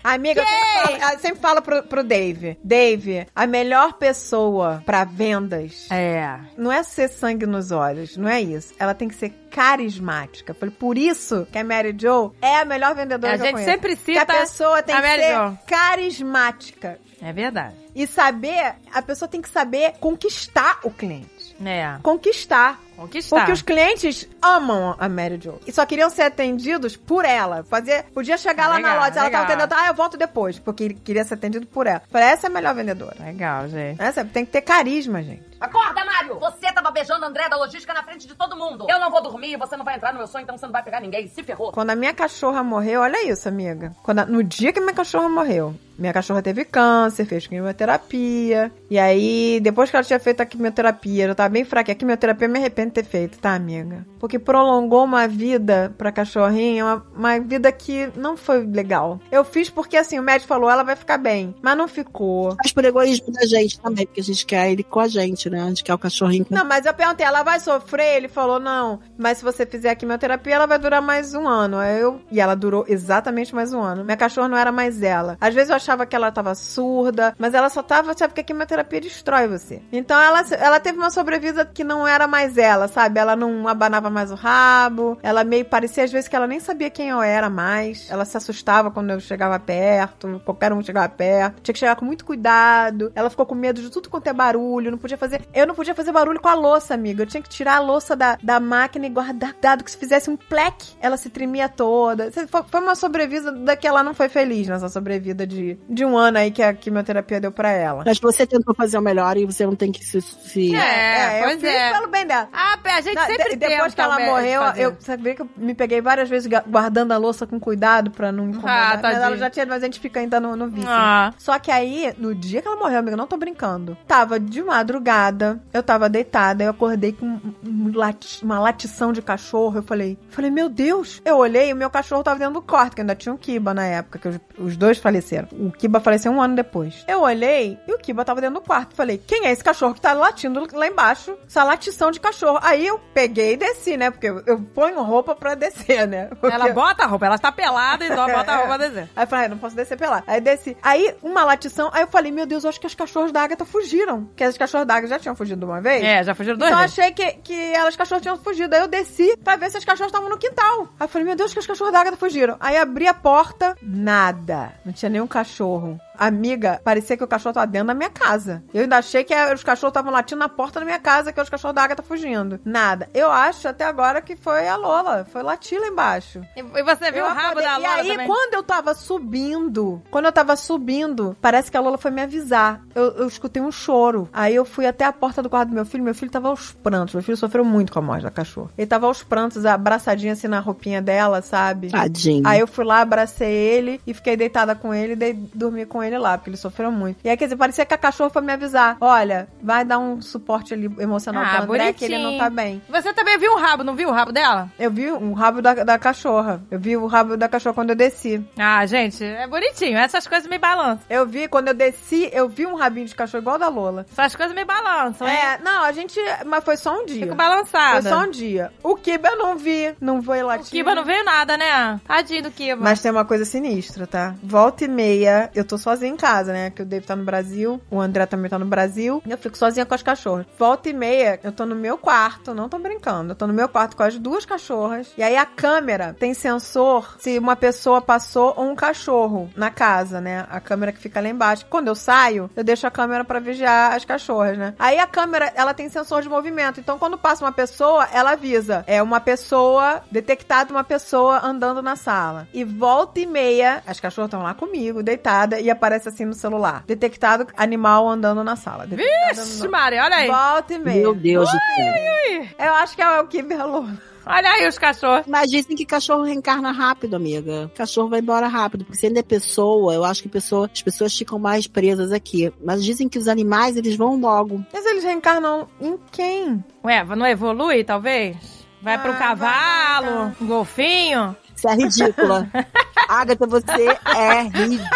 Speaker 3: Amiga, eu sempre falo, eu sempre falo pro, pro Dave. Dave, a melhor pessoa pra vendas
Speaker 1: É.
Speaker 3: Não é ser sangue nos olhos, não é isso. Ela tem que ser carismática. Falei, Por isso que a Mary Jo é a melhor vendedora
Speaker 1: A
Speaker 3: que eu
Speaker 1: gente
Speaker 3: conheço.
Speaker 1: sempre
Speaker 3: Que a
Speaker 1: cita
Speaker 3: pessoa tem
Speaker 1: a
Speaker 3: que
Speaker 1: Mary
Speaker 3: ser
Speaker 1: Jo.
Speaker 3: carismática.
Speaker 1: É verdade.
Speaker 3: E saber, a pessoa tem que saber conquistar o cliente.
Speaker 1: É.
Speaker 3: Conquistar.
Speaker 1: Conquistar.
Speaker 3: Porque os clientes amam a Mary Jo. E só queriam ser atendidos por ela. Fazer, podia chegar
Speaker 1: Ah,
Speaker 3: lá
Speaker 1: legal,
Speaker 3: na loja, ela
Speaker 1: legal.
Speaker 3: tava atendendo, ah, eu volto depois. Porque queria ser atendido por ela. Falei, essa é a melhor vendedora.
Speaker 1: Legal, gente.
Speaker 3: Essa tem que ter carisma, gente.
Speaker 5: Acorda, Mário! Você tava beijando André da logística na frente de todo mundo. Eu não vou dormir, você não vai entrar no meu sonho, então você não vai pegar ninguém. Se ferrou.
Speaker 3: Quando a minha cachorra morreu, olha isso, amiga. Quando a- no dia que minha cachorra morreu, minha cachorra teve câncer, fez quimioterapia. E aí, depois que ela tinha feito a quimioterapia, já tava bem fraca. E a quimioterapia eu me arrependo de ter feito, tá, amiga? Porque prolongou uma vida pra cachorrinha, uma, uma vida que não foi legal. Eu fiz porque, assim, o médico falou, ela vai ficar bem. Mas não ficou.
Speaker 2: Mas por egoísmo da gente também, porque a gente quer ele com a gente, né? A gente quer o cachorrinho com
Speaker 3: Não, mas eu perguntei, ela vai sofrer? Ele falou, não. Mas se você fizer a quimioterapia, ela vai durar mais um ano. Aí Eu, e ela durou exatamente mais um ano. Minha cachorra não era mais ela. Às vezes eu achava que ela tava surda, mas ela só tava, sabe, porque a quimioterapia destrói você. Então ela, ela teve uma sobrevida que não era mais ela, sabe? Ela não abanava mais o rabo, ela meio parecia às vezes que ela nem sabia quem eu era mais. Ela se assustava quando eu chegava perto, qualquer um chegava perto. Tinha que chegar com muito cuidado. Ela ficou com medo de tudo quanto é barulho, não podia fazer. Eu não podia fazer barulho com a louça, amiga. Eu tinha que tirar a louça da, da máquina e guardar dado que se fizesse um pleque, ela se tremia toda. Cê- Foi, foi uma sobrevida da que ela não foi feliz nessa sobrevida de, de um ano aí que a quimioterapia deu pra ela.
Speaker 2: Mas você tentou fazer o melhor e você não tem que se. se...
Speaker 1: É.
Speaker 3: eu
Speaker 1: pois
Speaker 3: fiz
Speaker 1: é.
Speaker 3: pelo bem dela.
Speaker 1: Ah, a gente
Speaker 3: Não,
Speaker 1: sempre
Speaker 3: de-
Speaker 1: tenta
Speaker 3: depois que ela
Speaker 1: o
Speaker 3: morreu,
Speaker 1: é fazer.
Speaker 3: eu sabia que eu me peguei várias vezes ga- guardando a louça com cuidado pra não incomodar. né? mas
Speaker 1: Ah, tadinha.
Speaker 3: ela já tinha, mas a gente fica ainda no, no vício. né?
Speaker 1: Ah.
Speaker 3: Só que aí, no dia que ela morreu, amiga, eu não tô brincando. Tava de madrugada, eu tava deitada nada. Eu acordei com um- um lati- uma latição de cachorro. Eu falei, falei, meu Deus. Eu olhei e o meu cachorro tava dentro do quarto, que ainda tinha um Kiba na época, que os, os dois faleceram. O Kiba faleceu um ano depois. Eu olhei e o Kiba tava dentro do quarto. Falei, quem é esse cachorro que tá latindo lá embaixo? Essa latição de cachorro. Aí eu peguei e desci, né? Porque eu, eu ponho roupa pra descer, né? Porque... É.
Speaker 1: Ela bota a roupa, ela tá pelada
Speaker 3: *laughs*
Speaker 1: e só bota a roupa pra desenho.
Speaker 3: Aí eu falei, ah, não posso descer pelado. Aí desci. Aí, uma latição, aí eu falei, meu Deus, eu acho que as cachorras da Agatha fugiram. Porque as cachorras da Agatha já tinham fugido uma vez.
Speaker 1: É, já fugiram dois
Speaker 3: Então eu
Speaker 1: vezes.
Speaker 3: achei que, que elas cachorras tinham fugido. Aí eu desci pra ver se as cachorras estavam no quintal. Aí eu falei, meu Deus, que as cachorras da Agatha fugiram. Aí abri a porta, nada. Não tinha nenhum cachorro. Amiga, parecia que o cachorro tava dentro da minha casa. Eu ainda achei que eh, os cachorros estavam latindo na porta da minha casa, que é os cachorros da Agatha fugindo. Nada. Eu acho até agora que foi a Lola. Foi latir lá embaixo.
Speaker 1: E e você viu
Speaker 3: Eu
Speaker 1: o rabo
Speaker 3: acordei-
Speaker 1: da
Speaker 3: E
Speaker 1: Lola
Speaker 3: aí,
Speaker 1: também?
Speaker 3: quando eu tava subindo, quando eu tava subindo, parece que a Lola foi me avisar. Eu, eu escutei um choro. Aí eu fui até a porta do quarto do meu filho. Meu filho tava aos prantos. Meu filho sofreu muito com a morte da cachorra. Ele tava aos prantos, abraçadinho assim na roupinha dela, sabe?
Speaker 2: Tadinho.
Speaker 3: Aí eu fui lá, abracei ele e fiquei deitada com ele e dei, dormi com ele lá, porque ele sofreu muito. E aí, quer dizer, parecia que a cachorra foi me avisar: olha, vai dar um suporte ali emocional
Speaker 1: Ah,
Speaker 3: pro André, que ele
Speaker 1: bonitinho.
Speaker 3: não tá bem.
Speaker 1: Você também viu o rabo, não viu o rabo dela?
Speaker 3: Eu vi um rabo da, da cachorra. Eu vi o rabo da cachorra quando eu desci.
Speaker 1: Ah, gente, é bonitinho. Essas coisas me balançam.
Speaker 3: Eu vi, quando eu desci, eu vi um rabinho de cachorro igual da Lola.
Speaker 1: Essas coisas me balançam, hein?
Speaker 3: É, não, a gente. Mas foi só um dia.
Speaker 1: Fico
Speaker 3: Foi
Speaker 1: balançada.
Speaker 3: só um dia. O Kiba eu não vi. Não foi
Speaker 1: O
Speaker 3: latir.
Speaker 1: Kiba não veio nada, né? Tadinho do Kiba.
Speaker 3: Mas tem uma coisa sinistra, tá? Volta e meia, eu tô sozinha em casa, né? Que o David tá no Brasil, o André também tá no Brasil, e eu fico sozinha com as cachorras. Volta e meia, eu tô no meu quarto, não tô brincando, eu tô no meu quarto com as duas cachorras, e aí a câmera tem sensor se uma pessoa passou ou um cachorro na casa, né? A câmera que fica lá embaixo. Quando eu saio, eu deixo a câmera pra vigiar as cachorras, né? Aí a câmera, ela tem sensor de movimento, então quando passa uma pessoa, ela avisa. É uma pessoa, detectada uma pessoa andando na sala. E volta e meia, as cachorras estão lá comigo, deitada, e aparece assim no celular. Detectado animal andando na sala. Detectado
Speaker 1: Ixi,
Speaker 3: andando-
Speaker 1: Mari, olha aí.
Speaker 3: Volta e meia.
Speaker 2: Meu Deus do céu.
Speaker 3: Eu acho que é o que belou.
Speaker 1: Olha aí os cachorros.
Speaker 2: Mas dizem que cachorro reencarna rápido, amiga. Cachorro vai embora rápido. Porque se ainda é pessoa, eu acho que pessoa, as pessoas ficam mais presas aqui. Mas dizem que os animais, eles vão logo.
Speaker 3: Mas eles reencarnam em quem?
Speaker 1: Ué, não evolui, talvez? Vai
Speaker 3: Ah,
Speaker 1: pro cavalo, um golfinho.
Speaker 2: Isso é ridícula.
Speaker 1: *laughs*
Speaker 2: Agatha, você é ridícula.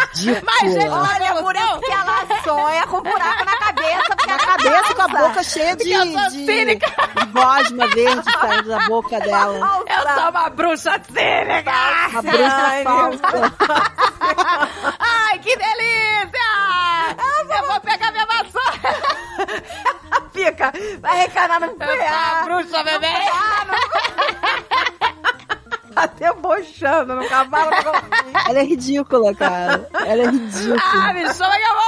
Speaker 1: Mas, gente, olha, por eu
Speaker 3: Que ela sonha com um buraco na cabeça, porque
Speaker 2: a cabeça com a boca cheia de,
Speaker 1: eu sou
Speaker 2: de,
Speaker 1: cínica.
Speaker 2: de gosma verde saindo da boca dela.
Speaker 1: Eu sou uma bruxa cínica!
Speaker 2: Uma bruxa falsa.
Speaker 1: Ai, que delícia! Eu vou pegar minha vassoura!
Speaker 3: fica. Vai reencarnar no
Speaker 1: Ah, Eu sou a bruxa,
Speaker 3: PA.
Speaker 1: bebê!
Speaker 3: Tá debochando no cavalo. no golfinho.
Speaker 2: Ela é ridícula, cara. Ela é
Speaker 1: Ah,
Speaker 2: ridícula.
Speaker 1: me chama que eu vou!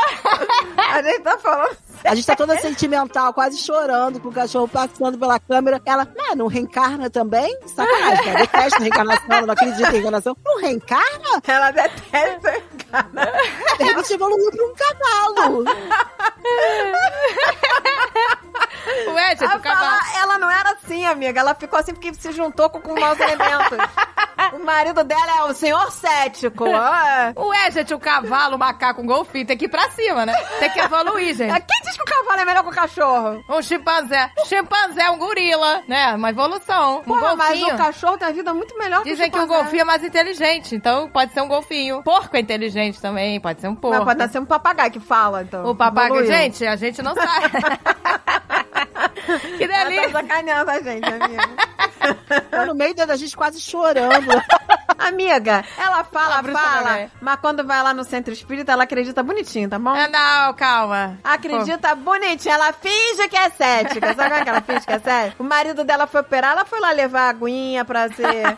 Speaker 3: A gente tá falando
Speaker 2: A gente tá toda sentimental, quase chorando com o cachorro passando pela câmera. Ela, né, não reencarna também? Sacanagem, cara. Detesto reencarnação, não acredito em reencarnação. Não reencarna?
Speaker 3: Ela detesta
Speaker 1: É
Speaker 3: reencarnar.
Speaker 2: De repente evoluiu pra um cavalo.
Speaker 1: Ué, gente, o
Speaker 3: Ela,
Speaker 1: cavalo.
Speaker 3: fala, ela não era assim, amiga. Ela ficou assim porque se juntou com, com maus elementos. o marido dela é o senhor
Speaker 1: *laughs*
Speaker 3: cético. Ah,
Speaker 1: Ué, gente, o cavalo, o macaco, um golfinho, tem que ir pra cima, né? Tem que evoluir, *laughs*
Speaker 3: é.
Speaker 1: gente.
Speaker 3: Quem diz que o cavalo é melhor que o cachorro?
Speaker 1: Um chimpanzé. Chimpanzé é um gorila, né? Uma evolução. Um
Speaker 3: Porra, mas
Speaker 1: golfinho.
Speaker 3: o cachorro tem a vida muito melhor
Speaker 1: Dizem
Speaker 3: que
Speaker 1: que
Speaker 3: o
Speaker 1: o
Speaker 3: chimpanzé.
Speaker 1: golfinho é mais inteligente, então pode ser um golfinho. Porco é inteligente também, pode ser um porco.
Speaker 3: Mas pode nascer um papagaio que fala, então.
Speaker 1: O papagaio,
Speaker 3: Evoluiu.
Speaker 1: gente, a gente não
Speaker 3: *laughs*
Speaker 1: sabe. que
Speaker 3: Ela tá
Speaker 1: delícia.
Speaker 3: sacaneando a gente, amiga.
Speaker 2: Tá no meio da gente quase chorando.
Speaker 3: Amiga, ela fala,
Speaker 1: A bruxa
Speaker 3: fala,
Speaker 1: bebê.
Speaker 3: mas quando vai lá no centro espírita, ela acredita bonitinho, tá bom?
Speaker 1: Ah, não, calma.
Speaker 3: Acredita bonitinho, ela finge que é cética. Sabe como é que ela finge que é cética? O marido dela foi operar, ela foi lá levar a aguinha pra
Speaker 1: *laughs*
Speaker 3: ser,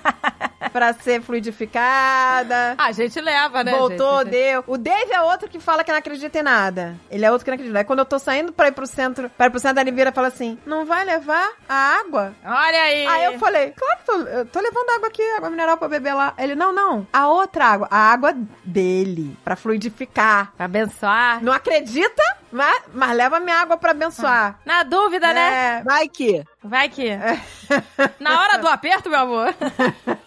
Speaker 3: pra ser fluidificada.
Speaker 1: A gente leva, né?
Speaker 3: Voltou,
Speaker 1: gente?
Speaker 3: deu. O Dave é outro que fala que não acredita em nada. Ele é outro que não acredita. Aí quando eu tô saindo pra ir pro centro, pra ir pro centro, ele vira e fala assim: não vai levar a água?
Speaker 1: Olha aí.
Speaker 3: Aí Ah, eu falei, claro que tô, eu tô levando água aqui, água mineral pra beber lá. Ele, não, não, a outra água, a água dele, pra fluidificar.
Speaker 1: Pra abençoar.
Speaker 3: Não acredita, mas, mas leva minha água pra abençoar.
Speaker 1: Na dúvida, né?
Speaker 3: É,
Speaker 2: Vai que.
Speaker 1: Vai
Speaker 3: *laughs*
Speaker 1: que. Na hora do aperto, meu amor. *laughs*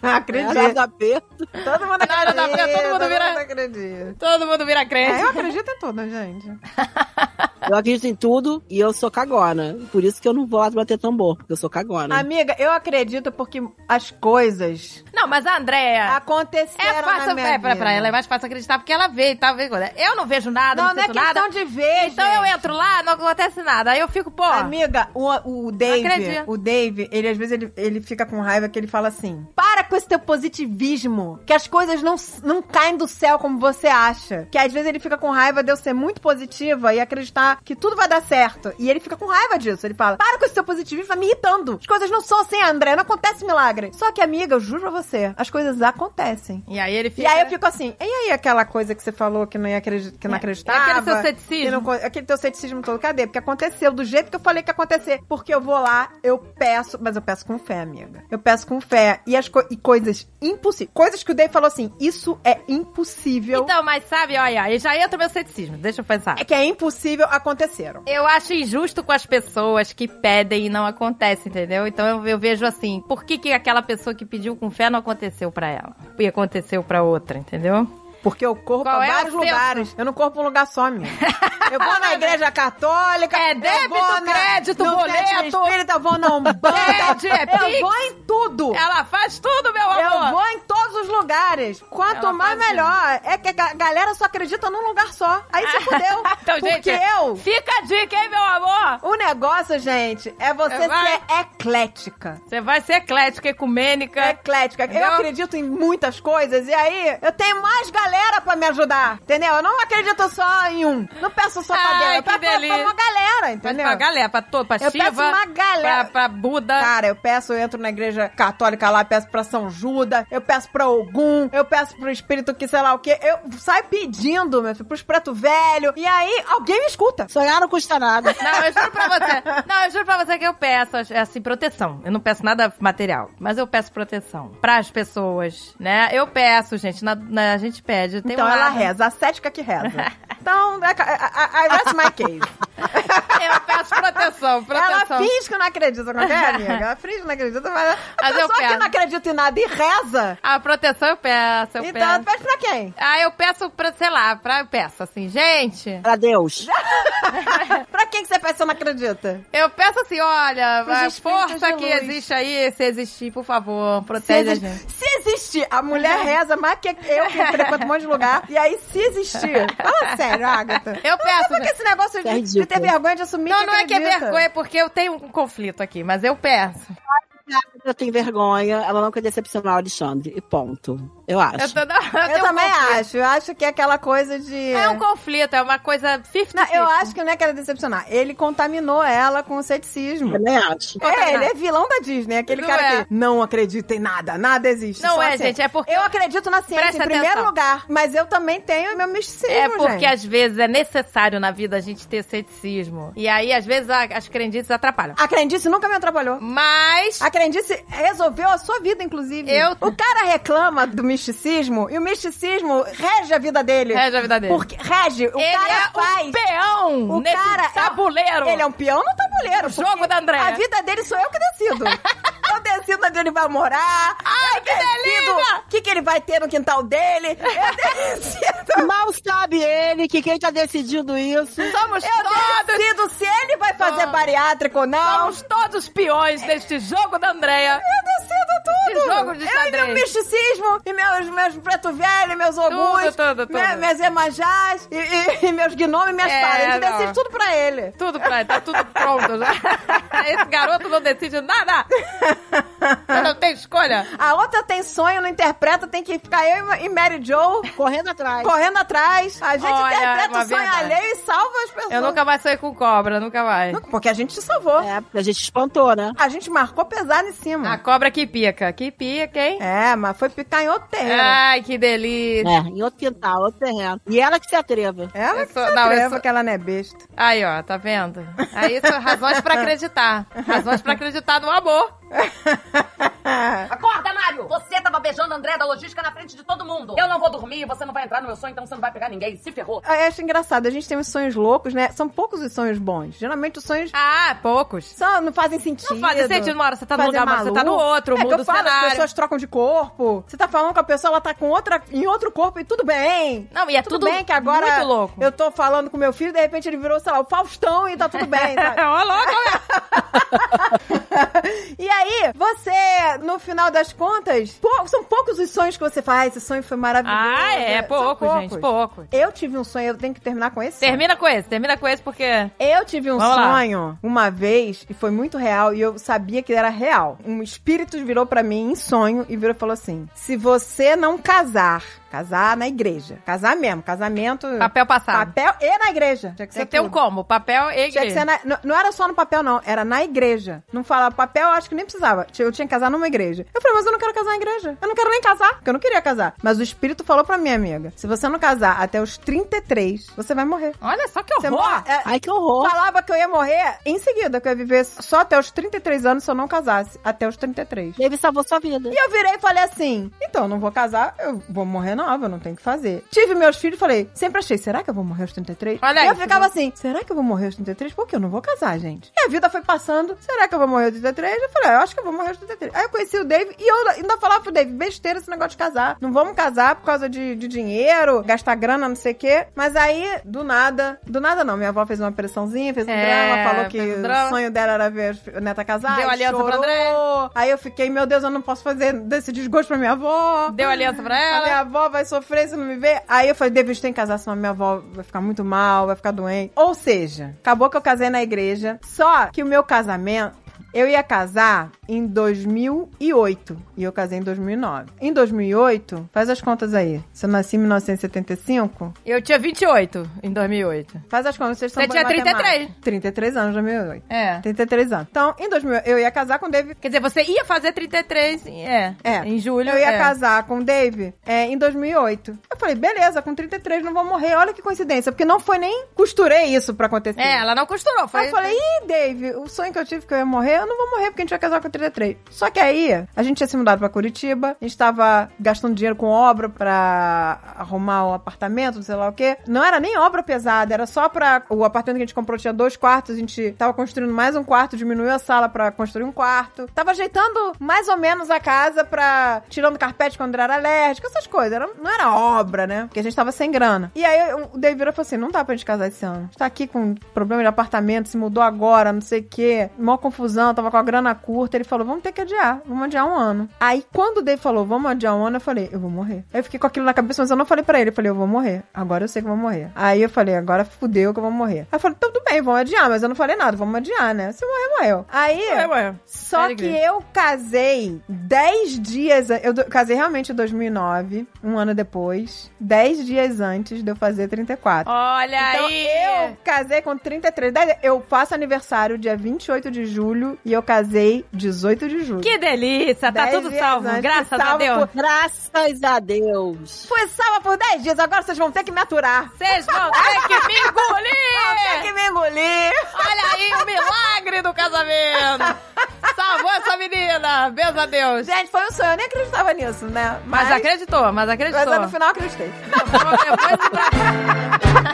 Speaker 2: Era
Speaker 1: tá
Speaker 3: acredito.
Speaker 2: da P.
Speaker 3: Todo mundo acredita.
Speaker 1: Nada dá pra- tá todo mundo vira-
Speaker 3: acredita.
Speaker 1: Todo mundo vira
Speaker 3: É,
Speaker 1: crente.
Speaker 3: eu acredito em tudo, gente.
Speaker 2: Eu acredito em tudo e eu sou cagona. Por isso que eu não vou bater tambor, porque eu sou cagona.
Speaker 3: Amiga, eu acredito porque as coisas
Speaker 1: Não, mas a Andrea.
Speaker 3: aconteceram
Speaker 1: É
Speaker 3: na
Speaker 1: fácil
Speaker 3: minha
Speaker 1: é,
Speaker 3: vida.
Speaker 1: pra, pra ela, é mais fácil acreditar, porque ela vê e tal. vê coisa. Eu não vejo nada,
Speaker 3: Não,
Speaker 1: não,
Speaker 3: não é
Speaker 1: sinto
Speaker 3: questão
Speaker 1: nada.
Speaker 3: de ver,
Speaker 1: Então
Speaker 3: gente.
Speaker 1: eu entro lá, não acontece nada. Aí eu fico, pô.
Speaker 3: Amiga, o, o Dave,
Speaker 1: acredito.
Speaker 3: o Dave, ele às vezes ele, ele fica com raiva que ele fala assim: "Para com esse teu positivismo, que as coisas não s- não caem do céu como você acha". Que às vezes ele fica com raiva de eu ser muito positiva e acreditar que tudo vai dar certo. E ele fica com raiva disso. Ele fala: "Para com esse teu positivismo, tá me irritando. As coisas não são assim, André, não acontece milagre". Só que amiga, eu juro pra você, as coisas acontecem.
Speaker 1: E aí ele fica.
Speaker 3: E aí eu fico assim, e aí aquela coisa que você falou que não, ia acredi- que não
Speaker 1: É,
Speaker 3: acreditava?
Speaker 1: aquele teu ceticismo.
Speaker 3: que não co- aquele teu ceticismo todo, cadê? Porque aconteceu do jeito que eu falei que ia acontecer. Porque eu vou lá, eu peço, mas eu peço com fé, amiga. Eu peço com fé. E, as co- e coisas impossíveis. Coisas que o Dave falou assim, isso é impossível.
Speaker 1: Então, mas sabe, olha, aí já entra o meu ceticismo. Deixa eu pensar.
Speaker 3: é que é impossível, aconteceram.
Speaker 1: Eu acho injusto com as pessoas que pedem e não acontece, entendeu? Então eu, eu vejo assim, por que, que aquela pessoa que pediu com fé não aconteceu pra ela? E aconteceu pra outra, entendeu?
Speaker 3: Porque eu corro
Speaker 1: Qual
Speaker 3: pra
Speaker 1: é o
Speaker 3: vários
Speaker 1: senso?
Speaker 3: lugares. Eu não corro pra um lugar só, amiga.
Speaker 1: *laughs*
Speaker 3: Eu vou na igreja católica.
Speaker 1: É
Speaker 3: eu
Speaker 1: débito,
Speaker 3: vou
Speaker 1: crédito,
Speaker 3: no centro
Speaker 1: boleto.
Speaker 3: espírita, eu
Speaker 1: *laughs*
Speaker 3: vou na Umbanda.
Speaker 1: Sede, é
Speaker 3: eu
Speaker 1: Pix.
Speaker 3: vou em tudo.
Speaker 1: Ela faz tudo, meu amor!
Speaker 3: Eu vou em todos os lugares. Quanto
Speaker 1: Ela
Speaker 3: mais,
Speaker 1: faz assim.
Speaker 3: melhor. É que a ga- galera só acredita num lugar só. Aí
Speaker 1: *laughs*
Speaker 3: se fudeu.
Speaker 1: então,
Speaker 3: Porque
Speaker 1: gente,
Speaker 3: eu...
Speaker 1: fica a dica, hein, meu amor?
Speaker 3: O negócio, gente, é você
Speaker 1: É, vai.
Speaker 3: ser eclética.
Speaker 1: Você vai ser eclética, ecumênica.
Speaker 3: É Eclética. Eu
Speaker 1: Entendeu?
Speaker 3: acredito em muitas coisas e aí eu tenho mais galera pra me ajudar, entendeu? Eu não acredito só em um. Não peço só pra
Speaker 1: Ai,
Speaker 3: Deus, eu
Speaker 1: que
Speaker 3: peço pra- pra
Speaker 1: delícia.
Speaker 3: uma galera,
Speaker 1: Pede
Speaker 3: entendeu?
Speaker 1: pra galera, pra, to, pra
Speaker 3: Eu
Speaker 1: Shiva,
Speaker 3: peço uma galera. Tá.
Speaker 1: pra, pra Buda.
Speaker 3: Cara, eu peço, eu entro na igreja católica lá, peço pra São Judas, eu peço pra Ogum, eu peço pro espírito que sei lá o quê. Eu saio pedindo, meu filho, pros preto velho. E aí, alguém me escuta.
Speaker 2: Sonhar não custa nada.
Speaker 1: Não, eu juro pra você. Não, eu juro pra você que eu peço, assim, proteção. Eu não peço nada material, mas eu peço proteção pras pessoas, né? Eu peço, gente. na- na- a gente pede. Tem
Speaker 3: então
Speaker 1: um
Speaker 3: ela
Speaker 1: lado-
Speaker 3: reza, a cética que reza. então, é ca- I, I- I rest my case.
Speaker 1: Eu peço *laughs* proteção,
Speaker 3: Ela
Speaker 1: proteção.
Speaker 3: finge que não acredita, não é, amiga? Ela finge que não acredita, mas a
Speaker 1: Mas eu
Speaker 3: pessoa que
Speaker 1: peço.
Speaker 3: não acredita em nada e reza,
Speaker 1: A Ah, proteção eu peço, eu
Speaker 3: então
Speaker 1: peço.
Speaker 3: pede pra quem?
Speaker 1: Ah, eu peço pra, sei lá, pra, eu peço assim, gente.
Speaker 2: Pra Deus.
Speaker 3: Pra quem que você pede se você não acredita?
Speaker 1: Eu peço assim, olha,
Speaker 3: Pros
Speaker 1: a
Speaker 3: espíritos
Speaker 1: força
Speaker 3: de
Speaker 1: que
Speaker 3: luz.
Speaker 1: existe aí, se existir, por favor,
Speaker 3: Se,
Speaker 1: protege a gente.
Speaker 3: existe, se existir, a mulher
Speaker 1: *laughs*
Speaker 3: reza mais que eu, que frequento um monte de lugar. E aí, se existir, fala sério, Agatha.
Speaker 1: Eu peço,
Speaker 3: Porque esse negócio
Speaker 2: É
Speaker 3: de, de
Speaker 2: ridículo.
Speaker 3: ter vergonha de assumir
Speaker 1: Não,
Speaker 3: que
Speaker 1: não é que é
Speaker 3: acredita.
Speaker 1: vergonha, é porque eu tenho um conflito aqui, mas eu peço.
Speaker 2: Ela tem vergonha, ela não quer decepcionar o Alexandre. E ponto. Eu acho.
Speaker 1: Eu, tô- não, eu
Speaker 3: Eu
Speaker 1: tenho um
Speaker 3: também
Speaker 1: conflito.
Speaker 3: acho. Eu acho que é aquela coisa de...
Speaker 1: É um conflito, é uma coisa 50
Speaker 3: Não, eu acho que não é que era decepcionar. Ele contaminou ela com o ceticismo.
Speaker 2: Também acho.
Speaker 3: É, ele é vilão da Disney, aquele
Speaker 1: Não
Speaker 3: cara
Speaker 1: é.
Speaker 3: que não acredita em nada, nada existe.
Speaker 1: Não
Speaker 3: só
Speaker 1: é,
Speaker 3: a ciência.
Speaker 1: gente, é porque-
Speaker 3: Eu acredito na ciência
Speaker 1: Presta
Speaker 3: em primeiro
Speaker 1: atenção.
Speaker 3: lugar, mas eu também tenho meu misticismo,
Speaker 1: É porque
Speaker 3: gente.
Speaker 1: às vezes é necessário na vida a gente ter ceticismo. E aí, às vezes, a- as crendices atrapalham.
Speaker 3: A crendice nunca me atrapalhou.
Speaker 1: Mas.
Speaker 3: A crendice resolveu a sua vida, inclusive.
Speaker 1: Eu-
Speaker 3: O cara reclama do misticismo e o misticismo rege a vida dele.
Speaker 1: Rege a vida dele.
Speaker 3: Porque, rege, o
Speaker 1: ele
Speaker 3: cara
Speaker 1: é
Speaker 3: faz.
Speaker 1: um peão
Speaker 3: O
Speaker 1: nesse
Speaker 3: cara é-
Speaker 1: tabuleiro.
Speaker 3: Ele é um peão no tabuleiro.
Speaker 1: jogo
Speaker 3: porque
Speaker 1: da Andréia.
Speaker 3: A vida dele sou eu
Speaker 1: *laughs*
Speaker 3: que decido. eu decido onde ele vai morar.
Speaker 1: Ai,
Speaker 3: eu
Speaker 1: Ah, que
Speaker 3: decido
Speaker 1: delícia!
Speaker 3: O que, que ele vai ter no quintal dele.
Speaker 1: *laughs*
Speaker 3: Eu decido.
Speaker 2: Mal sabe ele que quem tá decidindo isso.
Speaker 1: Somos
Speaker 3: Eu
Speaker 1: todos.
Speaker 3: decido se ele vai fazer
Speaker 1: Somos-
Speaker 3: bariátrico ou não.
Speaker 1: Somos todos peões deste jogo da Andrea.
Speaker 3: Eu decido tudo.
Speaker 1: Esse jogo de
Speaker 3: eu e
Speaker 1: xadrez.
Speaker 3: meu misticismo, e meus, meus preto velho, meus ogus,
Speaker 1: tudo, tudo.
Speaker 3: me- minhas emanjás, e, e- e meus gnomes, minhas
Speaker 1: É,
Speaker 3: paras. A gente
Speaker 1: não.
Speaker 3: decide tudo pra ele.
Speaker 1: Tudo pra ele, tá tudo pronto já. *laughs* Esse garoto não decide nada. Eu não tenho escolha.
Speaker 3: A outra tem sonho, não interpreta, tem que ficar eu e Mary Joe
Speaker 2: Correndo atrás.
Speaker 3: correndo atrás. A gente
Speaker 1: Olha,
Speaker 3: interpreta
Speaker 1: uma
Speaker 3: o sonho
Speaker 1: verdade.
Speaker 3: alheio e salva as pessoas.
Speaker 1: Eu nunca mais saí com cobra, nunca mais.
Speaker 3: Nunca- Porque a gente te salvou.
Speaker 2: É, porque a gente espantou, né?
Speaker 3: A gente marcou pesado em cima.
Speaker 1: A cobra que pica. Que pica, hein?
Speaker 3: É, mas foi picar em outro terreno.
Speaker 1: Ai, que delícia.
Speaker 2: É, em outro quintal, outro terreno. E ela que se atreva.
Speaker 3: Ela
Speaker 1: Eu
Speaker 3: que
Speaker 1: sou-
Speaker 3: se
Speaker 1: não, eu
Speaker 3: atreva
Speaker 1: sou-
Speaker 3: que ela não é besta. *laughs*
Speaker 1: Aí, ó, tá vendo? Aí são razões pra acreditar. Razões pra acreditar no amor.
Speaker 5: Acorda, Mário! Mário! Você tava beijando André da logística na frente de todo mundo. Eu não vou dormir, você não vai entrar no meu sonho, então você não vai pegar ninguém. Se ferrou.
Speaker 3: Eu acho engraçado, a gente tem uns sonhos loucos, né? São poucos os sonhos bons. Geralmente os sonhos
Speaker 1: Ah, poucos.
Speaker 3: só não fazem sentido.
Speaker 1: Não faz sentido, uma hora você tá num
Speaker 3: Fazer
Speaker 1: lugar, uma hora você tá no
Speaker 3: maluco.
Speaker 1: outro,
Speaker 3: é que
Speaker 1: muda
Speaker 3: eu
Speaker 1: o
Speaker 3: falo, as
Speaker 1: cenário.
Speaker 3: pessoas trocam de corpo. Você tá falando com a pessoa, ela tá com outra, em outro corpo e tudo bem.
Speaker 1: Não, e é
Speaker 3: Tudo,
Speaker 1: tudo
Speaker 3: bem que agora
Speaker 1: muito louco. *laughs*
Speaker 3: eu tô falando com meu filho, de repente ele virou, sei lá, o Faustão e tá tudo
Speaker 1: *laughs*
Speaker 3: bem. sabe?
Speaker 1: Ó, louco, né?
Speaker 3: E aí, você, no final das contas, pou- são poucos os sonhos que você fala, ah, esse sonho foi maravilhoso.
Speaker 1: Ah, é,
Speaker 3: São
Speaker 1: pouco, gente, pouco.
Speaker 3: Eu tive um sonho, eu tenho que terminar com esse?
Speaker 1: Termina com esse, termina com esse, porque...
Speaker 3: Eu tive um
Speaker 1: Vamos lá.
Speaker 3: sonho uma vez e foi muito real e eu sabia que era real. Um espírito virou pra mim em sonho e virou e falou assim: "Se você não casar, casar na igreja, casar mesmo, casamento,
Speaker 1: Papel passado.
Speaker 3: Hum. papel e na igreja, tinha que
Speaker 1: Tinha
Speaker 3: ser
Speaker 1: que ter um
Speaker 3: tudo.
Speaker 1: combo, papel e
Speaker 3: Tinha que ser
Speaker 1: igreja.
Speaker 3: na- não, não era só no papel, não. Era na igreja. Não falava papel, eu acho que nem precisava. Tinha- Eu tinha que casar numa igreja. Eu falei, mas eu não quero casar na igreja. Eu não quero nem casar, porque eu não queria casar. Mas o espírito falou pra minha amiga: se você não casar até os 33, você vai morrer.
Speaker 1: Olha só que
Speaker 3: Você
Speaker 1: horror!
Speaker 3: morre. É,
Speaker 2: Ai, que horror.
Speaker 3: Falava que eu ia morrer em seguida, que eu ia viver só até os 33 anos se eu não casasse. Até os 33.
Speaker 2: Deve salvou sua vida.
Speaker 3: E eu virei e falei assim: então, eu não vou casar, eu vou morrer nova, não tenho o que fazer. Tive meus filhos e falei: sempre achei, será que eu vou morrer aos 33?
Speaker 1: Olha né?
Speaker 3: e eu
Speaker 1: aí,
Speaker 3: ficava assim: será que eu vou morrer aos 33? Porque eu não vou casar, gente. E a vida foi passando: será que eu vou morrer aos 33? Eu falei: "Ah, eu acho que eu vou morrer aos 33. Aí eu conheci o Dave e eu ainda falava pro Dave: besteira esse negócio de casar. Não vamos casar por causa de, de dinheiro, gastar grana, não sei o quê. Mas aí, do nada, do nada não, minha avó fez uma pressãozinha, fez um
Speaker 1: É,
Speaker 3: drama, falou que
Speaker 1: fez um
Speaker 3: o
Speaker 1: drama.
Speaker 3: sonho dela era ver a neta casar.
Speaker 1: Deu
Speaker 3: e
Speaker 1: aliança pro
Speaker 3: chorou.
Speaker 1: André.
Speaker 3: Aí eu fiquei, meu Deus, eu não posso fazer desse desgosto pra minha avó.
Speaker 1: Deu aliança pra
Speaker 3: A
Speaker 1: ela.
Speaker 3: minha avó vai sofrer se não me ver. Aí eu falei, David, tem que casar, senão minha avó vai ficar muito mal, vai ficar doente. Ou seja, acabou que eu casei na igreja. Só que o meu casamento, eu ia casar em 2008. E eu casei em 2009. Em 2008, faz as contas aí. Se eu nasci em 1975,
Speaker 1: Eu tinha 28 em 2008.
Speaker 3: faz as contas, vocês são
Speaker 1: Você
Speaker 3: boas em
Speaker 1: tinha 33.
Speaker 3: matemática. 33 anos, 2008.
Speaker 1: É.
Speaker 3: 33 anos. Então, em 2000, eu ia casar com o David
Speaker 1: Quer dizer, você ia fazer 33, é,
Speaker 3: É.
Speaker 1: em julho.
Speaker 3: Eu ia
Speaker 1: é.
Speaker 3: casar com o Dave é, em 2008. Eu falei, beleza, com 33 não vou morrer. Olha que coincidência, porque não foi nem costurei isso pra acontecer.
Speaker 1: É, ela não costurou. Foi...
Speaker 3: Aí Ah, eu falei, ih, Dave, o sonho que eu tive que eu ia morrer, eu não vou morrer porque a gente vai casar com 33. Só que aí, a gente tinha se mudado pra Curitiba, a gente tava gastando dinheiro com obra pra arrumar o apartamento, não sei lá o quê. Não era nem obra pesada, era só pra. O apartamento que a gente comprou tinha dois quartos, a gente tava construindo mais um quarto, diminuiu a sala pra construir um quarto. Tava ajeitando mais ou menos a casa pra. tirando carpete quando era alérgico, essas coisas. Era, não era obra, né? Porque a gente tava sem grana. E aí eu- o David virou e falou assim: não dá pra gente casar esse ano. A gente tá aqui com problema de apartamento, se mudou agora, não sei o quê. Mó confusão, tava com a grana curta. Ele falou: vamos ter que adiar, vamos adiar um ano. Aí quando o David falou: vamos adiar um ano, eu falei: eu vou morrer. Aí eu fiquei com aquilo na cabeça, mas eu não falei pra ele. Eu falei: eu vou morrer. Agora eu sei que eu vou morrer. Aí eu falei: agora fudeu que eu vou morrer. Aí eu falei: tudo bem, vamos adiar, mas eu não falei nada, vamos adiar, né? Se morrer, morreu. Aí.
Speaker 1: Ué, ué.
Speaker 3: Só
Speaker 1: Sério
Speaker 3: que eu casei 10 dias. an- Eu do- casei realmente em 2009, um ano depois. 10 dias antes de eu fazer 34.
Speaker 1: Olha
Speaker 3: Então
Speaker 1: aí.
Speaker 3: eu casei com 33. Daí Eu faço aniversário dia 28 de julho e eu casei 18 de julho.
Speaker 1: Que delícia, tá
Speaker 3: 10
Speaker 1: tudo
Speaker 3: dias
Speaker 1: salvo,
Speaker 3: antes,
Speaker 1: graças a
Speaker 3: salvo
Speaker 1: Deus.
Speaker 3: por-
Speaker 2: Graças a Deus.
Speaker 3: Foi salva por 10 dias, agora vocês vão ter que me aturar.
Speaker 1: Vocês vão ter que me
Speaker 3: Tem *laughs*
Speaker 1: engolir!
Speaker 3: que me engolir.
Speaker 1: Olha aí o milagre do casamento! Salvou essa menina! Beijo a Deus!
Speaker 3: Gente, foi um sonho, eu nem acreditava nisso, né?
Speaker 1: Mas acreditou, mas
Speaker 3: mas é
Speaker 1: acreditou.
Speaker 3: no final eu acreditei.
Speaker 1: Depois pra